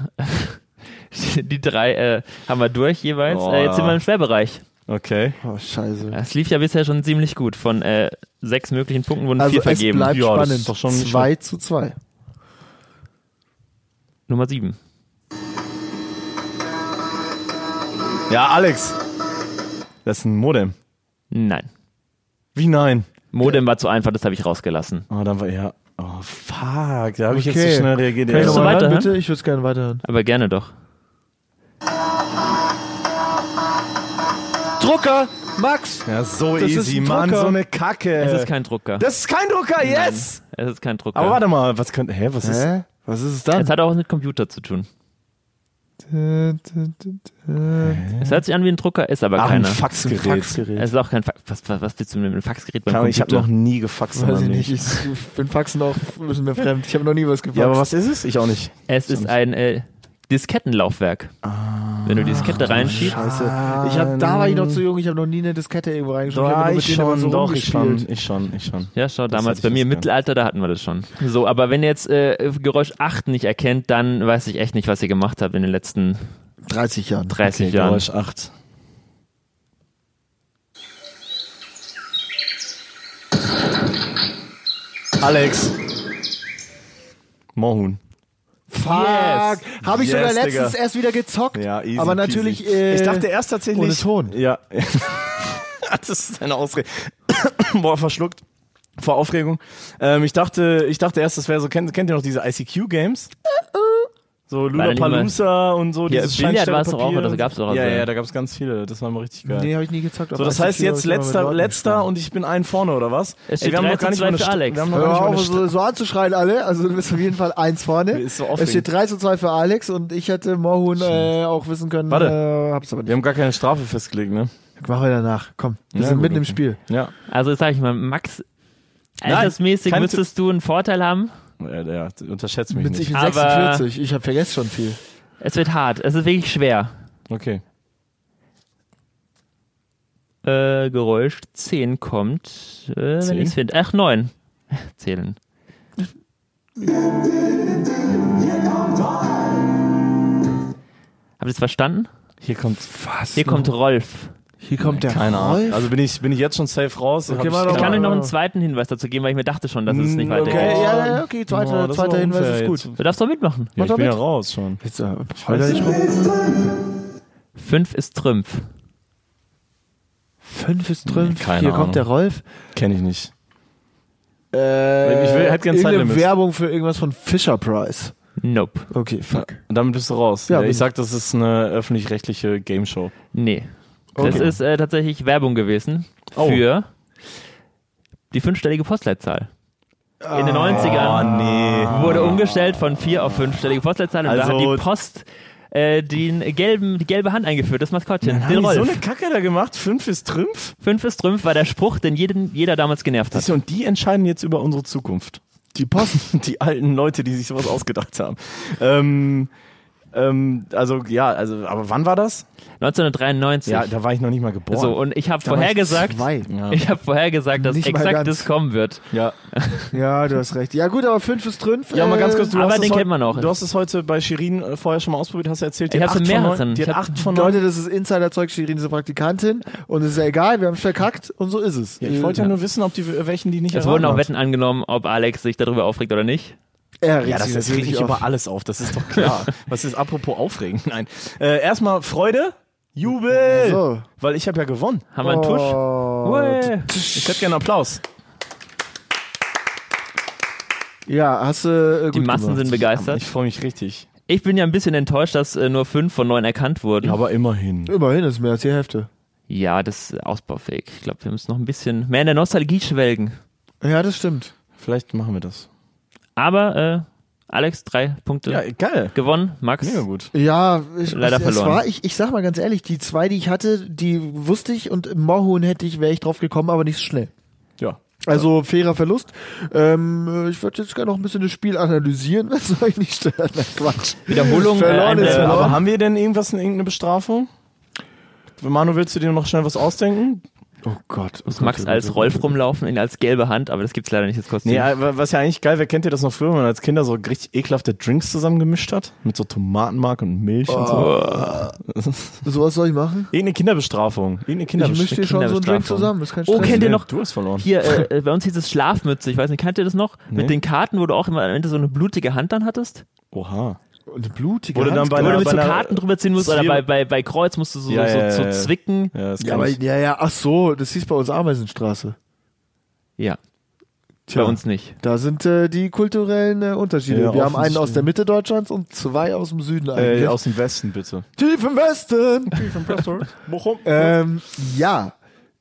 Speaker 3: die drei äh, haben wir durch jeweils.
Speaker 2: Oh.
Speaker 3: Äh, jetzt sind wir im Schwerbereich.
Speaker 2: Okay.
Speaker 1: Oh,
Speaker 2: äh,
Speaker 1: scheiße.
Speaker 3: Es lief ja bisher schon ziemlich gut. Von äh, sechs möglichen Punkten wurden
Speaker 1: Also
Speaker 3: vier
Speaker 1: es
Speaker 3: vergeben.
Speaker 1: bleibt
Speaker 2: Ja, das
Speaker 1: spannend.
Speaker 2: ist doch schon nicht
Speaker 1: 2 zu 2.
Speaker 3: Nummer sieben.
Speaker 2: Ja, Alex. Das ist ein Modem.
Speaker 3: Nein.
Speaker 2: Wie nein?
Speaker 3: Modem war zu einfach, das habe ich rausgelassen.
Speaker 2: Oh, dann war ja. Oh, fuck. Da habe ich jetzt
Speaker 1: Okay.
Speaker 2: zu schnell reagiert.
Speaker 1: Kann ich
Speaker 2: Ja.
Speaker 3: noch mal-
Speaker 1: nochmal hören,
Speaker 3: weiterhören?
Speaker 1: bitte? Ich würde es gerne weiterhören.
Speaker 3: Aber gerne doch.
Speaker 1: Drucker! Max!
Speaker 2: ja, so
Speaker 1: Das ist
Speaker 2: easy,
Speaker 1: ein
Speaker 2: Mann.
Speaker 1: Drucker.
Speaker 2: So eine Kacke.
Speaker 3: Es ist kein Drucker.
Speaker 2: Äh, das ist kein Drucker, yes!
Speaker 3: Es ist kein Drucker.
Speaker 2: Aber warte mal, was könnte. Hä, was ist.
Speaker 1: Hä? Was ist es
Speaker 3: es
Speaker 1: dann?
Speaker 3: hat auch was mit Computer zu tun.
Speaker 1: Äh, Ein
Speaker 3: Es hört sich an wie ein Drucker, ist aber
Speaker 2: Ach, ein
Speaker 3: keiner.
Speaker 2: Faxgerät.
Speaker 3: Es ist auch kein Fax. Was, was, was willst du mit einem Faxgerät beim
Speaker 2: Keine Ahnung, ich habe
Speaker 3: Computer?
Speaker 2: noch nie gefaxt.
Speaker 1: Weiß ich
Speaker 2: Mann.
Speaker 1: nicht, ich bin Faxen auch ein bisschen mehr fremd. Ich habe noch nie was gefaxt.
Speaker 2: Ja, aber was ist es? Ich auch nicht.
Speaker 3: es ist ein äh, Diskettenlaufwerk.
Speaker 2: Ah.
Speaker 3: Wenn du die Diskette reinschiebst,
Speaker 1: Scheiße. Ich hab, da war ich noch zu jung, ich habe noch nie eine Diskette irgendwo reingeschoben. ich hab nur mit denen immer so
Speaker 2: Ähm, ich
Speaker 1: rumgespielt.
Speaker 2: schon, ich schon, ich schon.
Speaker 3: Ja, schau, damals
Speaker 2: hätte ich
Speaker 3: bei mir
Speaker 2: jetzt
Speaker 3: im
Speaker 2: gern.
Speaker 3: Mittelalter, da hatten wir das schon. So, aber wenn ihr jetzt äh, Geräusch 8 nicht erkennt, dann weiß ich echt nicht, was ihr gemacht habt in den letzten
Speaker 1: 30 Jahren.
Speaker 3: 30
Speaker 2: Okay,
Speaker 3: Jahren.
Speaker 2: Geräusch 8. Alex. Mohun.
Speaker 1: Fuck! Habe ich
Speaker 2: Yes,
Speaker 1: sogar letztens
Speaker 2: Digga.
Speaker 1: erst wieder gezockt.
Speaker 2: Ja, easy.
Speaker 1: aber natürlich.
Speaker 2: peasy.
Speaker 1: Äh,
Speaker 2: ich dachte erst tatsächlich.
Speaker 1: ohne Ton.
Speaker 2: Ja. das ist eine Ausrede. Boah, verschluckt. Vor Aufregung. Ähm, ich, dachte, ich dachte erst, das wäre so. Kennt, kennt ihr noch diese ICQ-Games?
Speaker 1: Äh,
Speaker 2: So
Speaker 3: nicht mal-
Speaker 2: Ludapalooza und so.
Speaker 3: Ja,
Speaker 2: dieses
Speaker 3: Billard war es doch auch,
Speaker 2: Scheinstellenpapier.
Speaker 3: oder so gab's doch auch
Speaker 2: Ja,
Speaker 3: so.
Speaker 2: ja, da gab es ganz viele. Das war mal richtig geil.
Speaker 1: Nee, habe ich nie gezockt.
Speaker 2: So, das heißt jetzt letzter, letzter und ich bin ein vorne, oder was?
Speaker 3: Es steht 3 zu 2
Speaker 2: mal eine
Speaker 3: für
Speaker 2: Sta-
Speaker 3: Alex.
Speaker 2: Wir haben noch
Speaker 1: Hör
Speaker 2: gar
Speaker 1: auf,
Speaker 2: nicht mal
Speaker 1: so, so anzuschreien alle. Also du bist auf jeden Fall eins vorne.
Speaker 2: Ist so aufregend.
Speaker 1: es steht 3 zu 2 für Alex und ich hätte Mohun äh, auch wissen können.
Speaker 2: Warte.
Speaker 1: Äh, hab's aber
Speaker 2: wir
Speaker 1: nicht.
Speaker 2: haben gar keine Strafe festgelegt, ne?
Speaker 1: Machen wir danach. Komm, wir
Speaker 2: Ja,
Speaker 1: sind
Speaker 2: gut,
Speaker 1: mitten im
Speaker 2: okay.
Speaker 1: Spiel.
Speaker 2: Ja.
Speaker 3: Also jetzt sag ich mal, Max,
Speaker 2: Nein,
Speaker 3: altersmäßig
Speaker 2: kein
Speaker 3: müsstest du einen Vorteil haben.
Speaker 2: Ja, ja unterschätzt mich
Speaker 1: Mit
Speaker 2: nicht.
Speaker 1: ich bin
Speaker 3: Aber-
Speaker 1: 46. Ich habe vergessen schon viel.
Speaker 3: Es wird hart, es ist wirklich schwer.
Speaker 2: Okay.
Speaker 3: Äh, Geräusch 10 kommt, äh, wenn
Speaker 2: Zehn?
Speaker 3: ich es finde. Ach, 9. Zählen. Habt ihr es verstanden?
Speaker 2: Hier kommt.
Speaker 1: Was?
Speaker 3: Hier kommt Rolf.
Speaker 1: Hier kommt der
Speaker 2: Keine Ahnung.
Speaker 1: Rolf.
Speaker 2: Also bin ich, bin ich jetzt schon safe raus.
Speaker 1: Okay,
Speaker 2: Hab ich-
Speaker 1: warte
Speaker 3: Ich
Speaker 1: mal.
Speaker 3: kann euch noch einen
Speaker 1: Ja.
Speaker 3: zweiten Hinweis dazu geben, weil ich mir dachte schon, dass es nicht
Speaker 2: Mm,
Speaker 3: weitergeht.
Speaker 1: Okay,
Speaker 2: Oh.
Speaker 1: ja, ja, okay, zweiter,
Speaker 2: Boah, das war
Speaker 1: zweiter Hinweis
Speaker 2: unfair
Speaker 1: ist gut.
Speaker 2: jetzt.
Speaker 3: Du darfst doch mitmachen.
Speaker 2: Ja,
Speaker 1: Mach
Speaker 2: ich
Speaker 1: doch
Speaker 2: bin ja
Speaker 1: mit.
Speaker 2: raus schon.
Speaker 1: Jetzt, äh, heul da nicht rum.
Speaker 3: 5 ist Trümpf.
Speaker 1: Fünf ist drin.
Speaker 2: Nee, keine
Speaker 1: Hier
Speaker 2: Ahnung.
Speaker 1: kommt der Rolf.
Speaker 2: Kenne ich nicht.
Speaker 1: Äh,
Speaker 2: Ich will- hätte gern
Speaker 1: irgendeine
Speaker 2: Zeitlimit.
Speaker 1: Werbung für irgendwas von Fisher Price.
Speaker 3: Nope.
Speaker 1: Okay, fuck.
Speaker 2: Und damit bist du raus.
Speaker 1: Ja,
Speaker 2: Ja,
Speaker 1: bin
Speaker 2: ich
Speaker 1: ich.
Speaker 2: sag, das ist eine öffentlich-rechtliche Game Show.
Speaker 3: Nee. Das
Speaker 1: Okay.
Speaker 3: ist äh, tatsächlich Werbung gewesen
Speaker 2: Oh.
Speaker 3: für die fünfstellige Postleitzahl. In
Speaker 1: Ah.
Speaker 3: den 90ern
Speaker 2: Oh, nee.
Speaker 3: wurde umgestellt von vier auf fünfstellige Postleitzahl und da hat
Speaker 2: Also-
Speaker 3: die Post äh, den gelben, die gelbe Hand eingeführt, das Maskottchen,
Speaker 2: Haben die
Speaker 3: den
Speaker 2: so
Speaker 3: Rolf.
Speaker 2: eine Kacke da gemacht? Fünf ist Trümpf?
Speaker 3: Fünf ist Trümpf war der Spruch, den jeden, jeder damals genervt hat.
Speaker 2: Siehst du, und die entscheiden jetzt über unsere Zukunft.
Speaker 1: Die Post.
Speaker 2: Die alten Leute, die sich sowas ausgedacht haben. Ähm, ähm, also, ja, also, aber wann war das?
Speaker 3: 1993.
Speaker 2: Ja, da war ich noch nicht mal geboren.
Speaker 1: Also,
Speaker 3: so, und ich habe
Speaker 1: Da war ich
Speaker 3: vorhergesagt,
Speaker 1: Zwei.
Speaker 2: ja.
Speaker 3: ich habe vorhergesagt, dass
Speaker 1: Nicht mal
Speaker 3: exakt
Speaker 1: ganz.
Speaker 3: das kommen wird.
Speaker 2: ja.
Speaker 1: Ja, du hast recht. Ja, gut, aber fünf ist Trümpf.
Speaker 2: Ja, mal ganz kurz,
Speaker 1: äh,
Speaker 2: du
Speaker 3: Aber
Speaker 2: hast
Speaker 3: den
Speaker 2: es
Speaker 3: kennt man
Speaker 2: heu-
Speaker 3: auch.
Speaker 2: Du hast es heute bei Shirin äh, vorher schon mal ausprobiert, hast du erzählt. Die
Speaker 3: Ich
Speaker 2: hat
Speaker 3: hab's in
Speaker 2: acht von
Speaker 3: mehreren.
Speaker 2: neun- Die
Speaker 3: Ich
Speaker 2: hat
Speaker 3: hab-
Speaker 2: acht von neun.
Speaker 1: Leute, das ist Insiderzeug, Shirin ist eine Praktikantin und es ist ja egal, wir haben verkackt und so ist es. Äh,
Speaker 2: Ja, ich wollte ja nur wissen, ob die äh, welchen die nicht
Speaker 3: Es
Speaker 2: erraten
Speaker 3: wurden auch
Speaker 2: hat.
Speaker 3: Wetten angenommen, ob Alex sich darüber aufregt oder nicht.
Speaker 1: Er regt
Speaker 2: Ja, das,
Speaker 1: sich
Speaker 2: das reg
Speaker 1: natürlich
Speaker 2: ich
Speaker 1: auf.
Speaker 2: über alles auf, das ist doch klar. Was ist apropos aufregend? Nein. Äh, erstmal Freude, Jubel,
Speaker 1: So.
Speaker 2: weil ich habe ja gewonnen.
Speaker 3: Haben wir einen Tusch?
Speaker 1: Oh.
Speaker 3: Ue.
Speaker 2: Ich hätte gerne Applaus.
Speaker 1: Ja, hast du äh, gut
Speaker 3: Die Massen
Speaker 1: gemacht.
Speaker 3: sind begeistert.
Speaker 2: Ich freue mich richtig.
Speaker 3: Ich bin ja ein bisschen enttäuscht, dass äh, nur fünf von neun erkannt wurden.
Speaker 2: Aber immerhin.
Speaker 1: Immerhin ist mehr als die Hälfte.
Speaker 3: Ja, das ist ausbaufähig. Ich glaube, wir müssen noch ein bisschen mehr in der Nostalgie schwelgen.
Speaker 1: Ja, das stimmt.
Speaker 2: Vielleicht machen wir das.
Speaker 3: Aber äh, Alex, drei Punkte
Speaker 2: Ja, geil.
Speaker 3: gewonnen. Max,
Speaker 2: Mega gut.
Speaker 1: Ja, ich,
Speaker 3: Leider
Speaker 1: es,
Speaker 3: verloren.
Speaker 1: Es war, ich, ich sag mal ganz ehrlich, die zwei, die ich hatte, die wusste ich und im Moorhuhn hätte ich, wäre ich drauf gekommen, aber nicht so schnell.
Speaker 2: Ja.
Speaker 1: Also fairer Verlust. Ähm, äh, ich würde jetzt gerne noch ein bisschen das Spiel analysieren, wenn es euch nicht stört. Nein, Quatsch.
Speaker 3: Wiederholung. Äh,
Speaker 1: Verloren
Speaker 3: eine,
Speaker 1: ist
Speaker 2: Äh,
Speaker 1: verloren.
Speaker 2: aber haben wir denn irgendwas, irgendeine Bestrafung? Manu, willst du dir noch schnell was ausdenken?
Speaker 1: Oh Gott. Oh
Speaker 3: muss Max als Rolf rumlaufen, ihn als gelbe Hand, aber das gibt's leider nicht als Kostüm.
Speaker 2: Nee, äh, wa- was ja eigentlich geil wäre, kennt ihr das noch früher, wenn man als Kinder so richtig ekelhafte Drinks zusammengemischt hat? Mit so Tomatenmark und Milch und so.
Speaker 1: Oh. So was soll ich machen?
Speaker 2: Irgendeine Kinderbestrafung. Irgendeine
Speaker 1: Ich
Speaker 2: Kinderbestrafung.
Speaker 1: mische dir schon so einen Drink
Speaker 3: Kinderbestrafung.
Speaker 1: zusammen. Das ist kein
Speaker 3: Oh,
Speaker 1: Stress.
Speaker 3: kennt ihr noch-
Speaker 2: Du hast verloren.
Speaker 3: Hier, äh, äh, bei uns hieß es Schlafmütze. Ich weiß nicht, kannt ihr das noch?
Speaker 2: Nee.
Speaker 3: Mit den Karten, wo du auch immer am Ende so eine blutige Hand dann hattest?
Speaker 2: Oha.
Speaker 1: Eine blutige
Speaker 2: Wurde dann
Speaker 1: Hand-
Speaker 2: bei
Speaker 3: Wo
Speaker 2: einer-
Speaker 3: du mit so
Speaker 2: bei einer-
Speaker 3: Karten drüber ziehen musst oder
Speaker 2: Zwiebel-
Speaker 3: bei, bei, bei Kreuz musst du so,
Speaker 2: Ja,
Speaker 3: so,
Speaker 2: ja,
Speaker 3: so
Speaker 2: ja, ja.
Speaker 3: zwicken.
Speaker 2: Ja, das
Speaker 1: Ja,
Speaker 2: kenn
Speaker 1: aber,
Speaker 2: ich.
Speaker 1: ja, ja, ach so, das hieß bei uns Ameisenstraße.
Speaker 3: Ja,
Speaker 1: Tja,
Speaker 3: bei uns nicht.
Speaker 1: Da sind äh, die kulturellen äh, Unterschiede.
Speaker 2: Ja,
Speaker 1: Wir haben einen aus
Speaker 2: offensichtlich.
Speaker 1: der Mitte Deutschlands und zwei aus dem Süden eigentlich.
Speaker 2: äh, aus dem Westen, bitte.
Speaker 1: Tief im Westen.
Speaker 2: Bochum.
Speaker 1: ähm, ja.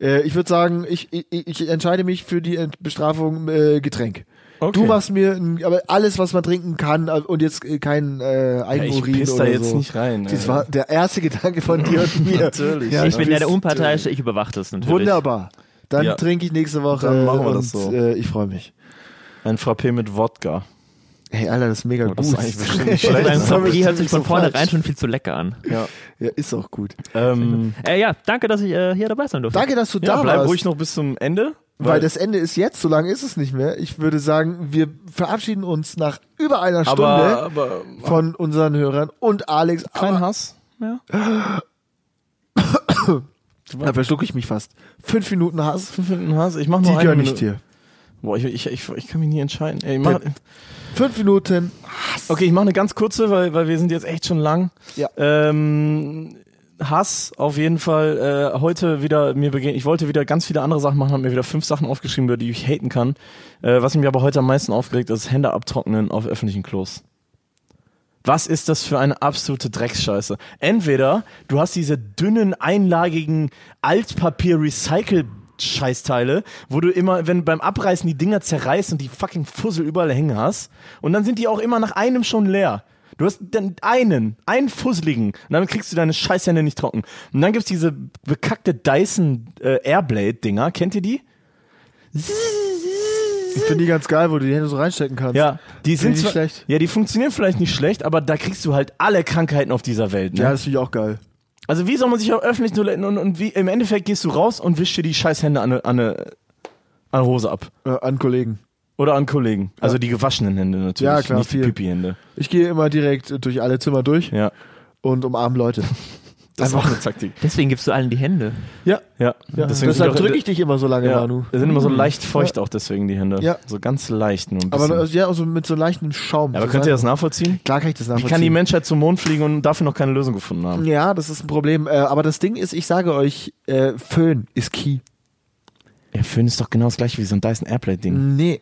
Speaker 1: Äh, ich würde sagen, ich, ich, ich entscheide mich für die Ent- Bestrafung äh, Getränk.
Speaker 2: Okay.
Speaker 1: Du machst mir ein, aber alles, was man trinken kann äh, und jetzt äh, kein äh,
Speaker 2: ja, ich
Speaker 1: Eigenurin
Speaker 2: piss
Speaker 1: oder
Speaker 2: da jetzt
Speaker 1: so.
Speaker 2: nicht rein.
Speaker 1: Das
Speaker 2: äh.
Speaker 1: war der erste Gedanke von dir und mir.
Speaker 2: Natürlich.
Speaker 1: Ja,
Speaker 3: ich
Speaker 1: du
Speaker 3: bin ja der
Speaker 1: bist,
Speaker 3: Unparteiische, ich überwache das natürlich.
Speaker 1: Wunderbar. Dann
Speaker 2: Ja.
Speaker 1: trinke ich nächste Woche
Speaker 2: Dann machen wir
Speaker 1: und
Speaker 2: das so.
Speaker 1: äh, ich freue mich.
Speaker 2: ein Frappé mit Wodka.
Speaker 1: Hey, Alter, das ist mega
Speaker 2: Oh, das
Speaker 1: gut.
Speaker 2: ist eigentlich bestimmt nicht
Speaker 3: Das
Speaker 2: schlecht.
Speaker 3: ist
Speaker 1: Das
Speaker 3: ein
Speaker 1: ist
Speaker 3: Papier Also hört sich von
Speaker 1: so falsch.
Speaker 3: vornherein schon viel zu lecker an.
Speaker 2: Ja.
Speaker 1: ja, ist auch gut.
Speaker 2: Ähm,
Speaker 3: Äh, ja, danke, dass ich äh, hier dabei sein durfte.
Speaker 1: Danke, dass du
Speaker 2: ja,
Speaker 1: da
Speaker 2: bleib
Speaker 1: warst.
Speaker 2: ruhig noch bis zum Ende.
Speaker 1: Weil das Ende ist jetzt, so lange ist es nicht mehr. Ich würde sagen, wir verabschieden uns nach über einer Stunde
Speaker 2: aber, aber
Speaker 1: von unseren Hörern und Alex.
Speaker 2: kein
Speaker 1: Aber-
Speaker 2: Hass mehr.
Speaker 1: Da verschlucke ich mich fast. Fünf Minuten Hass,
Speaker 2: Fünf Minuten Hass. Ich mach nur
Speaker 1: die
Speaker 2: eine
Speaker 1: gönne ich
Speaker 2: Minute.
Speaker 1: dir.
Speaker 2: Boah, ich, ich, ich, ich kann mich nie entscheiden. Ey, mach,
Speaker 1: Fünf Minuten.
Speaker 2: okay, ich mache eine ganz kurze, weil, weil wir sind jetzt echt schon lang.
Speaker 1: Ja.
Speaker 2: Ähm, Hass auf jeden Fall äh, heute wieder mir begehen. Ich wollte wieder ganz viele andere Sachen machen, habe mir wieder fünf Sachen aufgeschrieben, über die ich haten kann. Äh, was mich aber heute am meisten aufgeregt ist, Hände abtrocknen auf öffentlichen Klos. Was ist das für eine absolute Drecksscheiße? Entweder du hast diese dünnen, einlagigen Altpapier-Recycle- Scheißteile, wo du immer, wenn beim Abreißen die Dinger zerreißt und die fucking Fussel überall hängen hast, und dann sind die auch immer nach einem schon leer. Du hast dann einen, einen fusseligen, und dann kriegst du deine Scheißhände nicht trocken. Und dann gibt's diese bekackte Dyson äh, Airblade-Dinger, kennt ihr die?
Speaker 1: Ich finde die ganz geil, wo du die Hände so reinstecken kannst.
Speaker 2: Ja, die sind
Speaker 1: die
Speaker 2: zwar,
Speaker 1: schlecht?
Speaker 2: Ja, die funktionieren vielleicht nicht schlecht, aber da kriegst du halt alle Krankheiten auf dieser Welt. Ne?
Speaker 1: Ja, das finde ich auch geil.
Speaker 2: Also wie soll man sich auf öffentlichen Toiletten und, und wie im Endeffekt gehst du raus und wischst dir die Scheißhände an eine, an eine, an eine Hose ab.
Speaker 1: Äh, an Kollegen.
Speaker 2: Oder an Kollegen. Also die gewaschenen Hände natürlich,
Speaker 1: Ja, klar,
Speaker 2: nicht die
Speaker 1: viel.
Speaker 2: Pipi-Hände.
Speaker 1: Ich gehe immer direkt äh, durch alle Zimmer durch
Speaker 2: Ja,
Speaker 1: und umarme Leute.
Speaker 2: das ist auch eine Taktik.
Speaker 3: Deswegen gibst du allen die Hände.
Speaker 1: Ja,
Speaker 2: Ja,
Speaker 1: ja.
Speaker 2: deswegen
Speaker 1: deshalb
Speaker 2: sind die auch-
Speaker 1: drücke ich dich immer so lange,
Speaker 2: ja,
Speaker 1: Manu. Mhm.
Speaker 2: Die sind immer so leicht feucht auch deswegen die Hände.
Speaker 1: Ja.
Speaker 2: So ganz leicht nur ein bisschen.
Speaker 1: Aber äh, ja, also mit so leichtem Schaum.
Speaker 2: Ja, aber
Speaker 1: So
Speaker 2: könnt ihr
Speaker 1: sagen-
Speaker 2: das nachvollziehen?
Speaker 1: Klar kann ich das
Speaker 2: Wie
Speaker 1: nachvollziehen.
Speaker 2: kann die Menschheit zum Mond fliegen und dafür noch keine Lösung gefunden haben?
Speaker 1: Ja, das ist ein Problem. Äh, aber das Ding ist, ich sage euch, äh, Föhn ist key. Mhm.
Speaker 2: Ja, Föhn ist doch genau das gleiche wie so ein Dyson Airplay-Ding.
Speaker 1: Nee.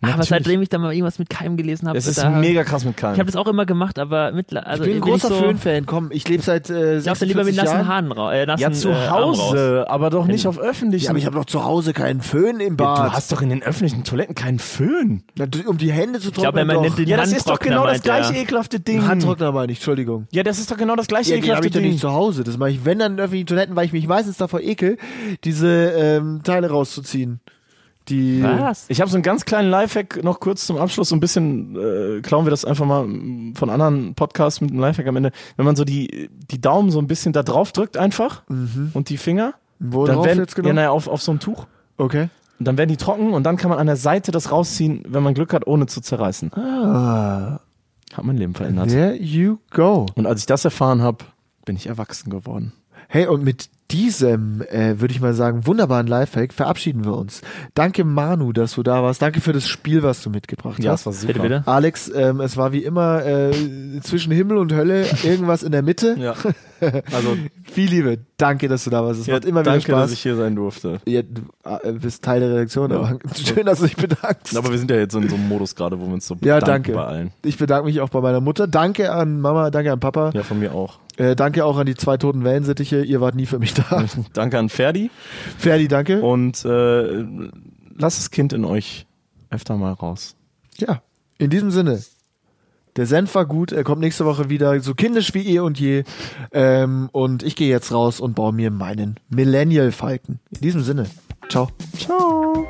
Speaker 3: Aber
Speaker 2: Natürlich.
Speaker 3: seitdem ich da mal irgendwas mit Keim gelesen habe,
Speaker 2: Es ist
Speaker 3: da-
Speaker 2: mega krass mit
Speaker 3: Ich
Speaker 2: Keim.
Speaker 3: habe das auch immer gemacht, aber mittlerweile. Also
Speaker 1: ich bin ein großer
Speaker 3: so,
Speaker 1: Föhn-Fan, komm, ich lebe seit äh,
Speaker 3: Darfst du lieber
Speaker 1: 46
Speaker 3: mit nassen
Speaker 1: Jahren.
Speaker 3: Haaren raus? Äh, nassen,
Speaker 2: Ja,
Speaker 3: äh,
Speaker 2: zu
Speaker 3: Armen raus.
Speaker 2: Hause, aber doch nicht auf öffentlichen.
Speaker 1: Ja, aber ich habe doch zu Hause keinen Föhn im
Speaker 2: Ja,
Speaker 1: Bad.
Speaker 2: du hast doch in den öffentlichen Toiletten keinen Föhn.
Speaker 1: Na, du- um die Hände zu
Speaker 3: glaub,
Speaker 1: trocknen.
Speaker 3: wenn man
Speaker 1: doch.
Speaker 3: nimmt den-
Speaker 2: Ja, das ist doch
Speaker 3: Handtrockner,
Speaker 2: genau das
Speaker 3: meint er.
Speaker 2: gleiche ekelhafte Ding.
Speaker 1: Handtrockner meine ich, Entschuldigung.
Speaker 2: Ja, das ist doch genau das gleiche
Speaker 1: Ja, den habe
Speaker 2: ekelhafte
Speaker 1: ich doch
Speaker 2: Ding.
Speaker 1: nicht zu Hause. Das mache ich, wenn dann in öffentlichen Toiletten, weil ich mich meistens davor ekel, diese ähm, Teile rauszuziehen. Die.
Speaker 3: Was?
Speaker 2: Ich habe so einen ganz kleinen Lifehack noch kurz zum Abschluss. So ein bisschen äh, klauen wir das einfach mal mm, von anderen Podcasts mit einem Lifehack am Ende. Wenn man so die, die Daumen so ein bisschen da drauf drückt einfach und die Finger,
Speaker 1: Mhm. Wo
Speaker 2: dann
Speaker 1: drauf
Speaker 2: werden,
Speaker 1: jetzt genau?
Speaker 2: ja, naja, auf, auf so ein Tuch.
Speaker 1: Okay.
Speaker 2: Und dann werden die trocken und dann kann man an der Seite das rausziehen, wenn man Glück hat, ohne zu zerreißen.
Speaker 1: Ah,
Speaker 2: Hat mein Leben verändert.
Speaker 1: there you go.
Speaker 2: Und als ich das erfahren habe, bin ich erwachsen geworden.
Speaker 1: Hey, und mit diesem, äh, würde ich mal sagen, wunderbaren Lifehack verabschieden wir uns. Danke, Manu, dass du da warst. Danke für das Spiel, was du mitgebracht hast.
Speaker 2: war
Speaker 3: Bitte, bitte.
Speaker 1: Alex, ähm, es war wie immer äh, zwischen Himmel und Hölle irgendwas in der Mitte.
Speaker 2: Ja. Also,
Speaker 1: Viel Liebe, danke, dass du da warst. Es macht immer wieder
Speaker 2: danke,
Speaker 1: Spaß.
Speaker 2: dass ich hier sein durfte.
Speaker 1: ja, du äh, bist Teil der Redaktion, aber schön, dass du dich bedankst.
Speaker 2: Aber wir sind ja jetzt in so einem Modus gerade, wo wir uns so
Speaker 1: ja, danke.
Speaker 2: bedanken bei allen.
Speaker 1: Ich bedanke mich auch bei meiner Mutter. Danke an Mama, danke an Papa.
Speaker 2: Ja, von mir auch.
Speaker 1: Äh, danke auch an die zwei toten Wellensittiche. Ihr wart nie für mich da.
Speaker 2: Danke an Ferdi
Speaker 1: Ferdi, danke.
Speaker 2: und äh, lasst das Kind in euch öfter mal raus.
Speaker 1: Ja, in diesem Sinne. Der Senf war gut, er kommt nächste Woche wieder, so kindisch wie eh und je. Ähm, und ich gehe jetzt raus und baue mir meinen Millennial-Falken. In diesem Sinne. Ciao.
Speaker 2: Ciao.